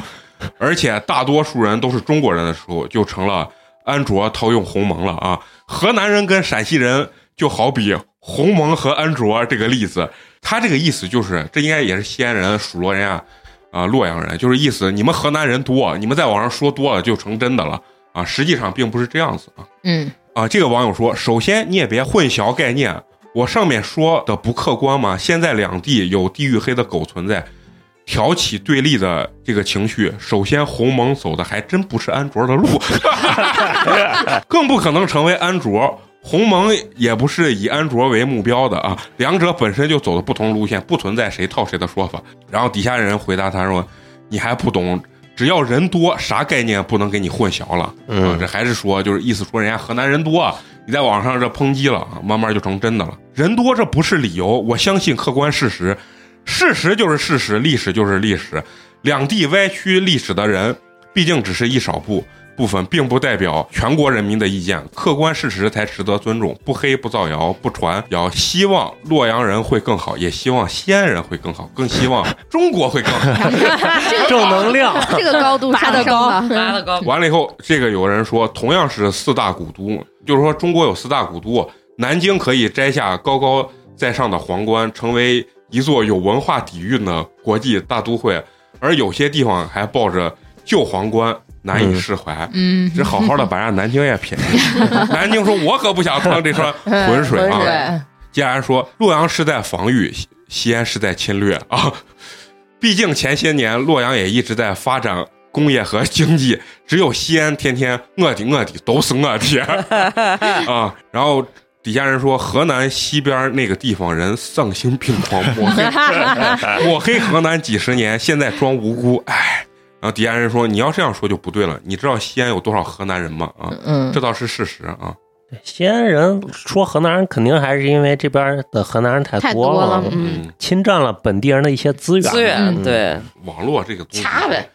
Speaker 1: 而且大多数人都是中国人的时候，就成了安卓套用鸿蒙了啊。河南人跟陕西人就好比鸿蒙和安卓这个例子，他这个意思就是，这应该也是西安人数落人家啊、洛阳人，就是意思你们河南人多，你们在网上说多了就成真的了啊，实际上并不是这样子啊。
Speaker 4: 嗯，
Speaker 1: 啊，这个网友说，首先你也别混淆概念，我上面说的不客观嘛。现在两地有地域黑的狗存在，挑起对立的这个情绪，首先鸿蒙走的还真不是安卓的路， <laughs> 更不可能成为安卓。鸿蒙也不是以安卓为目标的啊，两者本身就走的不同路线，不存在谁套谁的说法。然后底下人回答他说：“你还不懂，只要人多，啥概念不能给你混淆了。”啊，
Speaker 6: 嗯
Speaker 1: 这还是说就是意思说人家河南人多啊，你在网上这抨击了啊，慢慢就成真的了。人多这不是理由，我相信客观事实，事实就是事实，历史就是历史。两地歪曲历史的人，毕竟只是一少部部分，并不代表全国人民的意见。客观事实才值得尊重，不黑不造谣不传谣。希望洛阳人会更好，也希望西安人会更好，更希望中国会更好。
Speaker 6: 正
Speaker 4: <laughs>
Speaker 6: 能量。
Speaker 4: 这个高度上升了，
Speaker 2: 拉的高，
Speaker 1: 完了以后，这个有人说，同样是四大古都，就是说中国有四大古都，南京可以摘下高高在上的皇冠，成为一座有文化底蕴的国际大都会，而有些地方还抱着旧皇冠难以释怀。
Speaker 4: 嗯，
Speaker 1: 只好好的把人家南京也撇下。 <laughs> 南京说：“我可不想趟这船 <laughs> 浑水啊！”既然说洛阳是在防御，西西安是在侵略啊。 <laughs> 毕竟前些年洛阳也一直在发展工业和经济，只有西安天天我的我的都是我的 <laughs> 啊。然后底下人说，河南西边那个地方人丧心病狂，抹
Speaker 4: <laughs>
Speaker 3: 嗯
Speaker 1: 黑抹黑河南几十年，现在装无辜，哎。然后底下人说，你要这样说就不对了，你知道西安有多少河南人吗？啊，
Speaker 4: 嗯
Speaker 1: 这倒是事实啊。
Speaker 6: 西安人说河南人，肯定还是因为这边的河南人太
Speaker 4: 太多
Speaker 6: 了，
Speaker 4: 了，嗯，
Speaker 1: 嗯，
Speaker 6: 侵占了本地人的一些资源。
Speaker 2: 资源
Speaker 4: 嗯
Speaker 2: 对，
Speaker 1: 网络这个东西，
Speaker 2: 掐呗，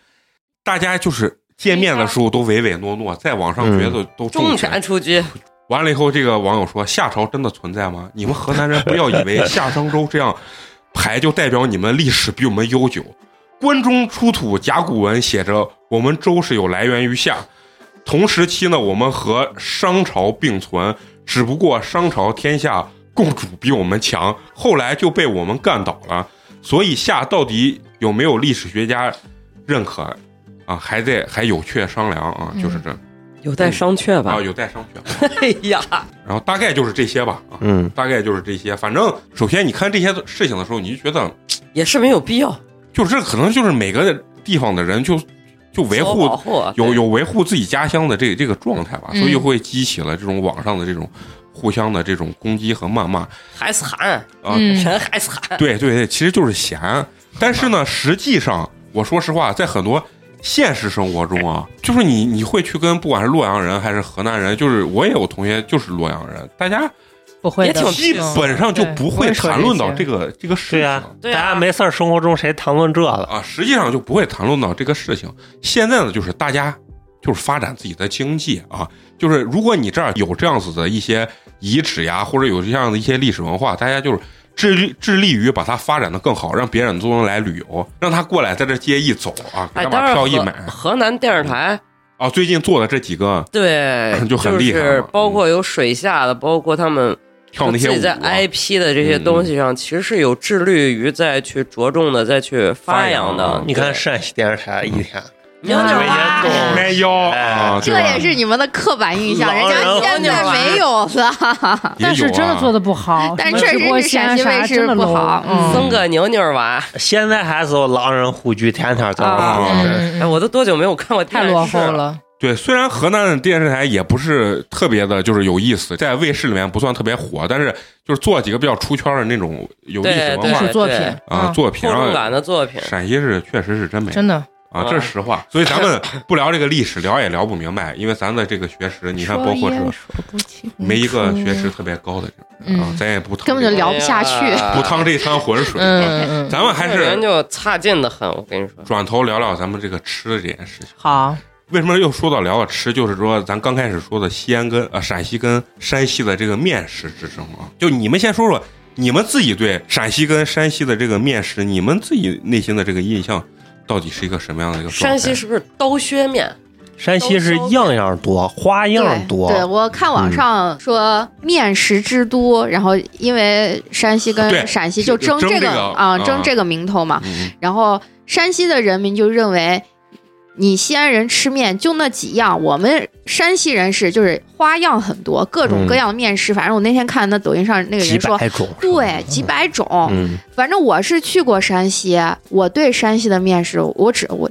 Speaker 1: 大家就是见面的时候都唯唯诺诺，在网
Speaker 2: 嗯
Speaker 1: 上觉得都
Speaker 2: 重
Speaker 1: 重拳嗯
Speaker 2: 拳出击，
Speaker 1: 完了以后，这个网友说：“夏朝真的存在吗？ <laughs> 你们河南人不要以为夏商周这样排就代表你们历史比我们悠久。关中出土甲骨文写着我们周是有来源于夏，同时期呢，我们和商朝并存，只不过商朝天下共主比我们强，后来就被我们干倒了。所以夏到底有没有历史学家认可啊？还得还有却商量啊，就是这、
Speaker 2: 有待商榷吧
Speaker 1: 啊，。有待商榷。”
Speaker 2: 哎呀，
Speaker 1: 然后大概就是这些吧，啊，
Speaker 6: 嗯，
Speaker 1: 大概就是这些。反正首先你看这些事情的时候，你就觉得，
Speaker 2: 也是没有必要
Speaker 1: 就是这可能就是每个地方的人就就维
Speaker 2: 自我保
Speaker 1: 护
Speaker 2: 护啊
Speaker 1: 有有维护自己家乡的这这个状态吧，
Speaker 3: 嗯
Speaker 1: 所以会激起了这种网上的这种互相的这种攻击和谩骂
Speaker 2: 还是喊，
Speaker 1: 啊。
Speaker 3: 嗯
Speaker 2: 人还是喊，
Speaker 1: 对对对，其实就是闲。但是
Speaker 3: 嗯
Speaker 1: 呢，实际上我说实话，在很多现实生活中
Speaker 3: 哎
Speaker 1: 啊，就是你你会去跟不管是洛阳人还是河南人，就是我也有同学就是洛阳人，大家
Speaker 3: 不会
Speaker 2: 也
Speaker 3: 的，
Speaker 2: 挺
Speaker 1: 基本上就不会谈论到这个这个事
Speaker 6: 对
Speaker 1: 情
Speaker 6: 呀
Speaker 1: 啊，
Speaker 2: 对
Speaker 6: 大
Speaker 2: 啊
Speaker 6: 家没事儿生活中谁谈论这了？
Speaker 1: 实际上就不会谈论到这个事情。现在呢，就是大家就是发展自己的经济啊，就是如果你这儿有这样子的一些遗址呀，或者有这样的一些历史文化，大家就是。致力致力于把它发展的更好，让别人都能来旅游，让他过来在这街一走啊，给
Speaker 2: 哎，
Speaker 1: 他
Speaker 2: 当
Speaker 1: 把
Speaker 2: 然
Speaker 1: 票一
Speaker 2: 河
Speaker 1: 买
Speaker 2: 河南电视台
Speaker 1: 啊，最近做的这几个
Speaker 2: 对
Speaker 1: <laughs> ，就很厉害嘛
Speaker 2: 是包括有水下的，包括他们
Speaker 1: <laughs> 跳那些
Speaker 2: 自
Speaker 1: 舞
Speaker 2: 己在
Speaker 1: 啊，嗯
Speaker 2: IP 的这些东西上，其实是有致力于再去着重的再去发扬
Speaker 1: 发扬
Speaker 2: 的
Speaker 1: 啊。
Speaker 6: 你看陕西电视台一天
Speaker 2: 牛牛
Speaker 6: 每天
Speaker 2: 蛙
Speaker 6: 都
Speaker 1: 迈腰
Speaker 2: 哎
Speaker 1: 啊，
Speaker 4: 这也是你们的刻板印象，人
Speaker 6: 狼人
Speaker 4: 家现在没有
Speaker 1: 啊
Speaker 4: 了。
Speaker 3: 但是真的做
Speaker 1: 的
Speaker 3: 的不好，
Speaker 4: 但
Speaker 3: 什么
Speaker 4: 确实
Speaker 3: 直播
Speaker 4: 是陕
Speaker 3: 间啊
Speaker 4: 西卫
Speaker 3: 啥
Speaker 4: 视
Speaker 3: 真的
Speaker 4: 不
Speaker 3: low
Speaker 4: 好
Speaker 3: 嗯
Speaker 2: 生个牛牛蛙，
Speaker 6: 现在还是有狼人虎踞，天天在
Speaker 1: 嗯
Speaker 2: 啊
Speaker 6: 那放
Speaker 1: 嗯
Speaker 2: 哎，我都多久没有看过
Speaker 3: 太
Speaker 2: 电视
Speaker 3: 落后？了。
Speaker 1: 对。虽然河南的电视台也不是特别的，就是有意思，在卫视里面不算特别火，但是就是做几个比较出圈的那种有历史
Speaker 2: 对
Speaker 1: 文
Speaker 3: 艺
Speaker 1: 化
Speaker 3: 术
Speaker 1: 的
Speaker 2: 对
Speaker 3: 作品
Speaker 2: 对
Speaker 1: 啊
Speaker 3: 嗯
Speaker 1: 作品，
Speaker 2: 厚
Speaker 1: 然
Speaker 2: 重
Speaker 1: 后
Speaker 2: 感的作品，
Speaker 1: 陕西是确实是真没
Speaker 3: 真的
Speaker 1: 啊，这是实话。所以咱们不聊这个历史，聊也聊不明白，因为咱的这个学识，你看包括是没一个学识特别高的人啊
Speaker 3: 嗯，
Speaker 1: 咱也不趟
Speaker 4: 根本就
Speaker 1: 这个
Speaker 4: <laughs> 聊不下去
Speaker 2: 哎呀
Speaker 1: 不趟这滩浑水啊。
Speaker 3: 嗯嗯嗯，
Speaker 1: 咱们还
Speaker 2: 这人
Speaker 1: 是
Speaker 2: 就差劲的很，我跟你说。
Speaker 1: 转头聊聊咱们这个吃的这件事情。
Speaker 3: 好，
Speaker 1: 为什么又说到聊到吃？就是说，咱刚开始说的西安跟呃陕西跟山西的这个面食之争啊，就你们先说说你们自己对陕西跟山西的这个面食，你们自己内心的这个印象到底是一个什么样的一个状态？
Speaker 2: 山西是不是刀削面？
Speaker 6: 山西是样样多，花样多。嗯
Speaker 4: 对，我看网上说面食之都，然后因为山西
Speaker 1: 对
Speaker 4: 跟陕西就争
Speaker 1: 争
Speaker 4: 这
Speaker 1: 这
Speaker 4: 个
Speaker 1: 个
Speaker 4: 啊
Speaker 1: 啊
Speaker 4: 争这个名头嘛，
Speaker 1: 嗯，
Speaker 4: 然后山西的人民就认为，你西安人吃面就那几样，我们山西人是就是花样很多，各种各样的面食。反正我那天看那抖音上那个
Speaker 6: 嗯几
Speaker 4: 人说，
Speaker 6: 百种，
Speaker 4: 对，几百种。
Speaker 6: 嗯，
Speaker 4: 反正我是去过山西，我对山西的面食，我只我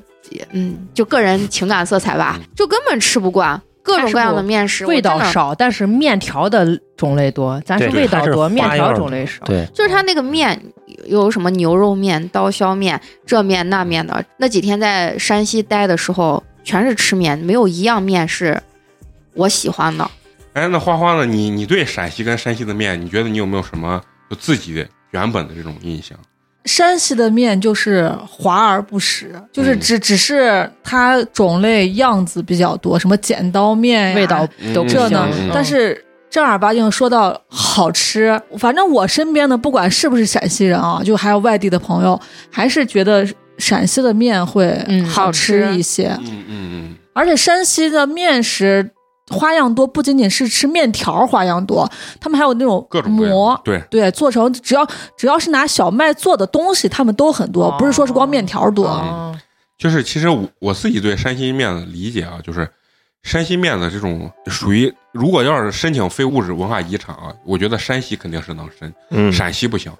Speaker 4: 嗯，就个人情感色彩吧，就根本吃不惯各种各样的面食，
Speaker 3: 味道
Speaker 4: 我真的。
Speaker 3: 少，嗯但是面条的种类多，咱是
Speaker 6: 对
Speaker 3: 味道
Speaker 6: 它是
Speaker 3: 多，面
Speaker 6: 花样
Speaker 3: 条
Speaker 6: 的
Speaker 3: 种类少。
Speaker 6: 对，
Speaker 4: 就是他那个面有什么牛肉面、刀削面、这面那面的。那几天在山西待的时候，全是吃面，没有一样面是我喜欢的。
Speaker 1: 哎，那花花呢？你你对陕西跟山西的面，你觉得你有没有什么就自己原本的这种印象？
Speaker 5: 山西的面就是华而不实，就是
Speaker 1: 嗯
Speaker 5: 只、只是它种类样子比较多，什么剪刀面呀
Speaker 3: 味道都不
Speaker 5: 这呢
Speaker 3: 一样
Speaker 1: 嗯
Speaker 5: 但是正儿八经说到好吃，反正我身边的不管是不是陕西人啊，就还有外地的朋友，还是觉得陕西的面会
Speaker 3: 嗯
Speaker 5: 好吃一些。
Speaker 1: 嗯嗯
Speaker 5: 而且山西的面食花样多，不仅仅是吃面条花样多，他们还有那种
Speaker 1: 各种各样
Speaker 5: 馍。
Speaker 1: 对，
Speaker 5: 对，做成只要只要是拿小麦做的东西，他们都很多，
Speaker 3: 哦
Speaker 5: 不是说是光面条多。
Speaker 3: 哦，
Speaker 1: 就是其实我我自己对山西面的理解啊，就是山西面的这种属于，如果要是申请非物质文化遗产啊，我觉得山西肯定是能申，
Speaker 6: 嗯，
Speaker 1: 陕西不行。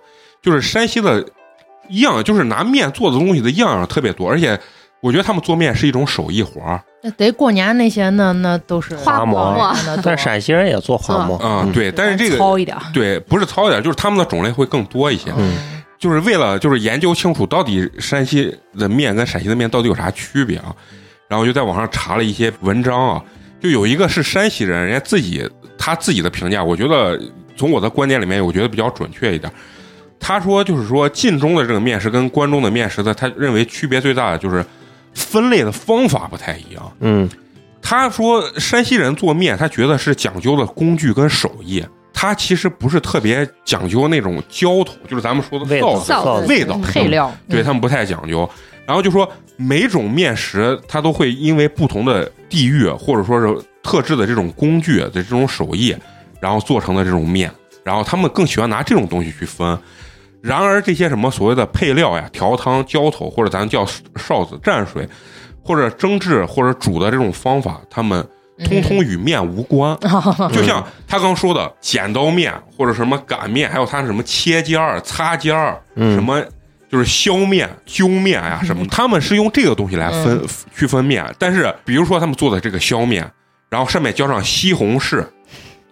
Speaker 1: 就是山西的样，就是拿面做的东西的样样特别多，而且我觉得他们做面是一种手艺活儿。
Speaker 3: 那得过年那些那那都是
Speaker 4: 花馍
Speaker 3: 花馍那
Speaker 6: 但
Speaker 3: 多
Speaker 6: 陕西人也做花馍，
Speaker 1: 嗯，，对，但是这个
Speaker 3: 糙一点儿，
Speaker 1: 对不是糙一点，就是他们的种类会更多一些。
Speaker 6: 嗯
Speaker 1: 就是为了就是研究清楚到底山西的面跟陕西的面到底有啥区别啊，然后我就在网上查了一些文章啊，就有一个是山西人，人家自己他自己的评价，我觉得从我的观点里面，我觉得比较准确一点。他说就是说晋中的这个面食跟关中的面食的，他认为区别最大的就是分类的方法不太一样。
Speaker 6: 嗯，
Speaker 1: 他说山西人做面，他觉得是讲究的工具跟手艺。他其实不是特别讲究那种浇头，就是咱们说的
Speaker 6: 味
Speaker 1: 造
Speaker 6: 道
Speaker 1: 子
Speaker 4: 臊
Speaker 6: 臊
Speaker 4: 子
Speaker 1: 味道
Speaker 3: 配料嗯
Speaker 1: 对他们不太讲究。然后就说每种面食，它都会因为不同的地域或者说是特制的这种工具的这种手艺，然后做成的这种面，然后他们更喜欢拿这种东西去分。然而这些什么所谓的配料呀、调汤、浇头或者咱叫臊子、蘸水，或者蒸制或者煮的这种方法，他们通通与面无关。
Speaker 3: 嗯
Speaker 1: <laughs> 就像他刚说的，剪刀面或者什么擀面，还有他什么切尖儿、擦尖儿，
Speaker 6: 嗯
Speaker 1: 什么就是削面、揪面呀、什么，他们是用这个东西来分、区分面。但是比如说他们做的这个削面，然后上面浇上西红柿，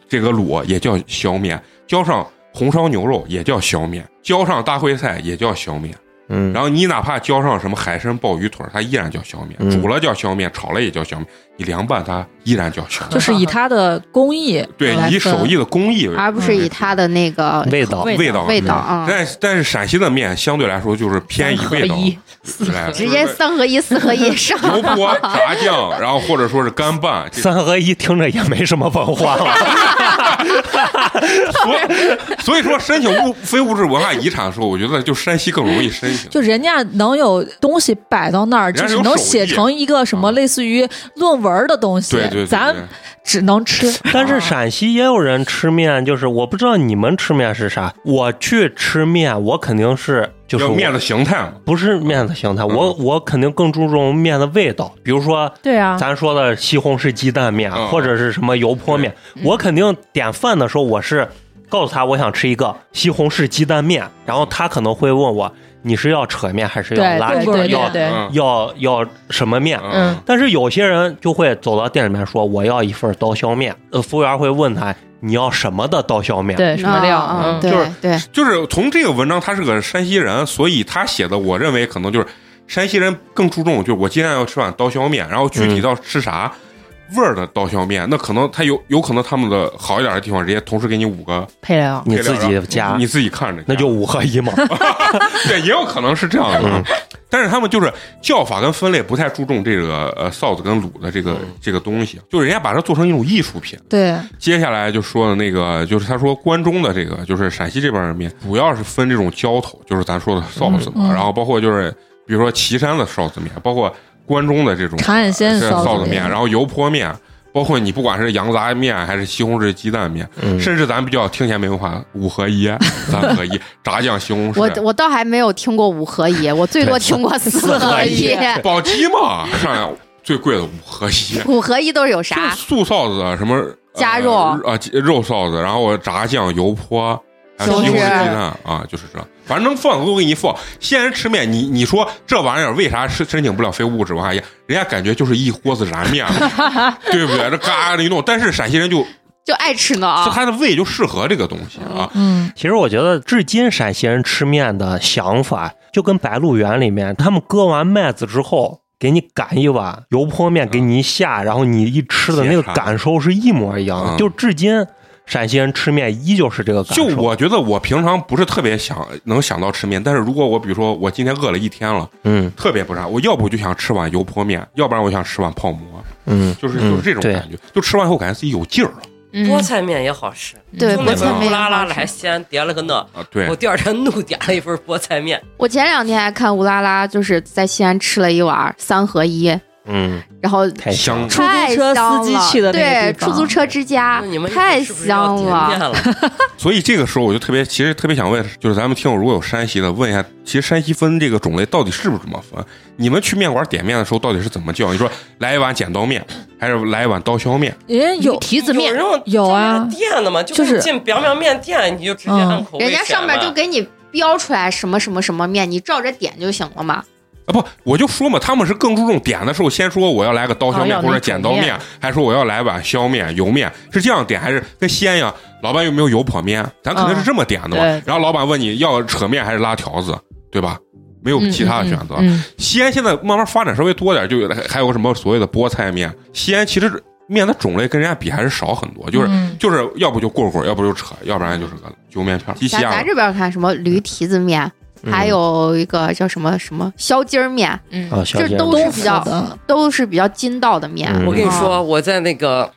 Speaker 1: 这个卤也叫削面，浇上红烧牛肉也叫削面，浇上大烩菜也叫削面。
Speaker 6: 嗯，
Speaker 1: 然后你哪怕浇上什么海参、鲍鱼腿儿，它依然叫削面，
Speaker 6: 嗯
Speaker 1: 煮了叫削面，炒了也叫削面，你凉拌它依然叫削面。
Speaker 5: 就是以它的工艺
Speaker 1: <laughs> 对
Speaker 5: 来，
Speaker 1: 以
Speaker 5: 分
Speaker 1: 手艺的工艺为
Speaker 4: 而不是以它的那个
Speaker 6: 味道
Speaker 3: 味
Speaker 1: 味道
Speaker 4: 味道啊，嗯
Speaker 1: 但但是陕西的面相对来说就是偏以味道，
Speaker 4: <laughs>
Speaker 1: 对
Speaker 4: 啊直接
Speaker 1: 就是
Speaker 4: 三合一、四合一
Speaker 1: <laughs>
Speaker 4: 上。
Speaker 1: 油泼炸酱，然后或者说是干拌，这
Speaker 6: 三合一听着也没什么文化了。
Speaker 1: 所以所以说申请物非物质文化遗产的时候，我觉得就山西更容易申行。
Speaker 5: 就人家能有东西摆到那儿，
Speaker 1: 人家
Speaker 5: 就
Speaker 1: 有
Speaker 5: 是能写成一个什么
Speaker 1: 手艺啊
Speaker 5: 类似于论文的东西，
Speaker 1: 对对对，
Speaker 5: 咱
Speaker 1: 对
Speaker 5: 只能吃。
Speaker 6: 但是陕西也有人吃面，就是我不知道你们吃面是啥。我去吃面，我肯定是就是
Speaker 1: 要
Speaker 6: 我
Speaker 1: 面子形态嘛，
Speaker 6: 不是面的形态，我我肯定更注重面的味道。比如说
Speaker 3: 对啊，
Speaker 6: 咱说的西红柿鸡蛋面，啊
Speaker 1: 嗯
Speaker 6: 或者是什么油泼面，我肯定点饭的时候我是告诉他我想吃一个西红柿鸡蛋面，然后他可能会问我你是要扯面还是要
Speaker 5: 对
Speaker 6: 拉
Speaker 5: 对
Speaker 6: 面，
Speaker 5: 对
Speaker 6: 要
Speaker 5: 对对，
Speaker 1: 嗯
Speaker 6: 要要什么面？
Speaker 1: 嗯
Speaker 6: 但是有些人就会走到店里面说我要一份刀削面，呃，服务员会问他你要什么的刀削面？
Speaker 5: 对什么料？
Speaker 4: 啊
Speaker 5: 嗯
Speaker 4: 对
Speaker 1: 就是
Speaker 4: 对，
Speaker 1: 就是从这个文章，他是个山西人，所以他写的，我认为可能就是山西人更注重，就是我今天要吃碗刀削面，然后具
Speaker 6: 嗯
Speaker 1: 体到吃啥。味儿的刀削面，那可能他有有可能他们的好一点的地方，直接同时给你五个
Speaker 3: 配料
Speaker 6: 你
Speaker 1: 配料
Speaker 6: 自己加，
Speaker 1: 你自己看着，
Speaker 6: 那就五
Speaker 1: <laughs>
Speaker 6: 合一嘛。
Speaker 1: 对，也有可能是这样
Speaker 5: 嗯
Speaker 1: 的。但是他们就是叫法跟分类不太注重这个呃臊子跟卤的这个、
Speaker 5: 嗯
Speaker 1: 这个东西，啊就是人家把它做成一种艺术品。
Speaker 5: 对，
Speaker 1: 接下来就说的那个，就是他说关中的这个，就是陕西这边的面，主要是分这种浇头，就是咱说的臊子嘛，
Speaker 5: 嗯嗯
Speaker 1: 然后包括就是比如说岐山的臊子面，包括关中的这种
Speaker 5: 长安县
Speaker 1: 这
Speaker 5: 臊
Speaker 1: 臊
Speaker 5: 子
Speaker 1: 子面，然后油泼面，包括你不管是羊杂面还是西红柿鸡蛋面，
Speaker 6: 嗯
Speaker 1: 甚至咱比较听起来没文化，五合一、三合一、炸酱西红
Speaker 4: 我
Speaker 1: 柿。
Speaker 4: 我倒还没有听过五合一，我最多听过四合一。，
Speaker 1: <laughs> 宝鸡嘛，上海最贵的五合一
Speaker 4: <laughs> 五合一都是有
Speaker 1: 就是
Speaker 4: 啥？
Speaker 1: 素臊子啊什么
Speaker 4: 加肉
Speaker 1: 啊、呃鸡肉臊子，然后炸酱油泼，还有
Speaker 4: 西红
Speaker 1: 西红柿鸡
Speaker 4: 柿
Speaker 1: 蛋啊，就是这，反正能放的都给你放。现人吃面，你你说这玩意儿为啥申申请不了非物质文化遗产？人家感觉就是一锅子燃面，
Speaker 4: <laughs>
Speaker 1: 对不对？这嘎的一弄，但是陕西人就
Speaker 4: 就爱吃呢
Speaker 1: 就
Speaker 4: 啊！
Speaker 1: 他的胃就适合这个东西啊。
Speaker 5: 嗯，
Speaker 6: 其实我觉得，至今陕西人吃面的想法，就跟《白鹿原》里面他们割完麦子之后，给你擀一碗油泼面，给你一下，然后你一吃的那个
Speaker 1: 解馋
Speaker 6: 感受是一模一样的。
Speaker 1: 嗯
Speaker 6: 就至今，陕西人吃面依旧是这个感
Speaker 1: 就
Speaker 6: 受。
Speaker 1: 我觉得我平常不是特别想能想到吃面，但是如果我比如说我今天饿了一天了。
Speaker 6: 嗯
Speaker 1: 特别不差。我要不就想吃碗油泼面，要不然我想吃碗泡馍，
Speaker 6: 嗯，
Speaker 1: 就是就是这种
Speaker 6: 对
Speaker 1: 感觉。就吃完以后感觉自己有劲儿了
Speaker 4: 嗯
Speaker 2: 菠菜面也好吃，
Speaker 4: 对
Speaker 2: 就
Speaker 4: 菠
Speaker 2: 那
Speaker 4: 菜
Speaker 2: 种
Speaker 4: 面
Speaker 2: 呼啦啦
Speaker 4: 也好吃
Speaker 2: 来，先点了个那，
Speaker 1: 啊！对
Speaker 2: 我，第二天怒点了一份菠菜面，
Speaker 4: 我前两天还看乌拉拉，就是在西安吃了一碗三合一，
Speaker 6: 嗯，
Speaker 4: 然后
Speaker 6: 太
Speaker 1: 香
Speaker 6: 香
Speaker 1: 了
Speaker 5: 出租
Speaker 4: 太
Speaker 5: 车
Speaker 4: 香
Speaker 5: 司机
Speaker 4: 了，
Speaker 5: 去的那个
Speaker 4: 对，
Speaker 5: 地
Speaker 4: 出
Speaker 5: 方
Speaker 4: 租车之家
Speaker 2: 那你们
Speaker 4: 啊太
Speaker 2: 是不是要
Speaker 4: 香
Speaker 2: 点面
Speaker 4: 了。
Speaker 2: 了。
Speaker 1: 所以这个时候我就特别，其实特别想问，就是咱们听友如果有山西的，问一下，其实山西分这个种类到底是不是这么分？你们去面馆点面的时候到底是怎么叫？你说来一碗剪刀面，还是来一碗刀削面？
Speaker 5: 人有
Speaker 4: 蹄子面
Speaker 2: 有，那种
Speaker 5: 有啊
Speaker 2: 专门店的嘛，就
Speaker 5: 就是
Speaker 2: 是进表表面店，你就直接按口味
Speaker 4: 人家
Speaker 2: 选
Speaker 4: 上面
Speaker 2: 嘛
Speaker 4: 就给你标出来什么什么什么面，你照着点就行了嘛。
Speaker 1: 啊不，我就说嘛，他们是更注重点的时候，先说我要来个刀削
Speaker 3: 哦
Speaker 1: 面
Speaker 3: 要
Speaker 1: 或者
Speaker 3: 那
Speaker 1: 剪
Speaker 3: 种
Speaker 1: 刀
Speaker 3: 面
Speaker 1: 面，还说我要来碗削面、油面，是这样点还是跟西安一样？老板有没有油泼面？啊咱肯定是这么点的嘛。
Speaker 3: 嗯对
Speaker 1: 然后老板问你要扯面还是拉条子，对吧？没有其他的选择。
Speaker 3: 嗯
Speaker 1: 西安现在慢慢发展稍微多点，就有还有什么所谓的菠菜面。西安其实面的种类跟人家比还是少很多，就是、
Speaker 3: 嗯
Speaker 1: 就是要不就棍棍，要不就扯，要不然就是个揪面片儿。啊西
Speaker 4: 咱
Speaker 1: 安
Speaker 4: 咱这边看什么驴蹄子面，
Speaker 5: 嗯
Speaker 4: 还有一个叫什么什么削筋儿面，
Speaker 3: 嗯
Speaker 6: 啊，小
Speaker 4: 这
Speaker 6: 姐
Speaker 4: 都
Speaker 5: 东
Speaker 4: 是
Speaker 5: 府
Speaker 4: 比较
Speaker 5: 的，
Speaker 4: 都是比较筋道的面。
Speaker 6: 嗯
Speaker 2: 我跟你说，我在那个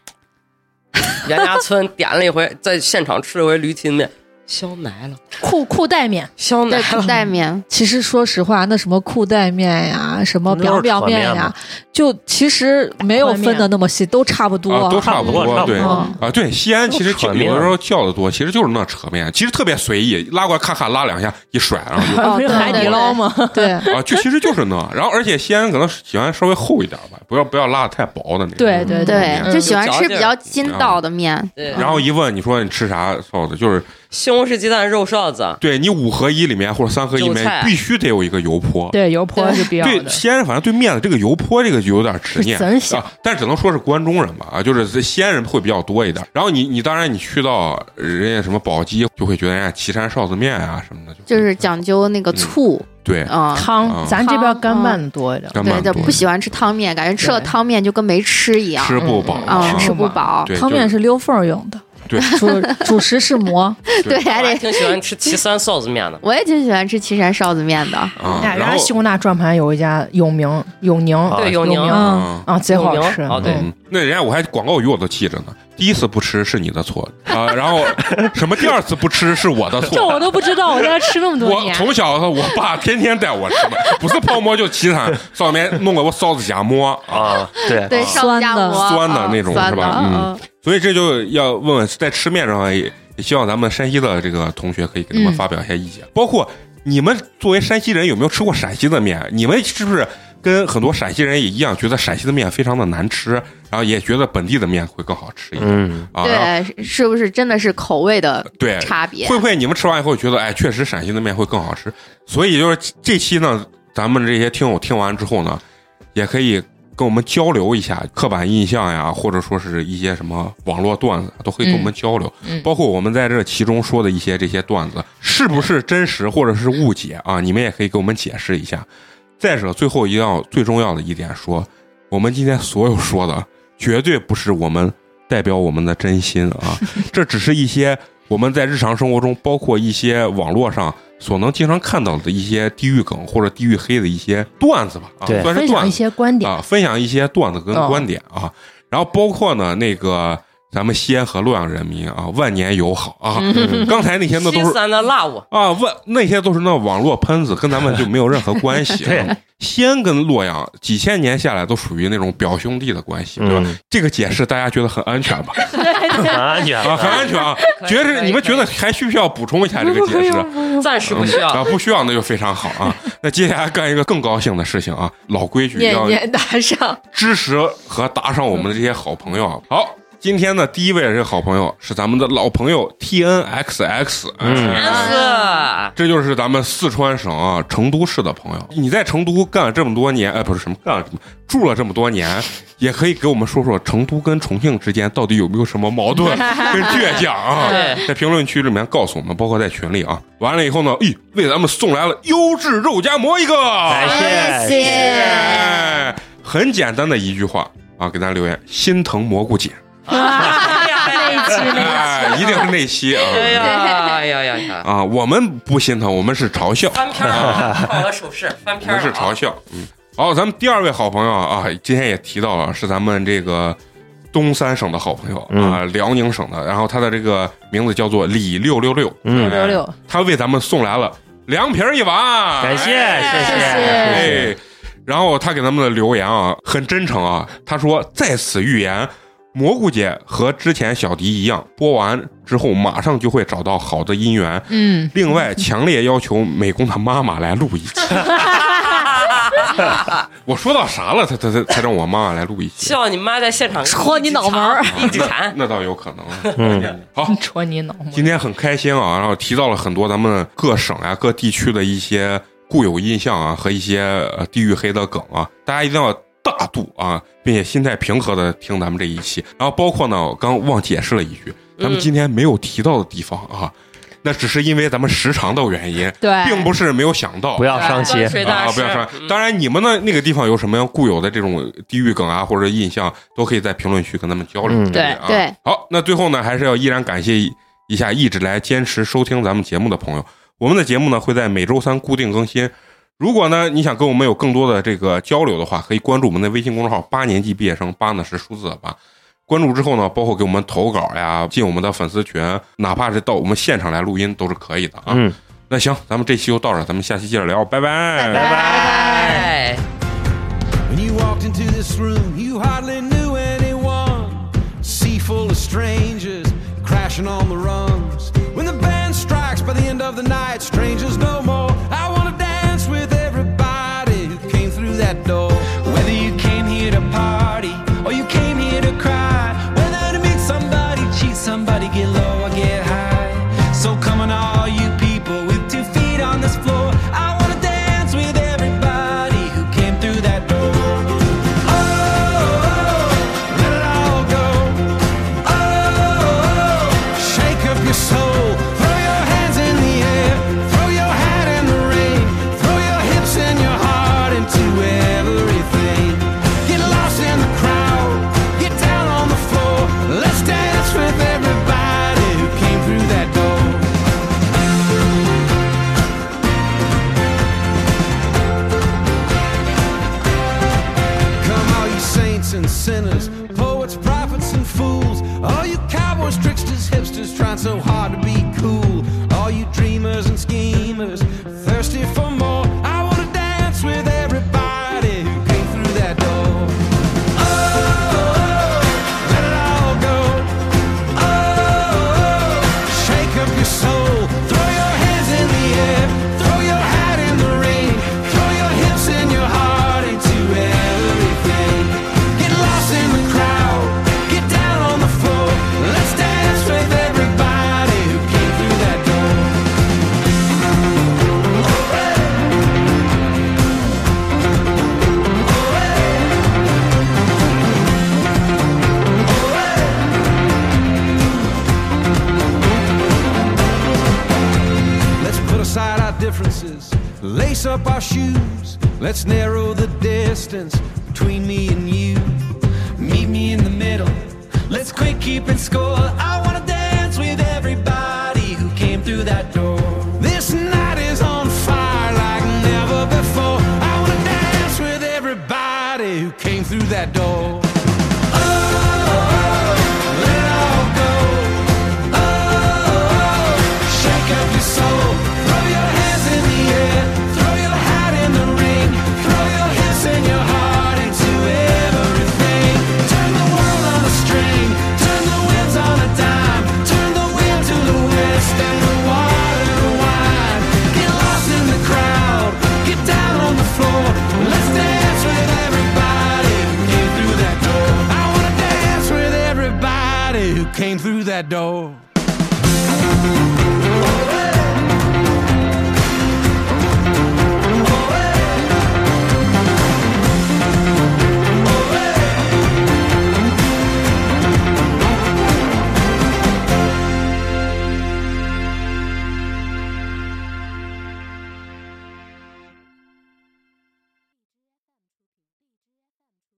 Speaker 2: 袁家村点了一回，在现场吃了一回驴蹄面，香奶了，
Speaker 3: 裤裤带面，
Speaker 2: 香奶
Speaker 4: 对，
Speaker 2: 了。
Speaker 4: 裤带面，
Speaker 5: 其实说实话，那什么裤带面呀，什么表表面啊
Speaker 6: 那都是扯面
Speaker 5: 呀
Speaker 6: 嘛，
Speaker 5: 就其实没有分的那么细，都差不
Speaker 1: 啊，
Speaker 5: 多。
Speaker 1: 都差不
Speaker 6: 差不多差不
Speaker 1: 对
Speaker 6: 多
Speaker 4: 哦
Speaker 5: 嗯
Speaker 1: 啊，对，西安其实
Speaker 6: 扯
Speaker 1: 有
Speaker 6: 面
Speaker 1: 的时候叫的多，其实就是那扯面，其实特别随意，拉过来咔咔拉两下，一甩，然后
Speaker 4: 哦
Speaker 3: 不是
Speaker 4: 对
Speaker 3: 海底捞吗？ <laughs>
Speaker 5: 对，
Speaker 1: <laughs> 就啊，就其实就是那。然后而且西安可能喜欢稍微厚一点吧，不要不要拉的太薄的那种。
Speaker 3: 对对
Speaker 4: 对，
Speaker 1: 嗯
Speaker 4: 就喜欢吃
Speaker 2: 有嚼劲儿
Speaker 4: 比较筋道的面。
Speaker 2: 对，
Speaker 1: 然后一问你说你吃啥臊子，就是
Speaker 2: 西红柿鸡蛋肉臊子，
Speaker 1: 对你五合一里面或者三合一里
Speaker 2: 韭菜
Speaker 1: 面必须得有一个油泼。
Speaker 3: 对，油泼是必要
Speaker 1: 对
Speaker 3: 的。
Speaker 1: 西安人，反正对面子这个油泼这个就有点执念
Speaker 3: 是真香
Speaker 1: 啊，但只能说是关中人吧啊，就是这西安人会比较多一点。然后你你当然你去到人家什么宝鸡，就会觉得人家岐山臊子面啊什么的，
Speaker 4: 就是讲究那个醋，
Speaker 1: 对
Speaker 4: 嗯，
Speaker 1: 嗯
Speaker 3: 汤，咱这边
Speaker 4: 汤
Speaker 3: 干拌的多一点。
Speaker 1: 干
Speaker 4: 对，
Speaker 1: 拌
Speaker 4: 就
Speaker 1: 多
Speaker 4: 不喜欢吃汤面，感觉吃了
Speaker 3: 对
Speaker 4: 汤面就跟没吃一样，
Speaker 1: 吃不饱
Speaker 3: 嗯
Speaker 4: 啊，
Speaker 1: 啊
Speaker 4: 吃不饱。
Speaker 1: 对，
Speaker 5: 汤面是溜缝儿用的，
Speaker 1: 对，
Speaker 5: 主主食是馍，
Speaker 1: 对
Speaker 4: 对，还
Speaker 2: 我还
Speaker 4: 得。。
Speaker 2: 挺喜欢吃岐山臊子面的
Speaker 4: 我也挺喜欢吃岐山臊子面的，
Speaker 1: 啊，
Speaker 3: 哎，原
Speaker 1: 然
Speaker 3: 来
Speaker 1: 后
Speaker 3: 西工大转盘有一家永宁永宁
Speaker 6: 啊
Speaker 2: 对，永宁，
Speaker 3: 永宁
Speaker 1: 嗯
Speaker 3: 啊，贼好吃。
Speaker 2: 哦，对，
Speaker 1: 嗯，那人家我还广告语我都记着呢。第一次不吃是你的错啊、然后什么第二次不吃是我的
Speaker 3: <laughs>
Speaker 8: 这我
Speaker 1: 错。
Speaker 8: 都不知道，我在这吃那么多
Speaker 1: 我
Speaker 8: 年，
Speaker 1: 从小我爸天天带我吃嘛，不是泡馍就岐山上面弄个我臊子夹馍啊，
Speaker 6: 啊，对，
Speaker 4: 对，
Speaker 5: 酸
Speaker 4: 上家
Speaker 5: 的
Speaker 4: 馍
Speaker 1: 酸的
Speaker 4: 啊
Speaker 1: 那种
Speaker 4: 酸
Speaker 1: 是吧
Speaker 4: 的
Speaker 1: 嗯
Speaker 4: 嗯，
Speaker 1: 所以这就要问问在吃面上也也希望咱们山西的这个同学可以给他们
Speaker 4: 嗯
Speaker 1: 发表一下意见，包括你们作为山西人有没有吃过陕西的面？你们是不是跟很多陕西人也一样，觉得陕西的面非常的难吃，然后也觉得本地的面会更好吃一点、
Speaker 6: 嗯，
Speaker 1: 啊？然后
Speaker 4: 对，是不是真的是口味的
Speaker 1: 对，
Speaker 4: 差别
Speaker 1: 会？不会你们吃完以后觉得，哎，确实陕西的面会更好吃？所以就是这期呢，咱们这些听友听完之后呢，也可以跟我们交流一下刻板印象呀，或者说是一些什么网络段子，都可以跟我们交流。
Speaker 4: 嗯嗯
Speaker 1: 包括我们在这其中说的一些这些段子，是不是真实或者是误解啊？你们也可以给我们解释一下。再者，最后一定要最重要的一点说，我们今天所有说的绝对不是我们代表我们的真心
Speaker 3: <laughs>
Speaker 1: 啊，这只是一些我们在日常生活中，包括一些网络上所能经常看到的一些地域梗或者地域黑的一些段子吧，啊，
Speaker 6: 对
Speaker 1: 算是
Speaker 3: 分享
Speaker 1: 段
Speaker 3: 一
Speaker 1: 子
Speaker 3: 些观点，
Speaker 1: 啊，分享一些段子跟
Speaker 3: 哦
Speaker 1: 观点啊，然后包括呢那个咱们西安和洛阳人民啊，万年友好啊，
Speaker 3: <laughs>
Speaker 1: 刚才那些那都
Speaker 2: 西
Speaker 1: 是
Speaker 2: 山的 love，
Speaker 1: 啊，问那些都是那网络喷子，跟咱们就没有任何关
Speaker 6: <laughs>
Speaker 1: 系。
Speaker 6: 对，
Speaker 1: 西安跟洛阳几千年下来都属于那种表兄弟的关系，对吧？
Speaker 6: 嗯
Speaker 1: 这个解释大家觉得很安全吧？
Speaker 6: 很安全
Speaker 1: 啊，很安全啊。
Speaker 2: 可以
Speaker 1: 觉
Speaker 2: 可
Speaker 1: 得
Speaker 2: 以
Speaker 1: 你们
Speaker 2: 可以
Speaker 1: 觉得还需不需要补充一下这个解释？
Speaker 2: 暂时不需
Speaker 1: 嗯啊，
Speaker 2: 要。
Speaker 1: 不需要那就非常好啊。那接下来干一个更高兴的事情啊，老规矩
Speaker 7: 年
Speaker 1: 要
Speaker 7: 年打赏，
Speaker 1: 支持和打赏我们的这些好朋友啊。好，今天的第一位的这个好朋友是咱们的老朋友 T N X X，哎
Speaker 6: 嗯
Speaker 2: 是，
Speaker 1: 这就是咱们四川省啊成都市的朋友。你在成都干了这么多年，哎，不是什么干了什么，住了这么多年，也可以给我们说说成都跟重庆之间到底有没有什么矛
Speaker 2: <laughs>
Speaker 1: 盾跟倔强啊？
Speaker 2: 对
Speaker 1: 在评论区里面告诉我们，包括在群里啊。完了以后呢，咦，为咱们送来了优质肉夹馍一个，
Speaker 6: 感谢，
Speaker 1: 哎很简单的一句话啊，给咱留言，心疼蘑菇姐，
Speaker 2: 哎呀哎呀
Speaker 1: 哎，一定是那期
Speaker 2: <laughs>
Speaker 1: 啊。
Speaker 2: 哎呀哎呀呀呀！
Speaker 1: 啊，我们不心疼，我们是嘲笑。
Speaker 2: 翻篇儿
Speaker 1: <laughs>
Speaker 2: 啊，好了，手势翻篇
Speaker 1: 不
Speaker 2: 儿啊
Speaker 1: 是嘲笑。嗯，好，咱们第二位好朋友啊，今天也提到了，是咱们这个东三省的好朋友
Speaker 6: 嗯
Speaker 1: 啊，辽宁省的。然后他的这个名字叫做李六六六，
Speaker 6: 嗯
Speaker 1: 哎，他为咱们送来了凉皮儿一碗，
Speaker 6: 感谢，
Speaker 1: 哎
Speaker 6: 谢谢，
Speaker 1: 哎，然后他给咱们的留言啊，很真诚啊，他说在此预言。蘑菇姐和之前小迪一样，播完之后马上就会找到好的姻缘。
Speaker 4: 嗯，
Speaker 1: 另外，强烈要求美工他妈妈来录一期。我说到啥了？他他他才让我妈妈来录一期
Speaker 2: 希，望你妈在现场
Speaker 5: 戳你脑门儿
Speaker 2: 一指禅。
Speaker 1: 那倒有可能。啊
Speaker 6: 嗯
Speaker 1: 好，
Speaker 3: 戳你脑门。
Speaker 1: 今天很开心啊，然后提到了很多咱们各省啊、各地区的一些固有印象啊和一些呃地域黑的梗啊，大家一定要大度啊，并且心态平和的听咱们这一期。然后包括呢，我刚忘解释了一句，咱们今天没有提到的地方啊，那只是因为咱们时长的原因，
Speaker 4: 对，
Speaker 1: 并不是没有想到
Speaker 6: 不。要伤心
Speaker 2: 端，水大
Speaker 1: 啊，
Speaker 2: 师，
Speaker 1: 不要说。
Speaker 2: 嗯
Speaker 1: 当然，你们的那个地方有什么样固有的这种地域梗啊，或者印象，都可以在评论区跟他们交流。
Speaker 6: 嗯
Speaker 1: 不啊、
Speaker 4: 对对。
Speaker 1: 好，那最后呢，还是要依然感谢一下一直来坚持收听咱们节目的朋友。我们的节目呢会在每周三固定更新。如果呢你想跟我们有更多的这个交流的话，可以关注我们的微信公众号“八年级毕业生”，八呢是数字的八。关注之后呢，包括给我们投稿呀，进我们的粉丝群，哪怕是到我们现场来录音都是可以的啊。
Speaker 6: 嗯。
Speaker 1: 那行，咱们这期就到这儿，咱们下期接着聊，拜拜
Speaker 2: 哎。
Speaker 9: When you walked into this room, you hardly knew anyone. Sea full of strangers crashing on the rungs. When the band strikes by the end of the night, strangers no more. I want to dance with everybody who came through that door. Whether you came here to party or you came here to cry, whether to meet somebody, cheat somebody, get low or get high. So come on, all you people with two feet on this floor. I want to dance with everybody who came through that door. Oh, let it all go. Oh, shake a poets, prophets, and fools. All you cowboys, tricksters, hipsters, trying so hard to be cool. All you dreamers and schemers, thirsty for more. I wanna dance with everybody who came through that door. Oh, let it all go. Shake up your soul. Throw your hands in the air. Throw your hat in the ring. Throw your hips and your heart into everything. Get lost in the crowd. Get down on the floor. Let's dance with everybody who came through that door. Let's put aside our differences, lace up our shoes. Let's narrow the distance between me and you. Meet me in the middle. Let's quit keeping score. I wanna dance with everybody who came through that door. This night is on fire like never before. I wanna dance with everybody who came through that door. Oh, let it all go. Shake up your soul, throw your hands in the air, throw your hat in the ring, throw your hips and your heart into everything. Turn the world on a string, turn the winds on a dime, turn the wind to the west and the water to wine. Get lost in the crowd, get down on the floor, let's dance with everybody who came through that door. I wanna dance with everybody who came through that door.